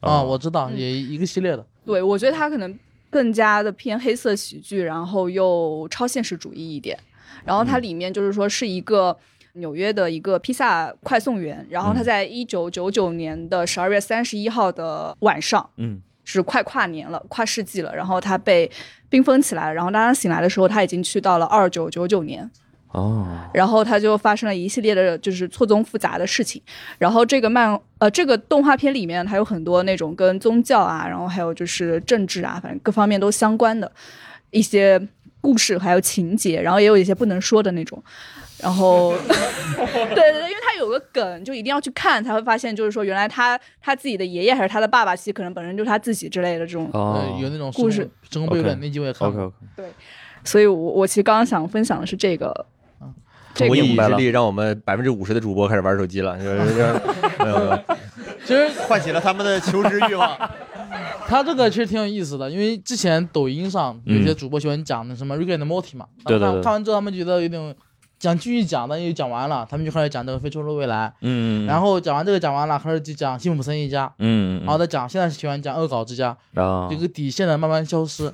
Speaker 2: 啊，我知
Speaker 14: 嗯
Speaker 2: 道，也一个系列的，
Speaker 14: 对我觉得它可能更加的偏黑色喜剧，然后又超现实主义一点。然后它里面就是说是一个纽约的一个披萨快送员，然后他在一九九九年的十二月三十一号的晚上，
Speaker 1: 嗯
Speaker 14: 是快跨年了，跨世纪了，然后他被冰封起来了，然后当他醒来的时候，他已经去到了二九九九年，
Speaker 1: 哦，
Speaker 14: 然后他就发生了一系列的就是错综复杂的事情。然后这个漫呃这个动画片里面，它有很多那种跟宗教啊，然后还有就是政治啊，反正各方面都相关的一些故事还有情节，然后也有一些不能说的那种。然
Speaker 2: [LAUGHS]
Speaker 14: 后， [LAUGHS] 对对对，因为他有个梗，就一定要去看才会发现，就是说原来他他自己的爷爷还是他的爸爸，其实可能本身就是他自己之类的这种、
Speaker 2: 对，有那种
Speaker 14: 故事。
Speaker 2: 真空悖论那集我也看过。
Speaker 14: 所以我我其实刚刚想分享的是这个，这
Speaker 5: 我
Speaker 14: 个
Speaker 5: 以一之力让我们百分之五十的主播开始玩手机了，就是 [LAUGHS] 就是没有没有，
Speaker 2: 其实
Speaker 5: 唤起了他们的求知欲望。
Speaker 2: [LAUGHS] 他这个其实挺有意思的，因为之前抖音上有些主播喜欢讲那什么 Rick and Morty 嘛，
Speaker 1: 嗯对对
Speaker 2: 然后看
Speaker 1: 对
Speaker 2: 看完之后他们觉得有点想继续讲，但又讲完了，他们就开始讲这个《非洲的未来》，
Speaker 1: 嗯，
Speaker 2: 然后讲完这个讲完了，开始就讲辛普森一家，
Speaker 1: 嗯，
Speaker 2: 然后再讲现在喜欢讲恶搞之家，
Speaker 1: 啊
Speaker 2: 这个底线的慢慢消失，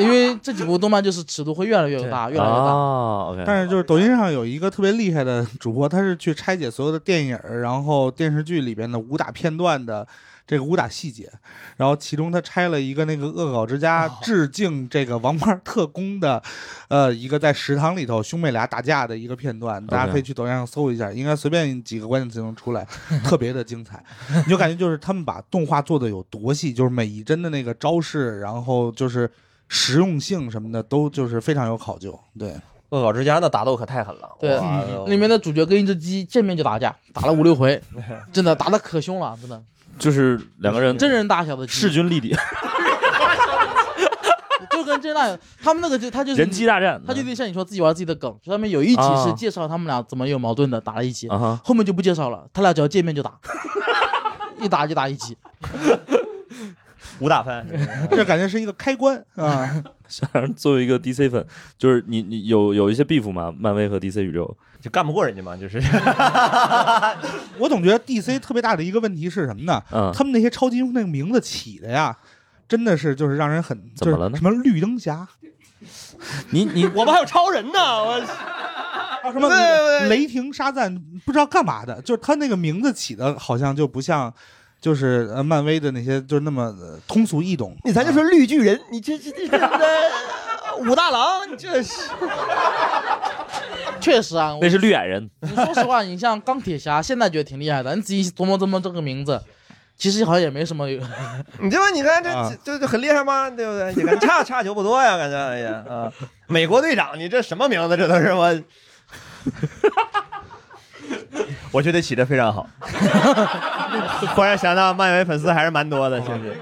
Speaker 2: 因为这几部动漫就是尺度会越来越大，越来越大。
Speaker 1: 啊，OK，
Speaker 4: 但是就是抖音上有一个特别厉害的主播，他是去拆解所有的电影儿，然后电视剧里边的武打片段的这个武打细节，然后其中他拆了一个那个《恶搞之家》致敬这个《王牌特工》的，呃，一个在食堂里头兄妹俩打架的一个片段，大家可以去抖音上搜一下，应该随便几个关键词能出来，特别的精彩。你就感觉就是他们把动画做的有多细，就是每一帧的那个招式，然后就是实用性什么的都就是非常有考究，对。
Speaker 5: 恶搞之家那打斗可太狠了，
Speaker 2: 对
Speaker 5: [LAUGHS] 哇，
Speaker 2: 里面的主角跟一只鸡见面就打架，打了五六回，真的打的可凶了，真的。
Speaker 1: 嗯就是两个人
Speaker 2: 真人大小的
Speaker 1: 势均力敌。
Speaker 2: 跟真大有，他们那个就他就是
Speaker 1: 人机大战嗯
Speaker 2: 他就得像你说自己玩自己的梗，就他们有一集是
Speaker 1: 啊
Speaker 2: 介绍他们俩怎么有矛盾的，打了一集
Speaker 1: 啊哈，
Speaker 2: 后面就不介绍了，他俩只要见面就打， [LAUGHS] 一打就打一
Speaker 5: [LAUGHS]
Speaker 2: 集，
Speaker 5: 五打
Speaker 2: [LAUGHS]
Speaker 5: 翻，
Speaker 4: 这感觉是一个开关
Speaker 1: [LAUGHS]
Speaker 4: 啊。
Speaker 1: 小梁作为一个 DC 粉，就是你你有有一些 beef 吗？漫威和 DC 宇宙
Speaker 5: 就干不过人家嘛，就是。
Speaker 4: 我总觉得 DC 特别大的一个问题是什么呢？
Speaker 1: 嗯
Speaker 4: 他们那些超级英雄那个名字起的呀，真的是就是让人很怎么了呢？什么绿灯侠，
Speaker 1: 你你
Speaker 5: [LAUGHS] 我们还有超人呢，
Speaker 4: [LAUGHS]
Speaker 5: 我
Speaker 4: 什
Speaker 5: 对
Speaker 4: 么
Speaker 5: 对
Speaker 4: 雷霆沙赞，不知道干嘛的，就是他那个名字起的好像就不像，就是呃漫威的那些就是那么呃通俗易懂。
Speaker 5: 你咱就说绿巨人，你这这这这这武大郎，你这是
Speaker 2: 啊确实啊，我
Speaker 1: 那是绿矮人，
Speaker 2: 你说实话，你像钢铁侠，现在觉得挺厉害的，你仔细琢磨琢磨这个名字，其实好像也没什么。
Speaker 5: 你这不你看
Speaker 2: 啊
Speaker 5: 这这这很厉害吗？对不对？你看差差球不多呀，感觉哎呀啊，美国队长，你这什么名字？这都是我，我觉得起的非常好。忽然想到漫威粉丝还是蛮多的，确实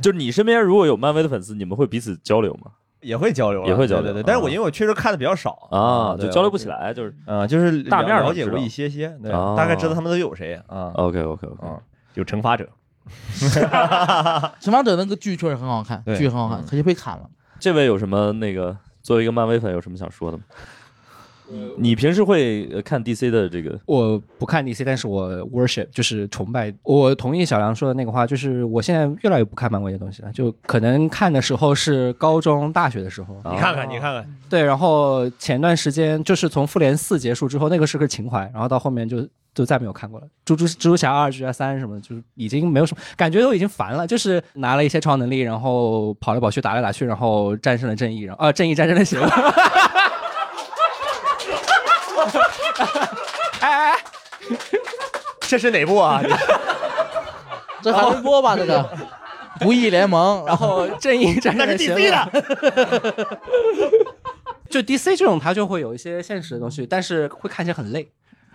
Speaker 1: 就是你身边如果有漫威的粉丝，你们会彼此交流吗？
Speaker 5: 也会交流啊
Speaker 1: 也会交
Speaker 5: 对
Speaker 1: 流。
Speaker 5: 对对。但是我因为我确实看的比较少
Speaker 1: 啊，
Speaker 5: 对
Speaker 1: 就交流不起来，就是
Speaker 5: 啊，就是
Speaker 1: 大面儿
Speaker 5: 了
Speaker 1: 上
Speaker 5: 解
Speaker 1: 知
Speaker 5: 过
Speaker 1: 道
Speaker 5: 一些些，对，
Speaker 1: 啊
Speaker 5: 大概知道他们都有谁啊。
Speaker 1: OK OK OK，
Speaker 5: 有惩罚者。
Speaker 2: 惩罚者那个剧确实很好看，
Speaker 1: 对嗯
Speaker 2: 剧很好看，可惜被砍了。
Speaker 1: 这位有什么那个作为一个漫威粉有什么想说的吗？你平时会呃看 DC 的这个？
Speaker 9: 我不看 DC，但是我 worship 就是崇拜。我同意小梁说的那个话，就是我现在越来越不看漫威的东西了，就可能看的时候是高中、大学的时候。
Speaker 5: 你
Speaker 1: 啊
Speaker 5: 看看，你看看，
Speaker 9: 对，然后前段时间就是从复联四结束之后，那个是个情怀，然后到后面就就再没有看过了。蜘蛛蜘蛛侠二、蜘蛛侠三什么的，就是已经没有什么感觉，都已经烦了。就是拿了一些超能力，然后跑来跑去，打来打去，然后战胜了正义，然后啊，正义战胜了邪恶。
Speaker 5: [LAUGHS] 哎哎，这是哪部啊？
Speaker 2: 这还能播吧？这个《 [LAUGHS] 不义联盟》，
Speaker 9: 然后《 [LAUGHS] 正
Speaker 5: [LAUGHS]
Speaker 9: 义战士》
Speaker 2: 那是 DC
Speaker 9: [LAUGHS]
Speaker 5: 的。
Speaker 9: 就 DC 这种，它就会有一些现实的东西，但是会看起来很累。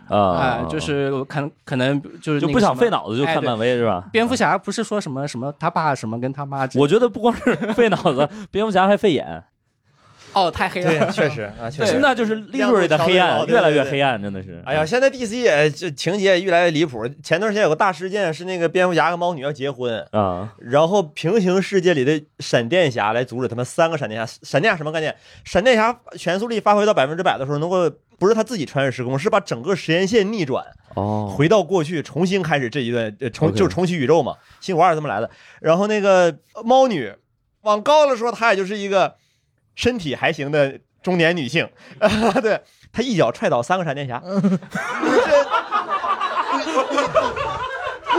Speaker 1: 啊
Speaker 9: 哎就是我看可能就是
Speaker 1: 就
Speaker 9: 那个
Speaker 1: 不想
Speaker 9: 什么
Speaker 1: 费脑子就
Speaker 9: 哎
Speaker 1: 看
Speaker 9: 对
Speaker 1: 漫威是吧？
Speaker 9: 蝙蝠侠不是说什么什么他爸什么跟他妈之类的？
Speaker 1: 我觉得不光
Speaker 9: [LAUGHS]
Speaker 1: 是费脑子，蝙蝠侠还费眼。
Speaker 9: 哦，太黑
Speaker 5: 对
Speaker 9: 了，
Speaker 5: 确实啊确实
Speaker 1: 现在就是 literally 的黑
Speaker 5: 哦
Speaker 1: 暗，越来越黑暗，真的是。
Speaker 5: 哎呀，现在 DC 也这情节越来越离谱。前段时间有个大事件是那个蝙蝠侠和猫女要结婚，
Speaker 1: 啊，
Speaker 5: 然后平行世界里的闪电侠来阻止他们三个闪电侠。闪电侠什么概念？闪电侠全速力发挥到百分之百的时候，能够不是他自己穿越时空，是把整个时间线逆转。
Speaker 1: 哦，
Speaker 5: 回到过去，重新开始这一段，呃，重
Speaker 1: OK
Speaker 5: 就是重启宇宙嘛，新五二这么来的。然后那个呃猫女，往高了说，她也就是一个身体还行的中年女性， [LAUGHS] 对，她一脚踹倒三个闪电侠， [LAUGHS]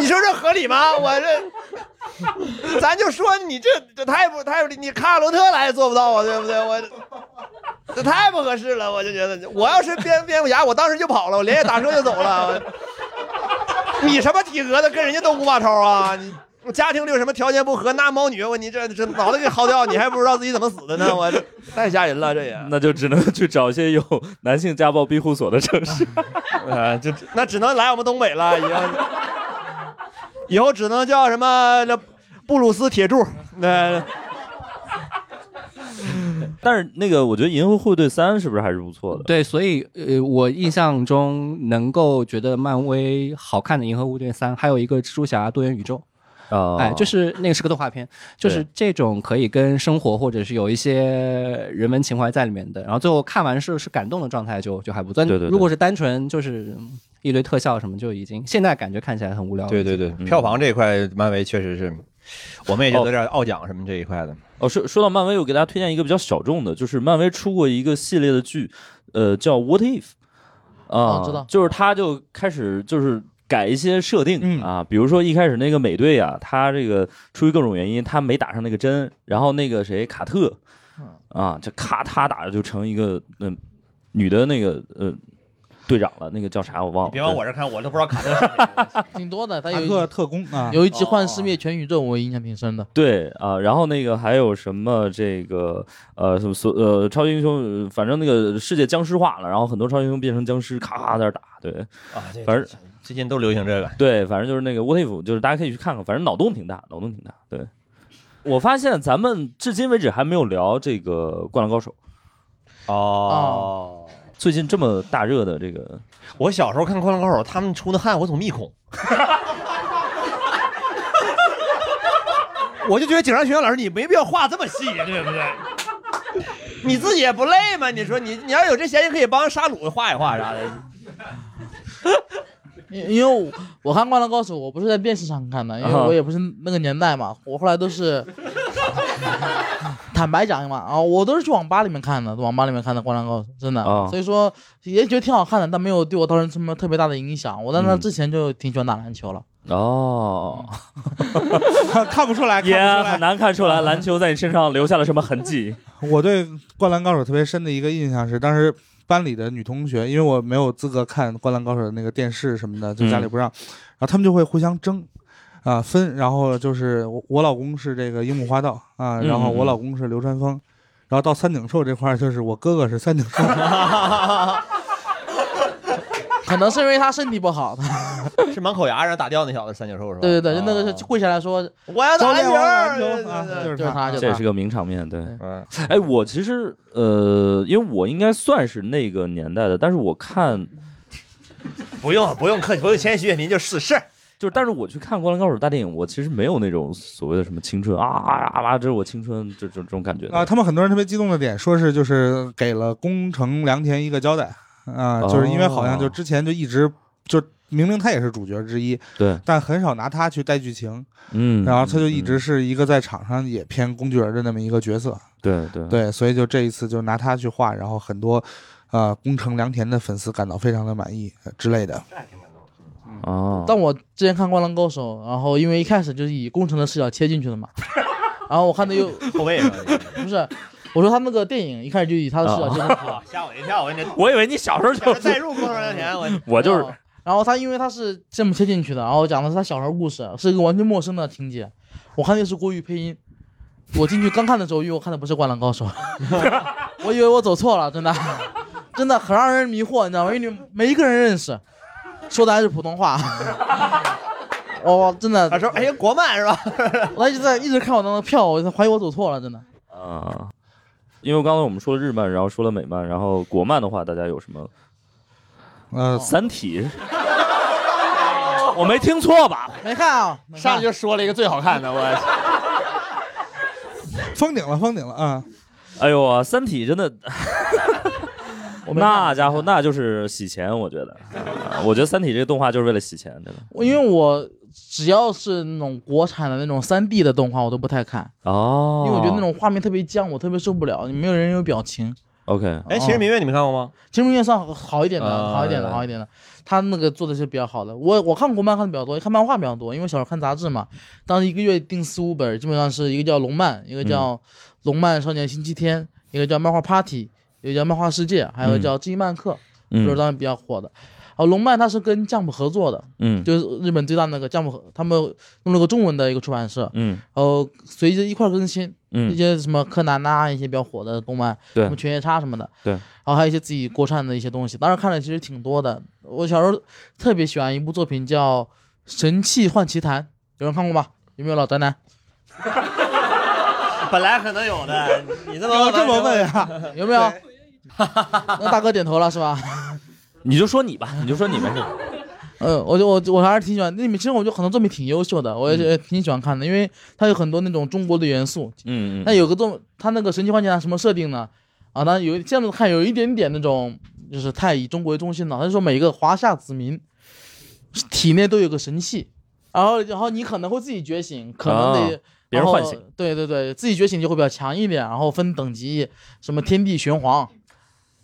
Speaker 5: 你说这合理吗？我这，咱就说你这这太不太不，你卡罗特来做不到啊，对不对？我这这太不合适了，我就觉得，我要是蝙蝙蝠侠，我当时就跑了，我连夜打车就走
Speaker 9: [LAUGHS]
Speaker 5: 了。我你什么体格子，跟人家都五马超啊？你家庭里有什么条件不合，那猫女我你这这脑袋给薅掉，你还不知道自己怎么死的呢？我这太吓人了，这也。
Speaker 1: 那就只能去找一些有 [LAUGHS] 男性家暴庇护所的城市。
Speaker 5: [LAUGHS] 啊，就那只能来我们东北了，以后以后只能叫什么那布鲁斯铁柱。那
Speaker 1: [LAUGHS] 但是那个，我觉得《银河护卫队三》是不是还是不错的？
Speaker 9: 对，所以呃，我印象中能够觉得漫威好看的《银河护卫队三》，还有一个《蜘蛛侠：多元宇宙》。
Speaker 5: 哦
Speaker 1: 啊
Speaker 9: 哎，就是那个是个动画片，就是
Speaker 1: 对
Speaker 9: 这种可以跟生活或者是有一些人文情怀在里面的，然后最后看完是是感动的状态就，就还不错。但
Speaker 1: 对对对
Speaker 9: 如果是单纯就是嗯一堆特效什么，就已经现在感觉看起来很无聊了。
Speaker 5: 对对对，票房这一块，漫威确实是，我们也就在这儿傲奖什么这一块的。
Speaker 1: 哦，说说到漫威，我给大家推荐一个比较小众的，就是漫威出过一个系列的剧，呃，叫《What If》啊，
Speaker 2: 哦知道
Speaker 1: 就是他就开始就是改一些设定、
Speaker 2: 嗯
Speaker 1: 啊，比如说一开始那个美队啊，他这个出于各种原因，他没打上那个针，然后那个谁卡特
Speaker 2: 嗯
Speaker 1: 啊，这咔他打着就成一个嗯、女的那个呃队长了，那个叫啥我忘了，
Speaker 5: 别往我这看，我都不知道卡特是
Speaker 2: [LAUGHS] 挺多的，他
Speaker 4: 塔
Speaker 2: 有
Speaker 4: 克特工啊，
Speaker 2: 有一
Speaker 5: 哦
Speaker 2: 集幻视灭全宇宙，我印象挺深的。
Speaker 1: 对啊、然后那个还有什么这个呃什么所呃超级英雄，呃反正那个世界僵尸化了，然后很多超级英雄变成僵尸，咔咔在那儿打，对
Speaker 5: 啊对
Speaker 1: 反正
Speaker 5: 最近都流行这个，
Speaker 1: 对，反正就是那个 What if，就是大家可以去看看，反正脑洞挺大，脑洞挺大，对。我发现咱们至今为止还没有聊这个《灌篮高手》
Speaker 5: 哦。
Speaker 1: 最近这么大热的这个，
Speaker 5: 我小时候看《灌篮高手》，他们出那汗，我总密 [LAUGHS] 孔。我就觉得警察学校老师，你没必要画这么细，对不对？你自己也不累吗？你说你你要有这闲心，可以帮沙鲁画一画啥的。 [LAUGHS]
Speaker 2: 因因为我我看《灌篮高手》，我不是在电视上看的，因为
Speaker 1: 啊哈
Speaker 2: 我也不是那个年代嘛，我后来都是 [LAUGHS] 坦白讲嘛啊，我都是去网吧里面看的，网吧里面看的《灌篮高手》，真的，
Speaker 1: 啊
Speaker 2: 所以说也觉得挺好看的，但没有对我造成什么特别大的影响。我在那
Speaker 1: 嗯
Speaker 2: 之前就挺喜欢打篮球了，
Speaker 1: [LAUGHS] 哦，
Speaker 4: 看不出来，看不出
Speaker 1: 也
Speaker 4: 来
Speaker 1: 很难看出来篮球在你身上留下了什么痕迹。
Speaker 4: 我对《灌篮高手》特别深的一个印象是，当时班里的女同学，因为我没有资格看《灌篮高手》的那个电视什么的，就家
Speaker 1: 嗯
Speaker 4: 里不让，然后他们就会互相争。啊，分，然后就是我我老公是这个樱木花道啊，
Speaker 1: 嗯
Speaker 4: 然后我老公是流川枫，然后到三井寿这块儿就是我哥哥是三井寿，
Speaker 2: 可能是因为他身体不好。 [LAUGHS]
Speaker 5: 是满口牙让打掉那小子三井寿是吧？
Speaker 2: 对对对，就那个是跪下来说
Speaker 5: 我要打篮球儿，对对对
Speaker 2: 就是他，就是
Speaker 1: 这
Speaker 2: 他
Speaker 1: 也是个名场面，对。哎，我其实呃，因为我应该算是那个年代的，但是我看
Speaker 5: [LAUGHS] 不用不用客气，不用谦虚，您就是是。
Speaker 1: 就是，但是我去看《灌篮高手》大电影，我其实没有那种所谓的什么青春啊啊啊啊，这是我青春这这这种感觉
Speaker 4: 啊，他们很多人特别激动的点，说是就是给了宫城良田一个交代啊，
Speaker 1: 哦
Speaker 4: 就是因为好像就之前就一直就明明他也是主角之一，
Speaker 1: 对
Speaker 4: 但很少拿他去带剧情，
Speaker 1: 嗯
Speaker 4: 然后他就一直是一个在场上也偏工具人的那么一个角色，
Speaker 1: 对对
Speaker 4: 对，所以就这一次就拿他去画，然后很多呃宫城良田的粉丝感到非常的满意呃之类的，啊
Speaker 1: 哦
Speaker 2: 但我之前看《灌篮高手》，然后因为一开始就是以工程的视角切进去的嘛，然后我看的又
Speaker 5: 后卫
Speaker 2: 不是，我说他那个电影一开始就以他的视角切进去，
Speaker 5: 啊 [LAUGHS] 吓我一跳，我以为
Speaker 1: 我以为你小时候就
Speaker 5: 再入空手良田，我
Speaker 1: 我就是
Speaker 2: 然后他因为他是这么切进去的，然后讲的是他小时候故事，是一个完全陌生的情节。我看的是国语配音，我进去刚看的时候，因为我看的不是《灌篮高手》， [LAUGHS] 我以为我走错了，真的，真的很让人迷惑，你知道吗？因为你没一个人认识，说的还是普通话。哦，真的，他
Speaker 5: 说：“哎呀，国漫是吧？”
Speaker 2: [LAUGHS] 我一直在一直看我那个票，我怀疑我走错了，真的。
Speaker 1: 啊。因为刚才我们说了日漫，然后说了美漫，然后国漫的话，大家有什么？
Speaker 4: 呃，《
Speaker 1: 三体》，我没听错吧？
Speaker 2: 没看啊，
Speaker 5: 上来就说了一个最好看的，我
Speaker 4: 封顶了，封顶了啊！
Speaker 1: 哎呦啊，《三体》真的，那家伙那就是洗钱，我觉得，啊我觉得《三体》这个动画就是为了洗钱，真的。
Speaker 2: 因为我只要是那种国产的那种三 D 的动画，我都不太看，
Speaker 1: 哦
Speaker 2: 因为我觉得那种画面特别僵，我特别受不了，没有人有表情。
Speaker 1: 哦 OK，
Speaker 5: 哎，
Speaker 2: 哦
Speaker 5: 《秦时明月》你们看过吗？
Speaker 2: 《秦时明月》算好一点的，
Speaker 5: 啊
Speaker 2: 好一点的，好一点的，他那个做的是比较好的。我我看国漫看的比较多，看漫画比较多，因为小时候看杂志嘛，当时一个月订四五本，基本上是一个叫《龙漫》，一个叫
Speaker 5: 嗯
Speaker 2: 《龙漫少年星期天》，一个叫《漫画 Party》，一个叫《漫画世界》，还有一个叫《知漫客》，
Speaker 1: 嗯
Speaker 2: 就是当时比较火的。哦，龙漫它是跟 Jump 合作的，
Speaker 1: 嗯
Speaker 2: 就是日本最大那个 Jump，他们弄了个中文的一个出版社，
Speaker 1: 嗯，
Speaker 2: 然后随着一块儿更新，
Speaker 1: 嗯
Speaker 2: 一些什么柯南呐、一些比较火的动漫，
Speaker 1: 对
Speaker 2: 什么犬夜叉什么的，
Speaker 1: 对，
Speaker 2: 然后还有一些自己国产的一些东西，当时看的其实挺多的。我小时候特别喜欢一部作品叫《神器幻奇谭》，有人看过吗？有没有老宅男？
Speaker 5: 本来可能有的，你这么
Speaker 2: 有这么问
Speaker 5: [LAUGHS]
Speaker 2: 啊有没有？那大哥点头了是吧？ [LAUGHS]
Speaker 1: 你就说你吧，你就说你没事。
Speaker 2: 嗯，我就我我还是挺喜欢那里面，其实我觉得很多作品挺优秀的，我也觉得挺喜欢看的，因为它有很多那种中国的元素。
Speaker 1: 嗯
Speaker 2: 那有个动，它那个神奇幻奇谭什么设定呢？啊，那有这样子看，有一点点那种就是太以中国为中心了。他就说每个华夏子民体内都有个神器，然后然后你可能会自己觉醒，可能得、
Speaker 1: 啊别
Speaker 2: 然
Speaker 1: 人
Speaker 2: 后
Speaker 1: 唤醒。
Speaker 2: 对对对，自己觉醒就会比较强一点，然后分等级，什么天地玄黄。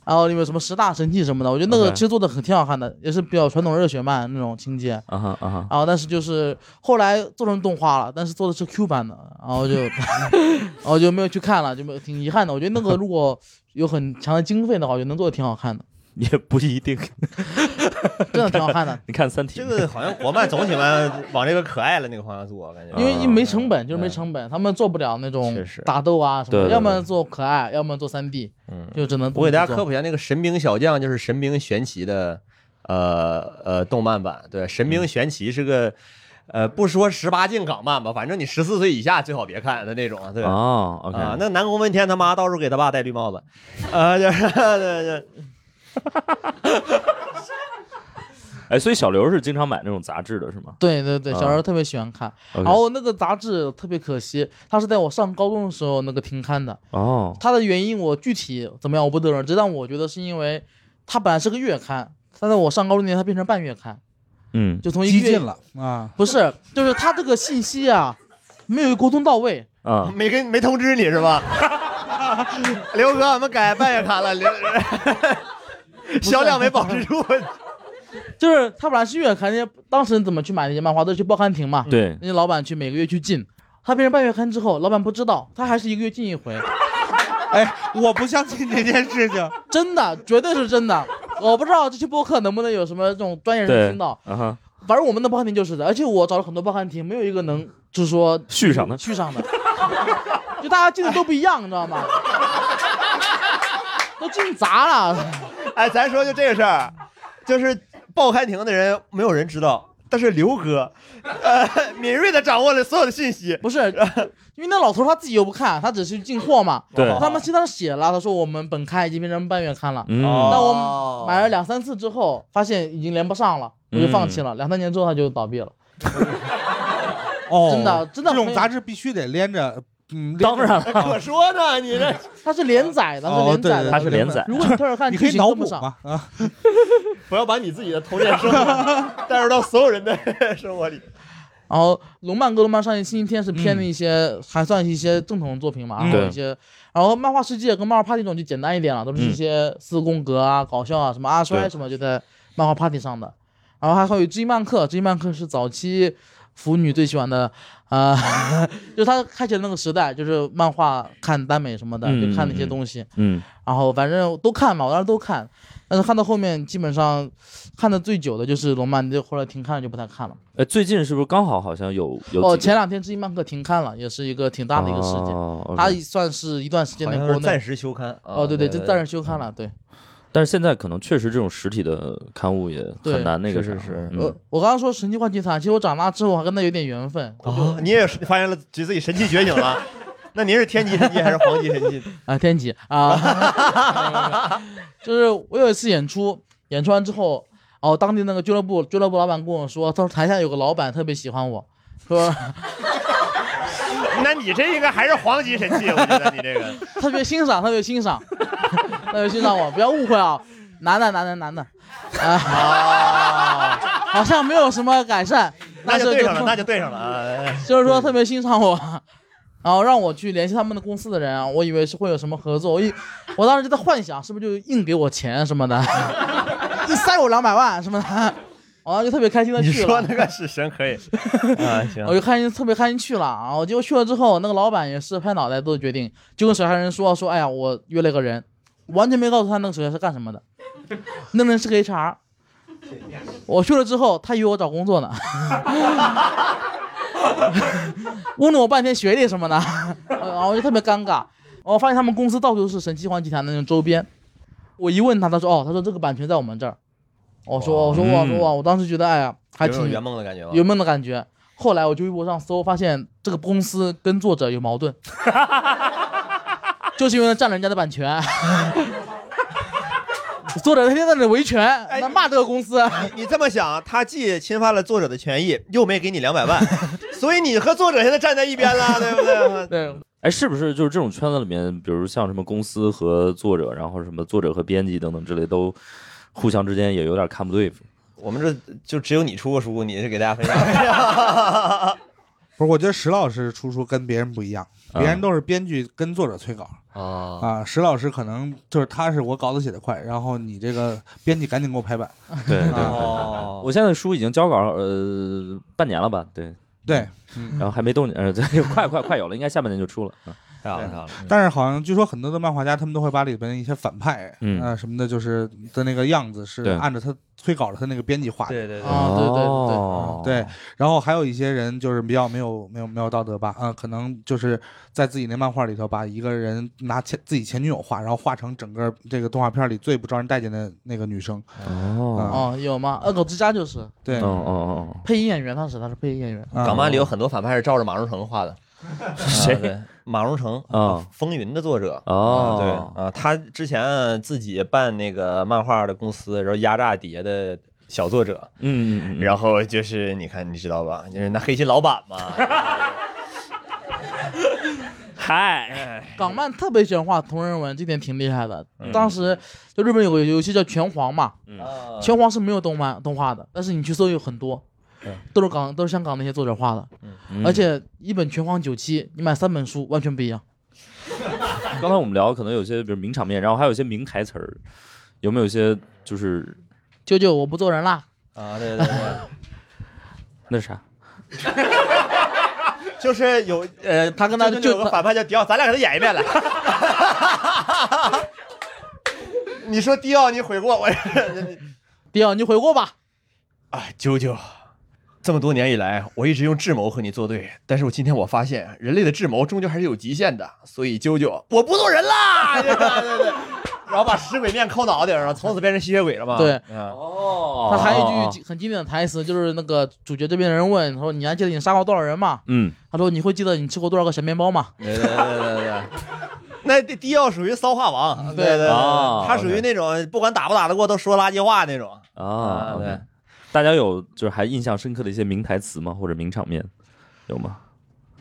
Speaker 2: 然后里面有什么十大神器什么的，我觉得那个
Speaker 1: OK
Speaker 2: 其实做的很挺好看的，也是比较传统热血漫那种情节。
Speaker 1: 啊哈啊哈，
Speaker 2: 然后但是就是后来做成动画了，但是做的是 Q 版的，然后就， [LAUGHS] 然后就没有去看了，就没有挺遗憾的。我觉得那个如果有很强的经费的话，我觉得能做的挺好看的，
Speaker 1: 也不一定，
Speaker 2: [LAUGHS] 真的挺好看
Speaker 5: [LAUGHS]
Speaker 2: 的。
Speaker 1: [LAUGHS] 你看《三体》，
Speaker 5: 这个好像国漫总
Speaker 1: [LAUGHS]
Speaker 5: 喜欢往这个可爱了那个方向做，我感觉。
Speaker 2: 因
Speaker 1: 啊
Speaker 2: 为因为没成本，就是没成本，他们做不了那种打斗啊什么
Speaker 5: 嗯对
Speaker 2: 的，
Speaker 5: 对嗯
Speaker 2: 要么做可爱，要么做三 D，就只能
Speaker 5: 我给大家
Speaker 2: 做
Speaker 5: 科普一下，那个《神兵小将》就是《神兵玄奇》的，呃呃，动漫版。对，《神兵玄奇》是个呃，不说十八禁港漫吧，反正你十四岁以下最好别看的那种，对吧？
Speaker 1: 哦，OK
Speaker 5: 啊，那南宫问天他妈到时候给他爸戴绿帽子，啊，就是，就是
Speaker 1: 哎，所以小刘是经常买那种杂志的是吗？
Speaker 2: 对对对，小时候
Speaker 1: 啊
Speaker 2: 特别喜欢看，
Speaker 1: OK
Speaker 2: 然后那个杂志特别可惜，它是在我上高中的时候那个停刊的。
Speaker 1: 哦，
Speaker 2: 它的原因我具体怎么样我不得而知，但我觉得是因为它本来是个月刊，但在我上高中那年它变成半月刊，
Speaker 1: 嗯，
Speaker 2: 就从一个
Speaker 4: 激
Speaker 2: 月
Speaker 4: 进了啊，
Speaker 2: 不是，就是它这个信息啊没有沟通到位，
Speaker 1: 啊，
Speaker 5: [LAUGHS] 没跟没通知你
Speaker 2: [LAUGHS]
Speaker 5: 是吧？刘哥，我们改半夜卡了，
Speaker 2: [LAUGHS]
Speaker 5: 刘销量没保持住。
Speaker 2: 就是他本来是月刊，人家当时怎么去买那些漫画都是去报刊亭嘛，
Speaker 1: 对
Speaker 2: 人家老板去每个月去进，他变成半月刊之后，老板不知道，他还是一个月进一
Speaker 5: [LAUGHS]
Speaker 2: 回。
Speaker 4: 哎，我不相信这件事情，
Speaker 2: 真的，绝对是真的。我不知道这期播客能不能有什么这种专业
Speaker 1: 对
Speaker 2: 人听到，，
Speaker 1: 啊哈，
Speaker 2: 反正我们的报刊亭就是的，而且我找了很多报刊亭，没有一个能就是说
Speaker 1: 续上的
Speaker 2: 续上的， [LAUGHS] 就大家进的都不一样，你知道吗？都进砸了。 [LAUGHS]
Speaker 5: 哎，咱说就这个事儿，就是报刊亭的人没有人知道，但是刘哥，呃，敏锐的掌握了所有的信息。
Speaker 2: 不是，因为那老头他自己又不看，他只是进货嘛。
Speaker 5: 对
Speaker 2: 他们其实他写了，他说我们本刊已经变成半月刊了。
Speaker 1: 嗯
Speaker 2: 那我买了两三次之后，发现已经连不上了，我就放弃了。两三年之后他就倒闭了。
Speaker 4: 哦，
Speaker 2: 真的真的
Speaker 4: 这
Speaker 2: 没
Speaker 4: 种
Speaker 2: 有
Speaker 4: 杂志必须得连着，嗯，
Speaker 2: 当
Speaker 4: [LAUGHS]
Speaker 2: 然了
Speaker 5: 可哎说呢，
Speaker 2: [LAUGHS]
Speaker 5: 你这
Speaker 2: 它是连载的，它是连载的，
Speaker 4: 哦对对对它是连载
Speaker 2: 如果你特尔看，
Speaker 4: 你可以
Speaker 2: 剧情跟
Speaker 4: 脑补
Speaker 2: 不上
Speaker 4: 嘛
Speaker 2: [LAUGHS]
Speaker 4: 啊。
Speaker 5: 不要把你自己的童年生活带入到所有人的 [LAUGHS] 生活里。
Speaker 2: 然后《龙漫》《格罗曼》上一星期天是偏的一些，还算是一些正统的作品嘛，
Speaker 1: 嗯
Speaker 2: 还有一些，然后《漫画世界》跟《漫画 Party》这种就简单一点了，都是一些四宫格啊、搞笑啊、什么阿衰
Speaker 1: 对
Speaker 2: 什么就在漫画 Party 上的，然后还会有《知音漫客》，《知音漫客》是早期腐女最喜欢的， [LAUGHS] 啊、就是他开启了那个时代，就是漫画看耽美什么的，
Speaker 1: 嗯
Speaker 2: 就看那些东西，
Speaker 1: 嗯，
Speaker 2: 然后反正都看嘛，我当时都看，但是看到后面基本上看的最久的就是《龙漫》，就后来停看就不太看了。
Speaker 1: 哎，最近是不是刚好好像有有
Speaker 2: 哦，
Speaker 1: 几个
Speaker 2: 前两天《知音漫客》停刊了，也是一个挺大的一个事件
Speaker 1: 哦，，OK
Speaker 2: 它也算是一段时间
Speaker 5: 好
Speaker 2: 的
Speaker 5: 像
Speaker 2: 国
Speaker 5: 是
Speaker 2: 内
Speaker 5: 暂时休刊啊
Speaker 2: 哦，对
Speaker 1: 对
Speaker 2: 对，
Speaker 1: 对
Speaker 2: 就暂时休刊了，对
Speaker 1: 但是现在可能确实这种实体的刊物也
Speaker 2: 对，
Speaker 1: 很难那个啥，嗯
Speaker 5: 呃
Speaker 2: 我我刚刚说《神奇幻奇塔》，其实我长大之后还跟它有点缘分。
Speaker 5: 哦，你也是发现了觉得自己神奇觉醒了， [LAUGHS] 那您是天机神器还是黄级神器？
Speaker 2: 啊，天启
Speaker 5: [LAUGHS]
Speaker 2: 啊， [LAUGHS] 就是我有一次演出，演出完之后，哦，当地那个俱乐部俱乐部老板跟我说，他说台下有个老板特别喜欢我，说
Speaker 5: [LAUGHS] 那你这应该还是黄级神器，我觉得你这个。
Speaker 2: 特别欣赏，特别欣赏，特别欣赏我，不要误会啊，男的男的男的，啊，好像没有什么改善，
Speaker 5: 那就
Speaker 2: 但是
Speaker 5: 对上了，那就对上了啊！
Speaker 2: [LAUGHS] 就是说特别欣赏我，然后让我去联系他们的公司的人啊，我以为是会有什么合作，我一我当时就在幻想是不是就硬给我钱什么的， [LAUGHS] 一塞我两百万什么的，我当时就特别开心的
Speaker 5: 你
Speaker 2: 去
Speaker 5: 说
Speaker 2: 了。
Speaker 5: 那个是神
Speaker 2: [LAUGHS]
Speaker 5: 可以啊，行
Speaker 2: 我就开心，特别开心去了啊！我结果去了之后，那个老板也是拍脑袋做决定，就跟手下人说说，哎呀，我约了个人，完全没告诉他那个手下是干什么的，那个人是个 HR。我去了之后，他以为我找工作呢， [LAUGHS] 问了我半天学历什么的，然后我就特别尴尬。我发现他们公司到处是神奇幻集团的那种周边，我一问他，他说哦，他说这个版权在我们这儿。我说我说我说哇，我当时觉得哎呀，还
Speaker 5: 嗯有
Speaker 2: 挺
Speaker 5: 种圆梦的感觉吗
Speaker 2: 圆梦的感觉。后来我就微博上搜，发现这个公司跟作者有矛盾，就是因为占了人家的版权。作者天天在那里维权，那骂这个公司。
Speaker 5: 哎你这么想，他既侵犯了作者的权益，又没给你两百万， [LAUGHS] 所以你和作者现在站在一边了，对不对？
Speaker 2: [LAUGHS] 对。
Speaker 1: 哎，是不是就是这种圈子里面，比如像什么公司和作者，然后什么作者和编辑等等之类，都互相之间也有点看不对付。
Speaker 5: 我们这就只有你出过书，你是给大家分享。
Speaker 4: [LAUGHS] 不是，我觉得石老师出书跟别人不一样，别人都是编剧跟作者催稿。
Speaker 12: 嗯
Speaker 5: 啊
Speaker 4: 啊，石老师可能就是他是我稿子写的快，然后你这个编辑赶紧给我排版。
Speaker 1: [LAUGHS] 对对对对
Speaker 4: 哦
Speaker 1: 我现在书已经交稿呃半年了吧？对
Speaker 4: 对，
Speaker 1: [LAUGHS] 然后还没动静，呃，对，快快快有了，应该下半年就出了。嗯
Speaker 5: 太好了，太好了。
Speaker 4: 但是好像据说很多的漫画家，他们都会把里边一些反派，
Speaker 5: 嗯
Speaker 4: 啊什么的，就是的那个样子是
Speaker 5: 对
Speaker 4: 按照他催稿的他那个编辑画的。
Speaker 5: 对对
Speaker 4: 对
Speaker 5: 啊对对对哦
Speaker 4: 对。然后还有一些人就是比较没有没有没有道德吧，啊，可能就是在自己那漫画里头把一个人拿前自己前女友画，然后画成整个这个动画片里最不招人待见的那个女生。
Speaker 2: [LAUGHS]
Speaker 4: 啊
Speaker 2: 哦，有吗？恶狗之家就是
Speaker 4: 对，
Speaker 1: 嗯
Speaker 5: 哦哦
Speaker 2: 配音演员，当时他是配音演员。
Speaker 1: 啊
Speaker 5: 港漫里有很多反派是照着马荣成
Speaker 1: [LAUGHS]
Speaker 5: 画的，
Speaker 2: 谁
Speaker 5: 啊对马荣成
Speaker 1: 啊，
Speaker 5: 风云的作者
Speaker 1: 哦
Speaker 5: 啊对啊，他之前自己办那个漫画的公司，然后压榨底下的小作者，
Speaker 1: 嗯
Speaker 5: 然后就是你看，你知道吧？就是那黑心老板嘛，
Speaker 1: 嗨，
Speaker 2: 港漫特别喜欢画同人文，这点挺厉害的。
Speaker 5: 嗯
Speaker 2: 当时就日本有个游戏叫《拳皇》嘛，
Speaker 5: 嗯
Speaker 2: [LAUGHS] 拳皇》是没有动漫动画的，但是你去搜有很多，都是港都是香港那些作者画的，
Speaker 1: 嗯
Speaker 2: 而且一本《拳皇九七》，你买三本书完全不一样。
Speaker 1: 刚才我们聊可能有些比如名场面，然后还有一些名台词儿，有没有一些就是
Speaker 2: 舅舅，我不做人啦。
Speaker 5: 啊，对对对，
Speaker 1: 那是啥？
Speaker 5: 就是有呃，
Speaker 2: 他跟他
Speaker 5: 就就有个反派叫迪奥，咱俩给他演一遍 [LAUGHS] 来。你说迪奥，你悔过我？
Speaker 2: [LAUGHS] 迪奥，你悔过吧？
Speaker 5: 啊，啾啾，这么多年以来，我一直用智谋和你作对，但是我今天我发现，人类的智谋终究还是有极限的，所以啾啾，我不做人 [LAUGHS] 啦！对对对，然后把食鬼面扣脑袋上，从此变成吸血鬼了嘛？
Speaker 2: 对
Speaker 5: 哦
Speaker 2: 他还有一句很经典的台词，就是那个主角这边人问他说：“你还记得你杀过多少人吗？”
Speaker 1: 嗯，
Speaker 2: 他说：“你会记得你吃过多少个小面包吗
Speaker 5: 对对对对
Speaker 1: 啊
Speaker 5: 对。那迪迪奥属于骚话王，对
Speaker 2: 对
Speaker 5: 对，
Speaker 1: 哦
Speaker 5: 他属于那种不管打不打得过都说垃圾话那种。
Speaker 1: 啊，
Speaker 5: 对
Speaker 1: OK。大家有就是还印象深刻的一些名台词吗？或者名场面有吗？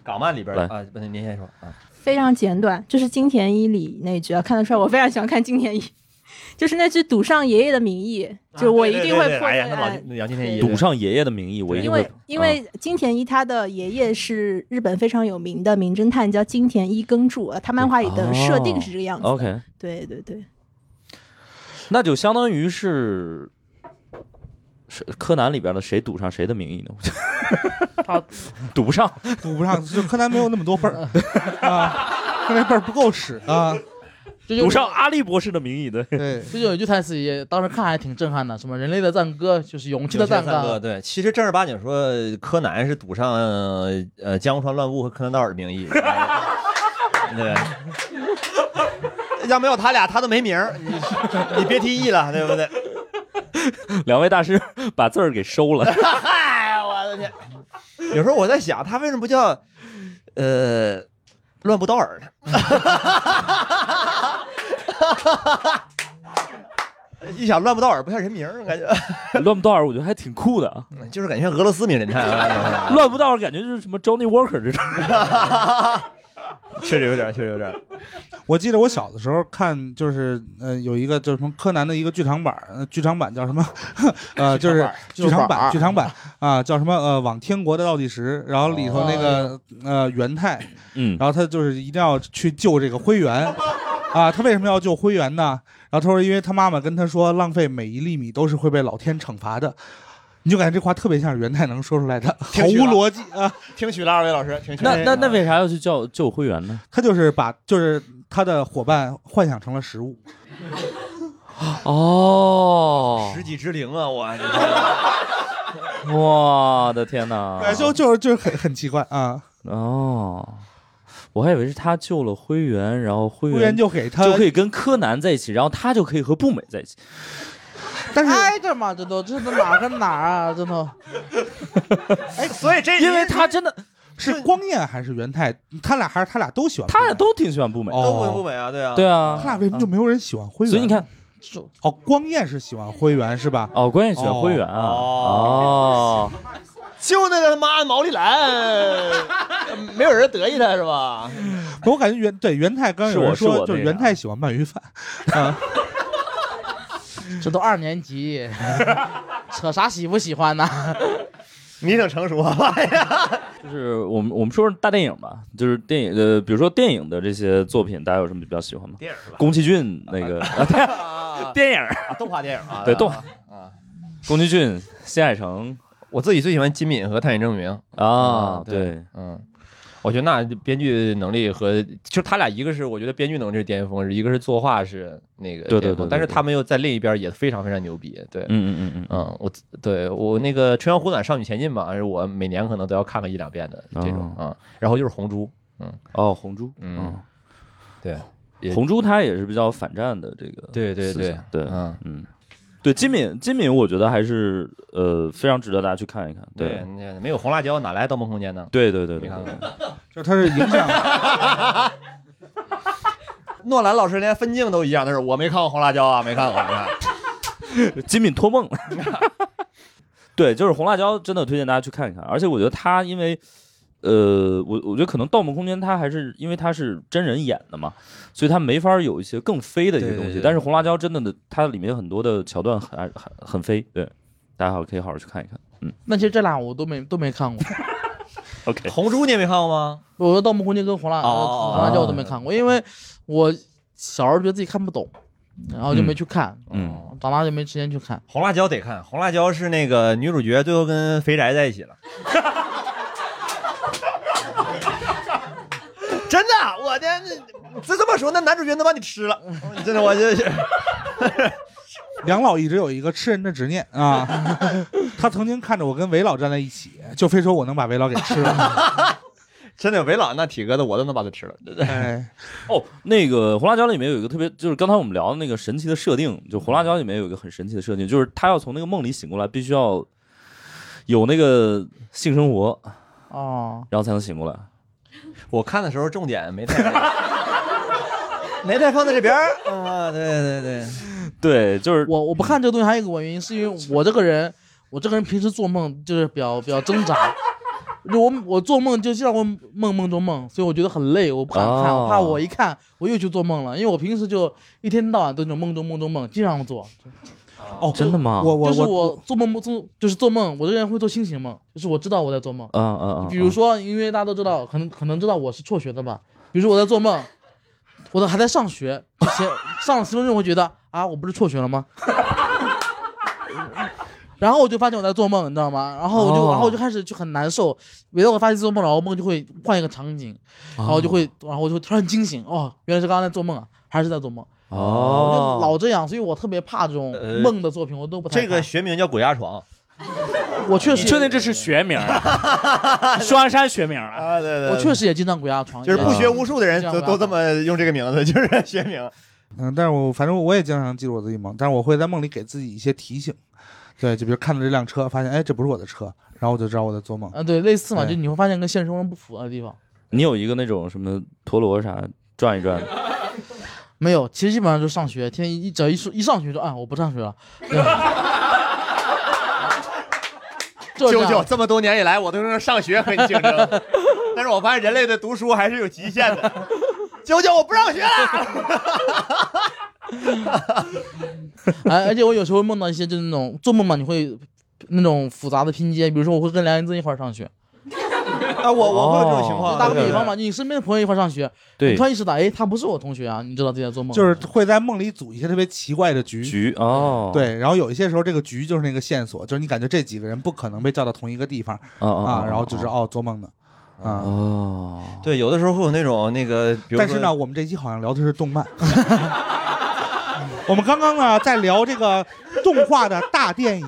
Speaker 5: 港漫里边
Speaker 1: 来
Speaker 5: 啊，不是您先说啊。
Speaker 6: 非常简短，就是金田一里那句啊，看得出来我非常喜欢看金田一， [LAUGHS] 就是那句“赌上爷爷的名义”，就我一定会破
Speaker 5: 哎
Speaker 6: 啊对
Speaker 5: 呀，那老金那杨金天一
Speaker 1: 赌上爷爷的名义，我一定
Speaker 6: 因
Speaker 1: 会
Speaker 6: 为。因为金田一他的爷爷是日本非常有名的名侦探，叫金田一耕助，啊他漫画里的设定是这个样子的。
Speaker 1: 哦，OK
Speaker 6: 对对对，
Speaker 1: 那就相当于是是柯南里边的谁赌上谁的名义呢？
Speaker 2: 他
Speaker 1: [LAUGHS] 赌不上，
Speaker 4: 堵不上，就柯南没有那么多 [LAUGHS] 辈儿啊，柯南辈儿不够使
Speaker 5: [LAUGHS]
Speaker 4: 啊。
Speaker 2: 这就是
Speaker 1: 赌上阿笠博士的名义的。
Speaker 4: 对，”
Speaker 2: 这就有一句台词也当时看还挺震撼的，什么“人类的赞歌就是勇气的赞
Speaker 5: 赞
Speaker 2: 歌”， [LAUGHS]
Speaker 5: 歌，对，其实正儿八经说，柯南是赌上呃江户川乱步和柯南道尔的名义， [LAUGHS] 对，要没有他俩，他都没名儿你你别提议了，对不对？
Speaker 1: 两位大师把字儿给收了。
Speaker 5: 嗨，我的天！有时候我在想，他为什么不叫呃乱步道尔呢？ [LAUGHS] 一想乱步道尔不像人名儿，感觉
Speaker 1: [LAUGHS]
Speaker 5: 嗯
Speaker 1: 乱步道尔我觉得还挺酷的，啊
Speaker 5: 就是感觉俄罗斯名侦探啊，
Speaker 1: [LAUGHS] 乱不道感觉就是什么 Johnny Walker
Speaker 5: [LAUGHS]
Speaker 1: 这种。
Speaker 5: 确实有点，确实有点。
Speaker 4: 我记得我小的时候看，就是呃，有一个就是什么柯南的一个剧场版，呃剧场版叫什么？ [LAUGHS] 呃，就是剧
Speaker 2: 剧
Speaker 4: 场
Speaker 2: 场
Speaker 4: 版，
Speaker 2: 版
Speaker 4: 剧场版啊，叫什么？呃，往天国的倒计时。然后里头那个呃元太，
Speaker 1: 嗯，
Speaker 4: 然后他就是一定要去救这个灰原啊。他为什么要救灰原呢？然后他说，因为他妈妈跟他说，浪费每一粒米都是会被老天惩罚的。你就感觉这话特别像是元太能说出来的，毫无逻辑。辑啊！
Speaker 5: [LAUGHS] 听许了，二位老师，听许了
Speaker 1: 那那那为啥要去叫救灰原呢？
Speaker 4: 他就是把就是他的伙伴幻想成了食物。
Speaker 1: [LAUGHS] 哦，
Speaker 5: 十几之灵啊，
Speaker 1: [LAUGHS]
Speaker 5: 我
Speaker 1: 啊我的天哪！
Speaker 4: [LAUGHS] 对，就就是就是很很奇怪啊。
Speaker 1: 哦，我还以为是他救了灰原，然后灰
Speaker 4: 灰
Speaker 1: 原
Speaker 4: 原就给他
Speaker 1: 就可以跟柯南在一起，然后他就可以和步美在一起。
Speaker 4: 但是
Speaker 2: 挨着嘛，这都这都哪儿跟哪儿啊，这 [LAUGHS] 都。
Speaker 5: 哎，所以这
Speaker 1: 因为他真的
Speaker 4: 是光彦还是元太，他俩还是他俩都喜欢，
Speaker 1: 他俩都挺喜欢步美，
Speaker 4: 哦
Speaker 5: 都不不美啊，对啊，
Speaker 1: 对啊
Speaker 4: 他俩为什么就没有人喜欢灰原？
Speaker 1: 所以你看，
Speaker 4: 哦，光彦是喜欢灰原是吧？
Speaker 1: 哦，光彦喜欢灰原啊，哦，
Speaker 5: 就那个他妈的毛利
Speaker 1: [LAUGHS]
Speaker 5: 兰，没有人得意他是吧？
Speaker 4: [LAUGHS] 我感觉元对元太刚有人
Speaker 1: 是我是
Speaker 4: 说，
Speaker 5: 啊
Speaker 1: 我
Speaker 4: 就是
Speaker 1: 那个
Speaker 4: 元太喜欢鳗鱼
Speaker 5: [LAUGHS]
Speaker 4: 饭啊，
Speaker 2: 这都二年级， [LAUGHS] 扯啥喜不喜欢呢？ [LAUGHS]
Speaker 5: 你挺成熟啊！
Speaker 1: 就是我们我们说说大电影吧，就是电影呃，比如说电影的这些作品，大家有什么比较喜欢吗？
Speaker 5: 电影是吧
Speaker 1: 宫崎骏那个啊对啊电影
Speaker 5: 啊，动画电影啊，
Speaker 1: 对动画
Speaker 5: 啊，
Speaker 1: 宫崎骏、新海诚，
Speaker 5: 我自己最喜欢金敏和探险证明
Speaker 1: 啊，
Speaker 5: 对
Speaker 1: 对，
Speaker 5: 嗯，我觉得那编剧能力和就他俩一个是我觉得编剧能力是巅峰，一个是作画是那个
Speaker 1: 对对
Speaker 5: 巅
Speaker 1: 对
Speaker 5: 峰
Speaker 1: 对
Speaker 5: 但是
Speaker 1: 对
Speaker 5: 他们又在另一边也非常非常牛逼，对，
Speaker 1: 嗯嗯嗯
Speaker 5: 嗯，我对我那个《春阳湖暖少女前进》吧，是我每年可能都要看个一两遍的这种啊、嗯然后就是《红猪》，嗯，
Speaker 1: 哦，《红猪》，
Speaker 5: 嗯，对，也
Speaker 1: 红猪它也是比较反战的这个思想，对
Speaker 5: 对对
Speaker 1: 对，
Speaker 5: 嗯
Speaker 1: 嗯，对金敏金敏，我觉得还是呃非常值得大家去看一看，
Speaker 5: 对，那没有红辣椒哪来《盗梦空间》呢？
Speaker 1: 对对对
Speaker 5: 你
Speaker 1: 对，
Speaker 5: 看看，
Speaker 4: [LAUGHS] 就它是影响。
Speaker 5: [LAUGHS] 诺兰老师连分镜都一样，他说我没看过《红辣椒》啊，没看过，没看过。
Speaker 1: 金敏托梦。
Speaker 5: [LAUGHS]
Speaker 1: 对，就是《红辣椒》，真的推荐大家去看一看。而且我觉得它因为，呃，我我觉得可能《盗梦空间》它还是因为它是真人演的嘛，所以它没法有一些更飞的一些
Speaker 5: 对对
Speaker 1: 东西。
Speaker 5: 对
Speaker 1: 但是《红辣椒》真的的，它里面有很多的桥段很很很飞，对，大家好可以好好去看一看。嗯
Speaker 2: 那其实这俩我都没都没看过。
Speaker 1: ，OK。
Speaker 5: 红猪你也没看过吗？
Speaker 2: 我说《盗梦空间》跟《红辣》呃
Speaker 5: 哦
Speaker 2: 红辣椒》我都没看过，因为我小时候觉得自己看不懂，然后就没去看，
Speaker 5: 哦
Speaker 1: 嗯，
Speaker 2: 长大就没时间去看。
Speaker 5: 红辣椒得看，红辣椒是那个女主角最后跟肥宅在一起了， [LAUGHS] 真的，啊我的这这么说，那男主角能把你吃了，真的，我这
Speaker 4: [LAUGHS] 梁老一直有一个吃人的执念啊， [LAUGHS] 他曾经看着我跟韦老站在一起，就非说我能把韦老给吃
Speaker 5: [LAUGHS]
Speaker 4: 了。
Speaker 5: 真的，维朗那体格子我都能把它吃了。
Speaker 4: 哎，
Speaker 1: 哦，那个《红辣椒》里面有一个特别，就是刚才我们聊的那个神奇的设定，就《红辣椒》里面有一个很神奇的设定，就是他要从那个梦里醒过来，必须要有那个性生活，
Speaker 2: 哦，
Speaker 1: 然后才能醒过来。
Speaker 5: 我看的时候重点没太 [LAUGHS] 没太放在这边儿 [LAUGHS] 啊，对对对，
Speaker 1: 对，就是
Speaker 2: 我我不看这个东西还有一个原因，是因为我这个人，我这个人平时做梦就是比较比较挣扎，就我我做梦就让我梦梦中梦，所以我觉得很累，我不敢看，
Speaker 1: 哦
Speaker 2: 我怕我一看我又去做梦了，因为我平时就一天到晚都那种梦中梦中梦，经常做。
Speaker 1: 哦，真的吗？
Speaker 2: 就是我做梦不做，就是做梦，我这个人会做清醒梦，就是我知道我在做梦。
Speaker 5: 啊
Speaker 1: 嗯嗯嗯，
Speaker 2: 比如说，因为大家都知道，可能可能知道我是辍学的吧。比如说我在做梦，我都还在上学，之前上了十分钟，我觉得啊，我不是辍学了吗？ [LAUGHS] 然后我就发现我在做梦，你知道吗？然后我就，
Speaker 1: 哦
Speaker 2: 然后我就开始就很难受。每当我发现做梦了，然后梦就会换一个场景，然后就会，
Speaker 5: 哦
Speaker 2: 然后我就会突然惊醒，哦，原来是刚刚在做梦啊，还是在做梦。
Speaker 5: 哦
Speaker 2: 我就老这样，所以我特别怕这种
Speaker 5: 呃
Speaker 2: 梦的作品，我都不太
Speaker 5: 这个
Speaker 2: 看
Speaker 5: 学名叫鬼压床，
Speaker 2: 我确实
Speaker 5: 你确定
Speaker 2: 这
Speaker 5: 是
Speaker 2: 学名、
Speaker 5: [LAUGHS] 双
Speaker 2: 山学名
Speaker 5: 啊，对对，
Speaker 2: 我确实也经常鬼压床，啊
Speaker 5: 就是不学无术的人
Speaker 2: 也
Speaker 5: 都都这么用这个名字，就是学名。
Speaker 4: 嗯，但是我反正我也经常记住我自己梦，但是我会在梦里给自己一些提醒。对，就比如看到这辆车，发现哎，这不是我的车，然后我就知道我在做梦。
Speaker 2: 啊，对，类似嘛，
Speaker 4: 哎
Speaker 2: 就你会发现跟现实生活中不符的地方。
Speaker 1: 你有一个那种什么陀螺啥转一转的，
Speaker 2: 没有，其实基本上就上学，天天一只要一说一上学就啊，我不上学了。 [LAUGHS] 就
Speaker 5: 舅
Speaker 2: 样
Speaker 5: 舅，这么多年以来，我都是上学和你竞争， [LAUGHS] 但是我发现人类的读书还是有极限的。舅 [LAUGHS] 舅，我不上学了。
Speaker 2: 哎，而且我有时候会梦到一些就是那种做梦嘛，你会那种复杂的拼接，比如说我会跟梁彦增一块儿上
Speaker 5: [LAUGHS]
Speaker 2: 学。
Speaker 5: 啊，我我会有这种情况
Speaker 2: 打个比方
Speaker 5: 哦对
Speaker 2: 嘛，你身边的朋友一块儿上学，
Speaker 1: 对
Speaker 2: 你突然意识到，哎，他不是我同学啊，你知道自己在做梦。
Speaker 4: 就是会在梦里组一些特别奇怪的局
Speaker 1: 局哦，
Speaker 4: 对，然后有一些时候这个局就是那个线索，就是你感觉这几个人不可能被叫到同一个地方
Speaker 1: 哦哦
Speaker 4: 啊
Speaker 1: 哦，
Speaker 4: 然后就是哦做梦的啊
Speaker 1: 哦，
Speaker 5: 对，有的时候会有那种那个，比如
Speaker 4: 但是呢，
Speaker 5: 说
Speaker 4: 我们这期好像聊的是动漫。 [LAUGHS] 我们刚刚呢在聊这个动画的大电影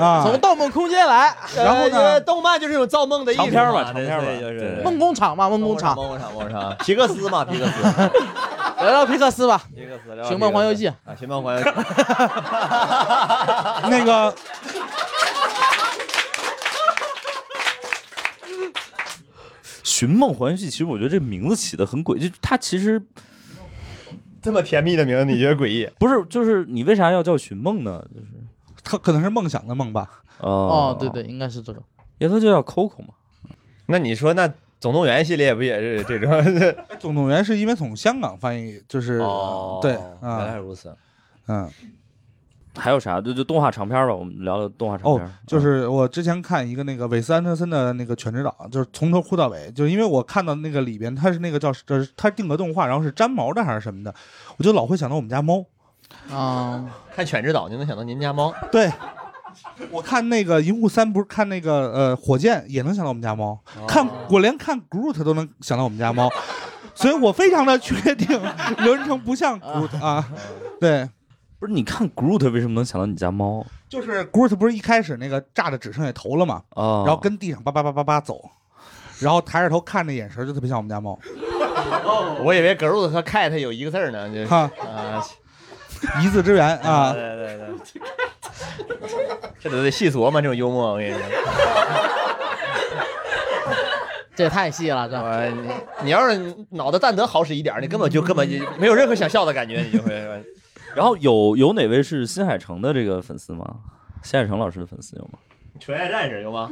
Speaker 4: 啊，
Speaker 2: 从《盗梦空间》来，
Speaker 4: 然后呢呃
Speaker 5: 动漫就是有造梦的
Speaker 4: 长片儿吧
Speaker 5: 对
Speaker 4: 长片儿吧
Speaker 5: 对就是
Speaker 4: 对
Speaker 2: 梦工厂嘛，梦工厂，
Speaker 5: 梦工厂，梦工厂， [LAUGHS] 皮克斯嘛，皮克斯，
Speaker 2: [LAUGHS] 聊聊皮克斯吧，
Speaker 5: 皮克斯，聊聊
Speaker 2: 《寻梦环游记》
Speaker 5: 啊，寻梦环游记，
Speaker 2: [LAUGHS]
Speaker 4: 那个。
Speaker 1: 寻梦环游记》，其实我觉得这名字起的很诡异，就它其实
Speaker 5: 这么甜蜜的名字，你觉得诡异？
Speaker 1: 不是，就是你为啥要叫寻梦呢？就是
Speaker 4: 他可能是梦想的梦吧。
Speaker 1: 哦
Speaker 2: 哦，对对，应该是这个。
Speaker 1: 也都就叫 Coco 嘛。
Speaker 5: 那你说那 [LAUGHS] 总动员系列不也是这
Speaker 4: [LAUGHS]
Speaker 5: 种？
Speaker 4: 总动员是因为从香港翻译，就是、
Speaker 5: 哦
Speaker 4: 对
Speaker 5: 原来
Speaker 4: 啊，
Speaker 5: 如此。
Speaker 4: 嗯，
Speaker 1: 还有啥？就就动画长片吧，我们聊聊动画长
Speaker 4: 哦
Speaker 1: 片。，
Speaker 4: 就是我之前看一个那个韦斯安德森的那个《全职岛》，就是从头哭到尾，就是因为我看到那个里边，它是那个叫这是它是定格动画，然后是粘毛的还是什么的，我就老会想到我们家猫。
Speaker 2: 啊，
Speaker 5: 看《犬之岛》就能想到您家猫，
Speaker 4: 对，我看那个《银护三》，不是看那个呃火箭也能想到我们家猫，看我连看 Groot 都能想到我们家猫，所以我非常的确定刘仁成不像 Groot 啊。对，
Speaker 1: 不是你看 Groot 为什么能想到你家猫？
Speaker 4: 就是 Groot 不是一开始那个炸的只剩下头了嘛，
Speaker 1: 哦
Speaker 4: 然后跟地上叭叭叭叭叭走，然后抬着头看那眼神就特别像我们家猫，
Speaker 5: [LAUGHS] 我以为
Speaker 2: [LAUGHS]
Speaker 5: Groot 和 Cat 有一个字儿呢，就是
Speaker 4: 哦哈
Speaker 5: 啊，
Speaker 4: 一字之缘啊。
Speaker 5: 对
Speaker 2: [LAUGHS]
Speaker 5: 对对，这都得细琢磨这种幽默，我跟你说。
Speaker 2: [LAUGHS] 这也太细了，这、
Speaker 5: 哎你你要是脑袋蛋得好使一点儿，你根本就根本就没有任何想笑的感觉，你就会。
Speaker 1: 然后有有哪位是新海诚的这个粉丝吗？新海诚老师的粉丝有吗？
Speaker 5: [LAUGHS] 纯爱战士有吗？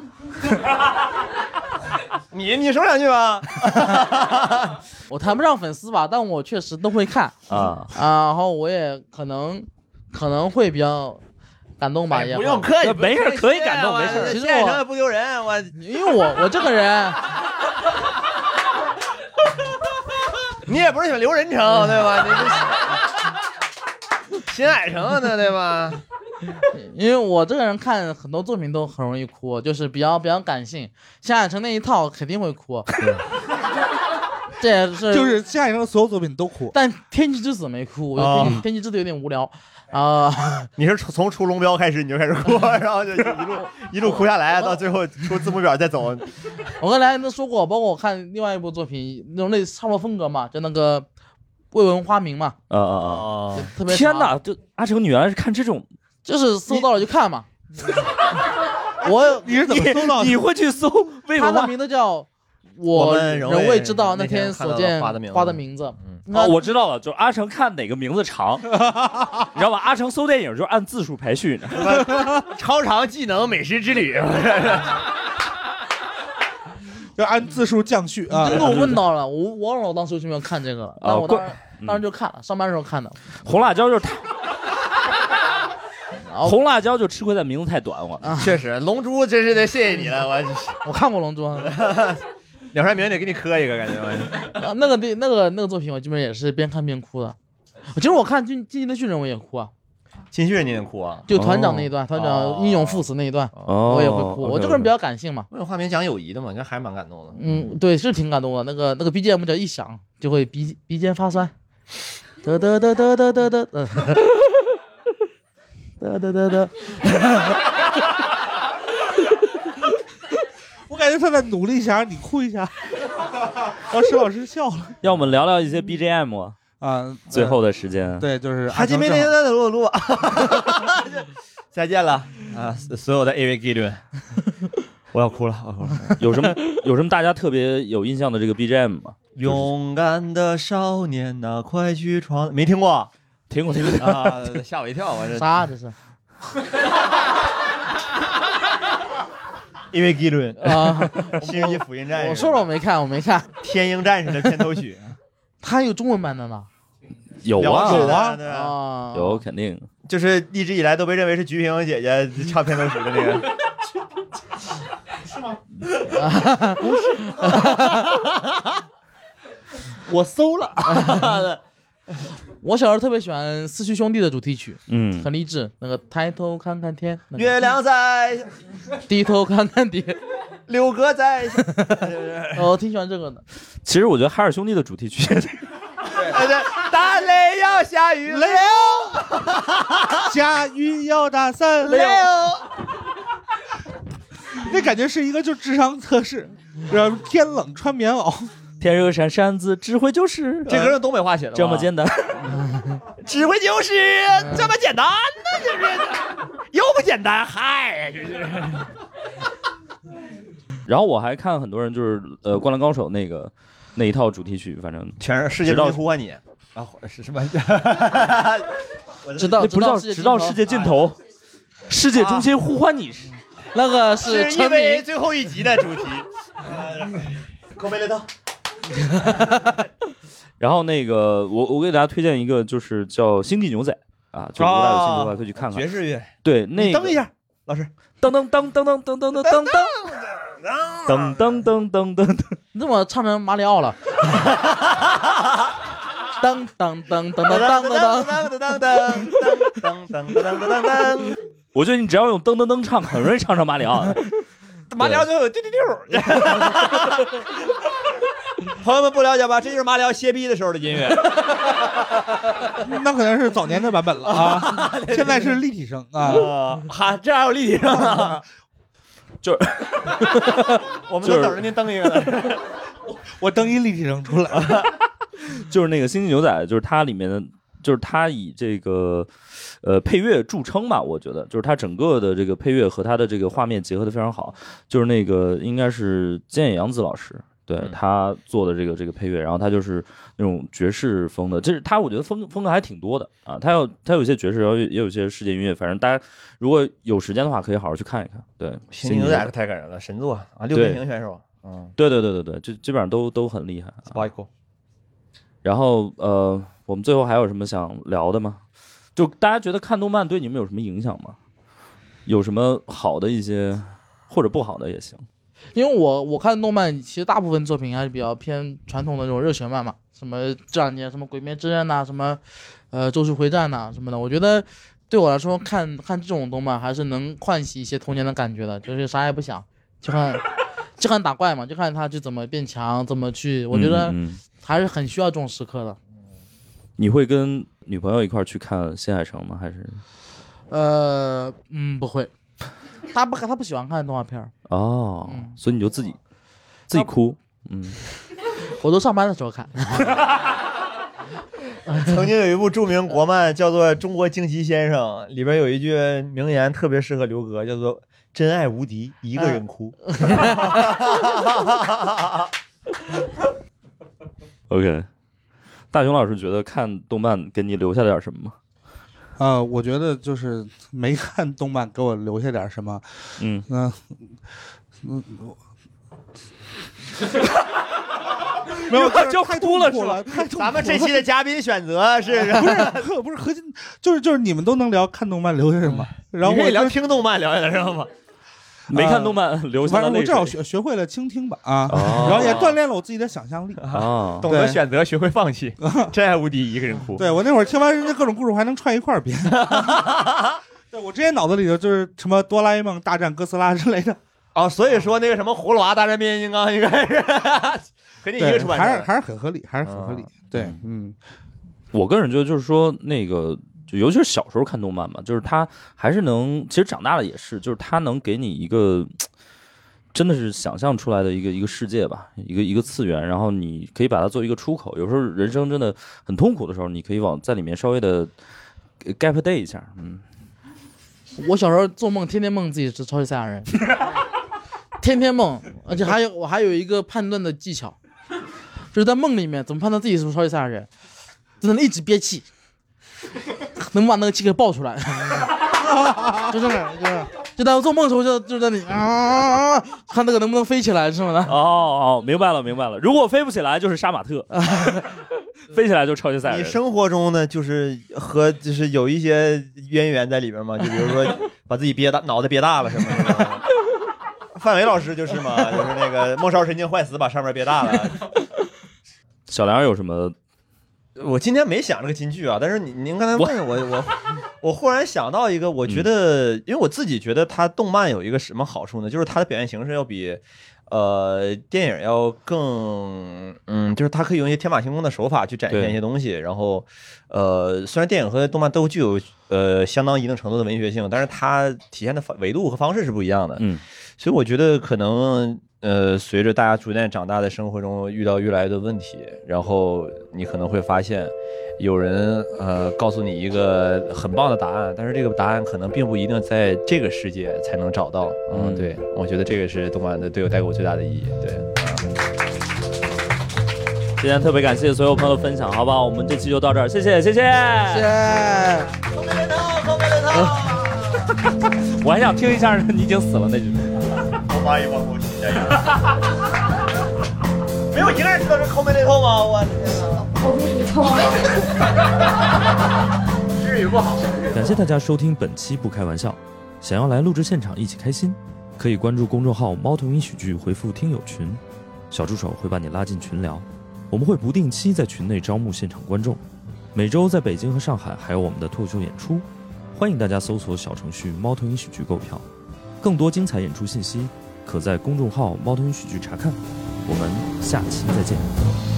Speaker 5: 你你说两句吧。
Speaker 2: [LAUGHS] 我谈不上粉丝吧，但我确实都会看
Speaker 1: 啊
Speaker 2: 啊，然后我也可能可能会比较感动吧，也
Speaker 5: 哎不用客气，不用客气啊我
Speaker 2: 其实
Speaker 5: 现场也
Speaker 2: 我
Speaker 5: 不丢人，我
Speaker 2: 因为我我这个
Speaker 5: [LAUGHS]
Speaker 2: 人，
Speaker 5: 你也不是喜欢刘仁成对吧？你这新海诚的对吧？
Speaker 2: [LAUGHS] 因为我这个人看很多作品都很容易哭，就是比较比较感性，像海城那一套肯定会
Speaker 5: [LAUGHS]
Speaker 2: 哭，这也是
Speaker 4: 就是新海诚的所有作品都哭，
Speaker 2: 但《天气之子》没哭，我觉得
Speaker 5: 哦
Speaker 2: 天气《天气之子》有点无聊啊。
Speaker 5: 你是从出龙标开始你就开始
Speaker 2: [LAUGHS]
Speaker 5: 哭，然后就一路一路哭下来，到最后 [LAUGHS] 出字幕表再走。
Speaker 2: [LAUGHS] 我跟莱恩都说过，包括我看另外一部作品，那种类似差不多风格嘛，就那个《未闻花名》嘛，
Speaker 1: 啊啊
Speaker 2: 啊！特别
Speaker 1: 天
Speaker 2: 长
Speaker 1: 哪，就阿成，你原来是看这种，
Speaker 2: 就是搜到了就看嘛。我
Speaker 4: 你是
Speaker 1: 怎么搜 [LAUGHS] 到的你你会去搜 [LAUGHS] 未
Speaker 2: 他
Speaker 1: 闻花
Speaker 2: 的名字叫《
Speaker 1: 我
Speaker 2: 我
Speaker 1: 们仍未
Speaker 2: 仍未知道
Speaker 1: 那
Speaker 2: 天
Speaker 1: 天看
Speaker 2: 所
Speaker 1: 到
Speaker 2: 见
Speaker 1: 的花的名字
Speaker 2: 名字》。
Speaker 1: 哦，我知道了，就是阿成看哪个名字长，你知道吧？阿成搜电影就是按字数排序的。
Speaker 5: [LAUGHS] 超长技能美食之旅， [LAUGHS]
Speaker 4: 就按字数降序啊。
Speaker 2: 真给我问到了，我我忘了我当时为什么要看这个了，但我当时
Speaker 1: 哦怪嗯
Speaker 2: 当时就看了，上班的时候看的。
Speaker 1: 红辣椒就是他， [LAUGHS] 红辣椒就吃亏在名字太短，我
Speaker 5: 确实，龙珠真是得谢谢你了，我
Speaker 1: [LAUGHS]
Speaker 2: 我看过《龙珠》啊，
Speaker 5: 两山明得给你磕一
Speaker 2: [LAUGHS]
Speaker 5: 个，感觉
Speaker 2: 那个地那个那个作品，我基本也是边看边哭的。其实我看《进进击的巨人》，我也哭啊，
Speaker 5: 金旭你也哭啊？
Speaker 2: 就团长那一段，团长英勇赴死那一段，
Speaker 5: 哦
Speaker 2: 我也会哭。
Speaker 5: OK，
Speaker 2: 我这个人比较感性嘛。
Speaker 5: 问画
Speaker 2: [LAUGHS]
Speaker 5: 面讲友谊的嘛，这还蛮感动的。
Speaker 2: 嗯，对，是挺感动的。那个那个 BGM 只要一响，就会鼻鼻尖发酸，得得得得得得得， [LAUGHS] 呃得得得得，
Speaker 4: [LAUGHS] 我感觉他在努力想让你哭一下，然后石老师笑了。
Speaker 1: 要我们聊聊一些 BGM
Speaker 4: 啊？
Speaker 1: 最后的时间，
Speaker 4: 对，就是
Speaker 5: 还金梅天在录录，再见了。
Speaker 1: 啊，所有的 AV g [LAUGHS] 论，我要哭了，我要哭了。有什么有什么大家特别有印象的这个 BGM 吗？
Speaker 5: 勇敢的少年呐、快去闯！没听过，
Speaker 1: 听过听
Speaker 5: 过啊， [LAUGHS] 吓我一
Speaker 2: [LAUGHS]
Speaker 5: 跳！我这
Speaker 2: 啥这是？
Speaker 5: 因为议论 [LAUGHS]
Speaker 2: 啊
Speaker 5: 星际福音战士，
Speaker 2: 我说了我没看，我没看《
Speaker 5: 天鹰战士》的片头曲，
Speaker 2: 它还有中文版的呢。
Speaker 1: 有
Speaker 5: 了
Speaker 1: 啊
Speaker 5: 解的
Speaker 1: 有啊
Speaker 5: 对
Speaker 1: 有肯定。
Speaker 5: 就是一直以来都被认为是菊萍姐姐唱片头曲的那个。
Speaker 15: 是
Speaker 2: [LAUGHS]
Speaker 15: 吗？
Speaker 5: 不是，我搜了。
Speaker 2: [LAUGHS] 我小时候特别喜欢《四驱兄弟》的主题曲，
Speaker 1: 嗯
Speaker 2: 很励志。那个抬头看看天，那个
Speaker 5: 月亮在，
Speaker 2: 低头看看地，
Speaker 5: 柳哥
Speaker 2: [LAUGHS]
Speaker 5: 在。
Speaker 2: 我挺喜欢这个的。
Speaker 1: 其实我觉得海尔兄弟的主
Speaker 5: [LAUGHS]
Speaker 1: 题曲，
Speaker 5: 哎对，打雷要下雨了，
Speaker 4: [LAUGHS] 下雨要打伞
Speaker 5: 雷哦欧。
Speaker 4: [LAUGHS] 那感觉是一个就智商测试，然后天冷穿棉袄，
Speaker 1: 天热扇扇子，智慧就是
Speaker 5: 这歌用东北话写的，
Speaker 1: 这么简单。
Speaker 5: 指挥就是这么简单呢，这是又不简单，嗨，这是。
Speaker 1: 然后我还看很多人就是呃《灌篮高手》那个那一套主题曲，反正
Speaker 5: 全是世界
Speaker 1: 到
Speaker 5: 杯呼唤你啊，是 [LAUGHS] 什么？
Speaker 2: 直到
Speaker 1: 那不到直到世界尽头，啊世界中心呼唤你。
Speaker 2: 那个
Speaker 5: 是
Speaker 2: 陈
Speaker 5: EVA
Speaker 2: 明，
Speaker 5: 最后一集的 [LAUGHS] 主题。口碑来到，
Speaker 1: 然后那个我我给大家推荐一个，就是叫《星际牛仔》啊，就是如果大家有兴趣的话可以去看看
Speaker 5: 爵士乐。
Speaker 1: 对，那个
Speaker 5: 等一下，老师，
Speaker 1: 噔噔噔噔噔噔噔噔噔噔噔噔噔噔噔，
Speaker 2: 你怎么唱成马里奥了？噔噔噔噔噔噔噔噔。
Speaker 5: 噔噔噔噔噔噔噔噔噔噔噔
Speaker 1: 我觉得你只要用噔噔噔唱，很容易唱上马里奥的。
Speaker 5: 马里奥就有丢丢丢。 [LAUGHS] 朋友们不了解吧？这就是马里奥歇逼的时候的音乐。
Speaker 4: [LAUGHS] 那可能是早年的版本了
Speaker 5: [LAUGHS]
Speaker 4: 啊，现在是立体声啊。
Speaker 5: 哈，这还有立体声
Speaker 4: [LAUGHS]
Speaker 5: 啊？
Speaker 1: 就是
Speaker 5: [LAUGHS] 我们都等着您登一个 [LAUGHS] 呢。
Speaker 4: 我登一立体声出来了。 [LAUGHS]
Speaker 1: [LAUGHS] 就是那个《星际牛仔》，就是它里面的，就是它以这个呃配乐著称吧，我觉得，就是它整个的这个配乐和它的这个画面结合的非常好。就是那个应该是菅野洋子老师。对
Speaker 4: 嗯
Speaker 1: 他做的这个这个配乐，然后他就是那种爵士风的，就是他我觉得风风格还挺多的啊。他有他有一些爵士，然后也有一些世界音乐，反正大家如果有时间的话，可以好好去看一看。对，
Speaker 5: 星际牛仔太感人了，神作啊！六边形选手，嗯，
Speaker 1: 对对对对对，就基本上都都很厉害。啊
Speaker 5: Sparkle。
Speaker 1: 然后呃，我们最后还有什么想聊的吗？就大家觉得看动漫对你们有什么影响吗？有什么好的一些，或者不好的也行。
Speaker 2: 因为我我看动漫，其实大部分作品还是比较偏传统的那种热血漫嘛，什么呃这两年什么《鬼灭之刃》呐，什么呃《咒术回战》呐什么的，我觉得对我来说看看这种动漫还是能唤起一些童年的感觉的，就是啥也不想，就看 [LAUGHS] 就看打怪嘛，就看他去怎么变强，怎么去，我觉得
Speaker 1: 嗯嗯
Speaker 2: 还是很需要这种时刻的。
Speaker 1: 你会跟女朋友一块儿去看《新海诚》吗？还是
Speaker 2: 呃，嗯，不会，他不他不喜欢看动画片儿，
Speaker 1: 哦，
Speaker 2: 嗯
Speaker 1: 所以你就自己自己哭，嗯，
Speaker 2: 我都上班的时候看。
Speaker 5: [LAUGHS] 曾经有一部著名国漫叫做《中国惊奇先生》，里边有一句名言特别适合刘哥，叫做“真爱无敌，一个人 [LAUGHS] 哭”
Speaker 1: OK，大雄老师觉得看动漫给你留下了点什么吗？
Speaker 4: 啊，我觉得就是没看动漫给我留下点什么，
Speaker 1: 嗯
Speaker 4: 嗯嗯，我没有
Speaker 5: 就哭了是吧？咱们这期的嘉宾选择是
Speaker 4: 不是不是核心，就是就是你们都能聊看动漫留下什么，然后
Speaker 5: 你
Speaker 4: 我
Speaker 5: 可以聊
Speaker 4: 就
Speaker 5: 听动漫聊一聊，知道 [LAUGHS] 吗？
Speaker 1: 没看动漫留下
Speaker 4: 反
Speaker 1: 了
Speaker 4: 正我
Speaker 1: 泪
Speaker 4: 至少
Speaker 1: 水
Speaker 4: 学学会了倾听吧啊，
Speaker 1: 哦
Speaker 4: 然后也锻炼了我自己的想
Speaker 5: [LAUGHS]
Speaker 4: 象力
Speaker 1: 啊
Speaker 5: 哦懂得
Speaker 4: 对
Speaker 5: 选择，学会放
Speaker 4: [LAUGHS]
Speaker 5: 弃，真爱无敌，一个人哭。
Speaker 4: 对我那会儿听完人家各种故事，我还能串一块儿编。对我之前脑子里头就是什么哆啦 A 梦大战哥斯拉之类的。
Speaker 5: 哦，所以说那个什么葫芦娃大战变形金刚应该是和你一个
Speaker 4: 对
Speaker 5: 出版社
Speaker 4: 还是还是很合理，还是很
Speaker 5: 啊
Speaker 4: 合理。对，嗯，
Speaker 1: 我个人觉得就是说那个。就尤其是小时候看动漫嘛，就是它还是能，其实长大了也是，就是它能给你一个，真的是想象出来的一个一个世界吧，一个一个次元，然后你可以把它做一个出口。有时候人生真的很痛苦的时候，你可以往在里面稍微的 gap day 一下，嗯，
Speaker 2: 我小时候做梦，天天梦自己是超级赛 [LAUGHS] 亚人，天天梦，而且还有我还有一个判断的技巧，就是在梦里面怎么判断自己是不是超级赛亚人，就能一直憋气，能把那个气给爆出来， [LAUGHS] 就这么就是。就在我做梦的时候就就在那里啊啊啊，看那个能不能飞起来是吗？ [LAUGHS]
Speaker 1: 哦哦，明白了明白了。如果飞不起来，就是杀马特； [LAUGHS] 飞起来就超级赛亚
Speaker 5: 你
Speaker 1: 人。
Speaker 5: 生活中呢，就是和就是有一些渊源在里边嘛，就比如说把自己憋大，脑袋憋大了什么的。范伟老师就是嘛，就是那个末梢神经坏死，把上面憋大了。
Speaker 1: 小梁有什么？
Speaker 5: 我今天没想这个金句啊，但是你您刚才问我，我我忽然想到一个，我觉得，因为我自己觉得它动漫有一个什么好处呢？就是它的表现形式要比呃电影要更，嗯，就是它可以用一些天马行空的手法去展现一些东西。然后，呃，虽然电影和动漫都具有呃相当一定程度的文学性，但是它体现的方维度和方式是不一样的。
Speaker 1: 嗯，
Speaker 5: 所以我觉得可能呃，随着大家逐渐长大的生活中遇到越来越多问题，然后你可能会发现，有人呃告诉你一个很棒的答案，但是这个答案可能并不一定在这个世界才能找到。嗯，对，我觉得这个是动漫的对我带给我最大的意义。对，
Speaker 1: 今天特别感谢所有朋友的分享，好不好？我们这期就到这儿，谢谢谢谢。 [LAUGHS] 我还想听一下你已经死了那句。
Speaker 5: [LAUGHS] 我挖一挖空气，加没有一个人知道是抠门那头吗？我日语不好。
Speaker 1: [LAUGHS] 感谢大家收听本期《不开玩笑》，想要来录制现场一起开心，可以关注公众号“猫头鹰喜剧”，回复“听友群”，小助手会把你拉进群聊。我们会不定期在群内招募现场观众，每周在北京和上海还有我们的脱口秀演出，欢迎大家搜索小程序“猫头鹰喜剧”购票，更多精彩演出信息可在公众号“猫头鹰喜剧”查看。我们下期再见。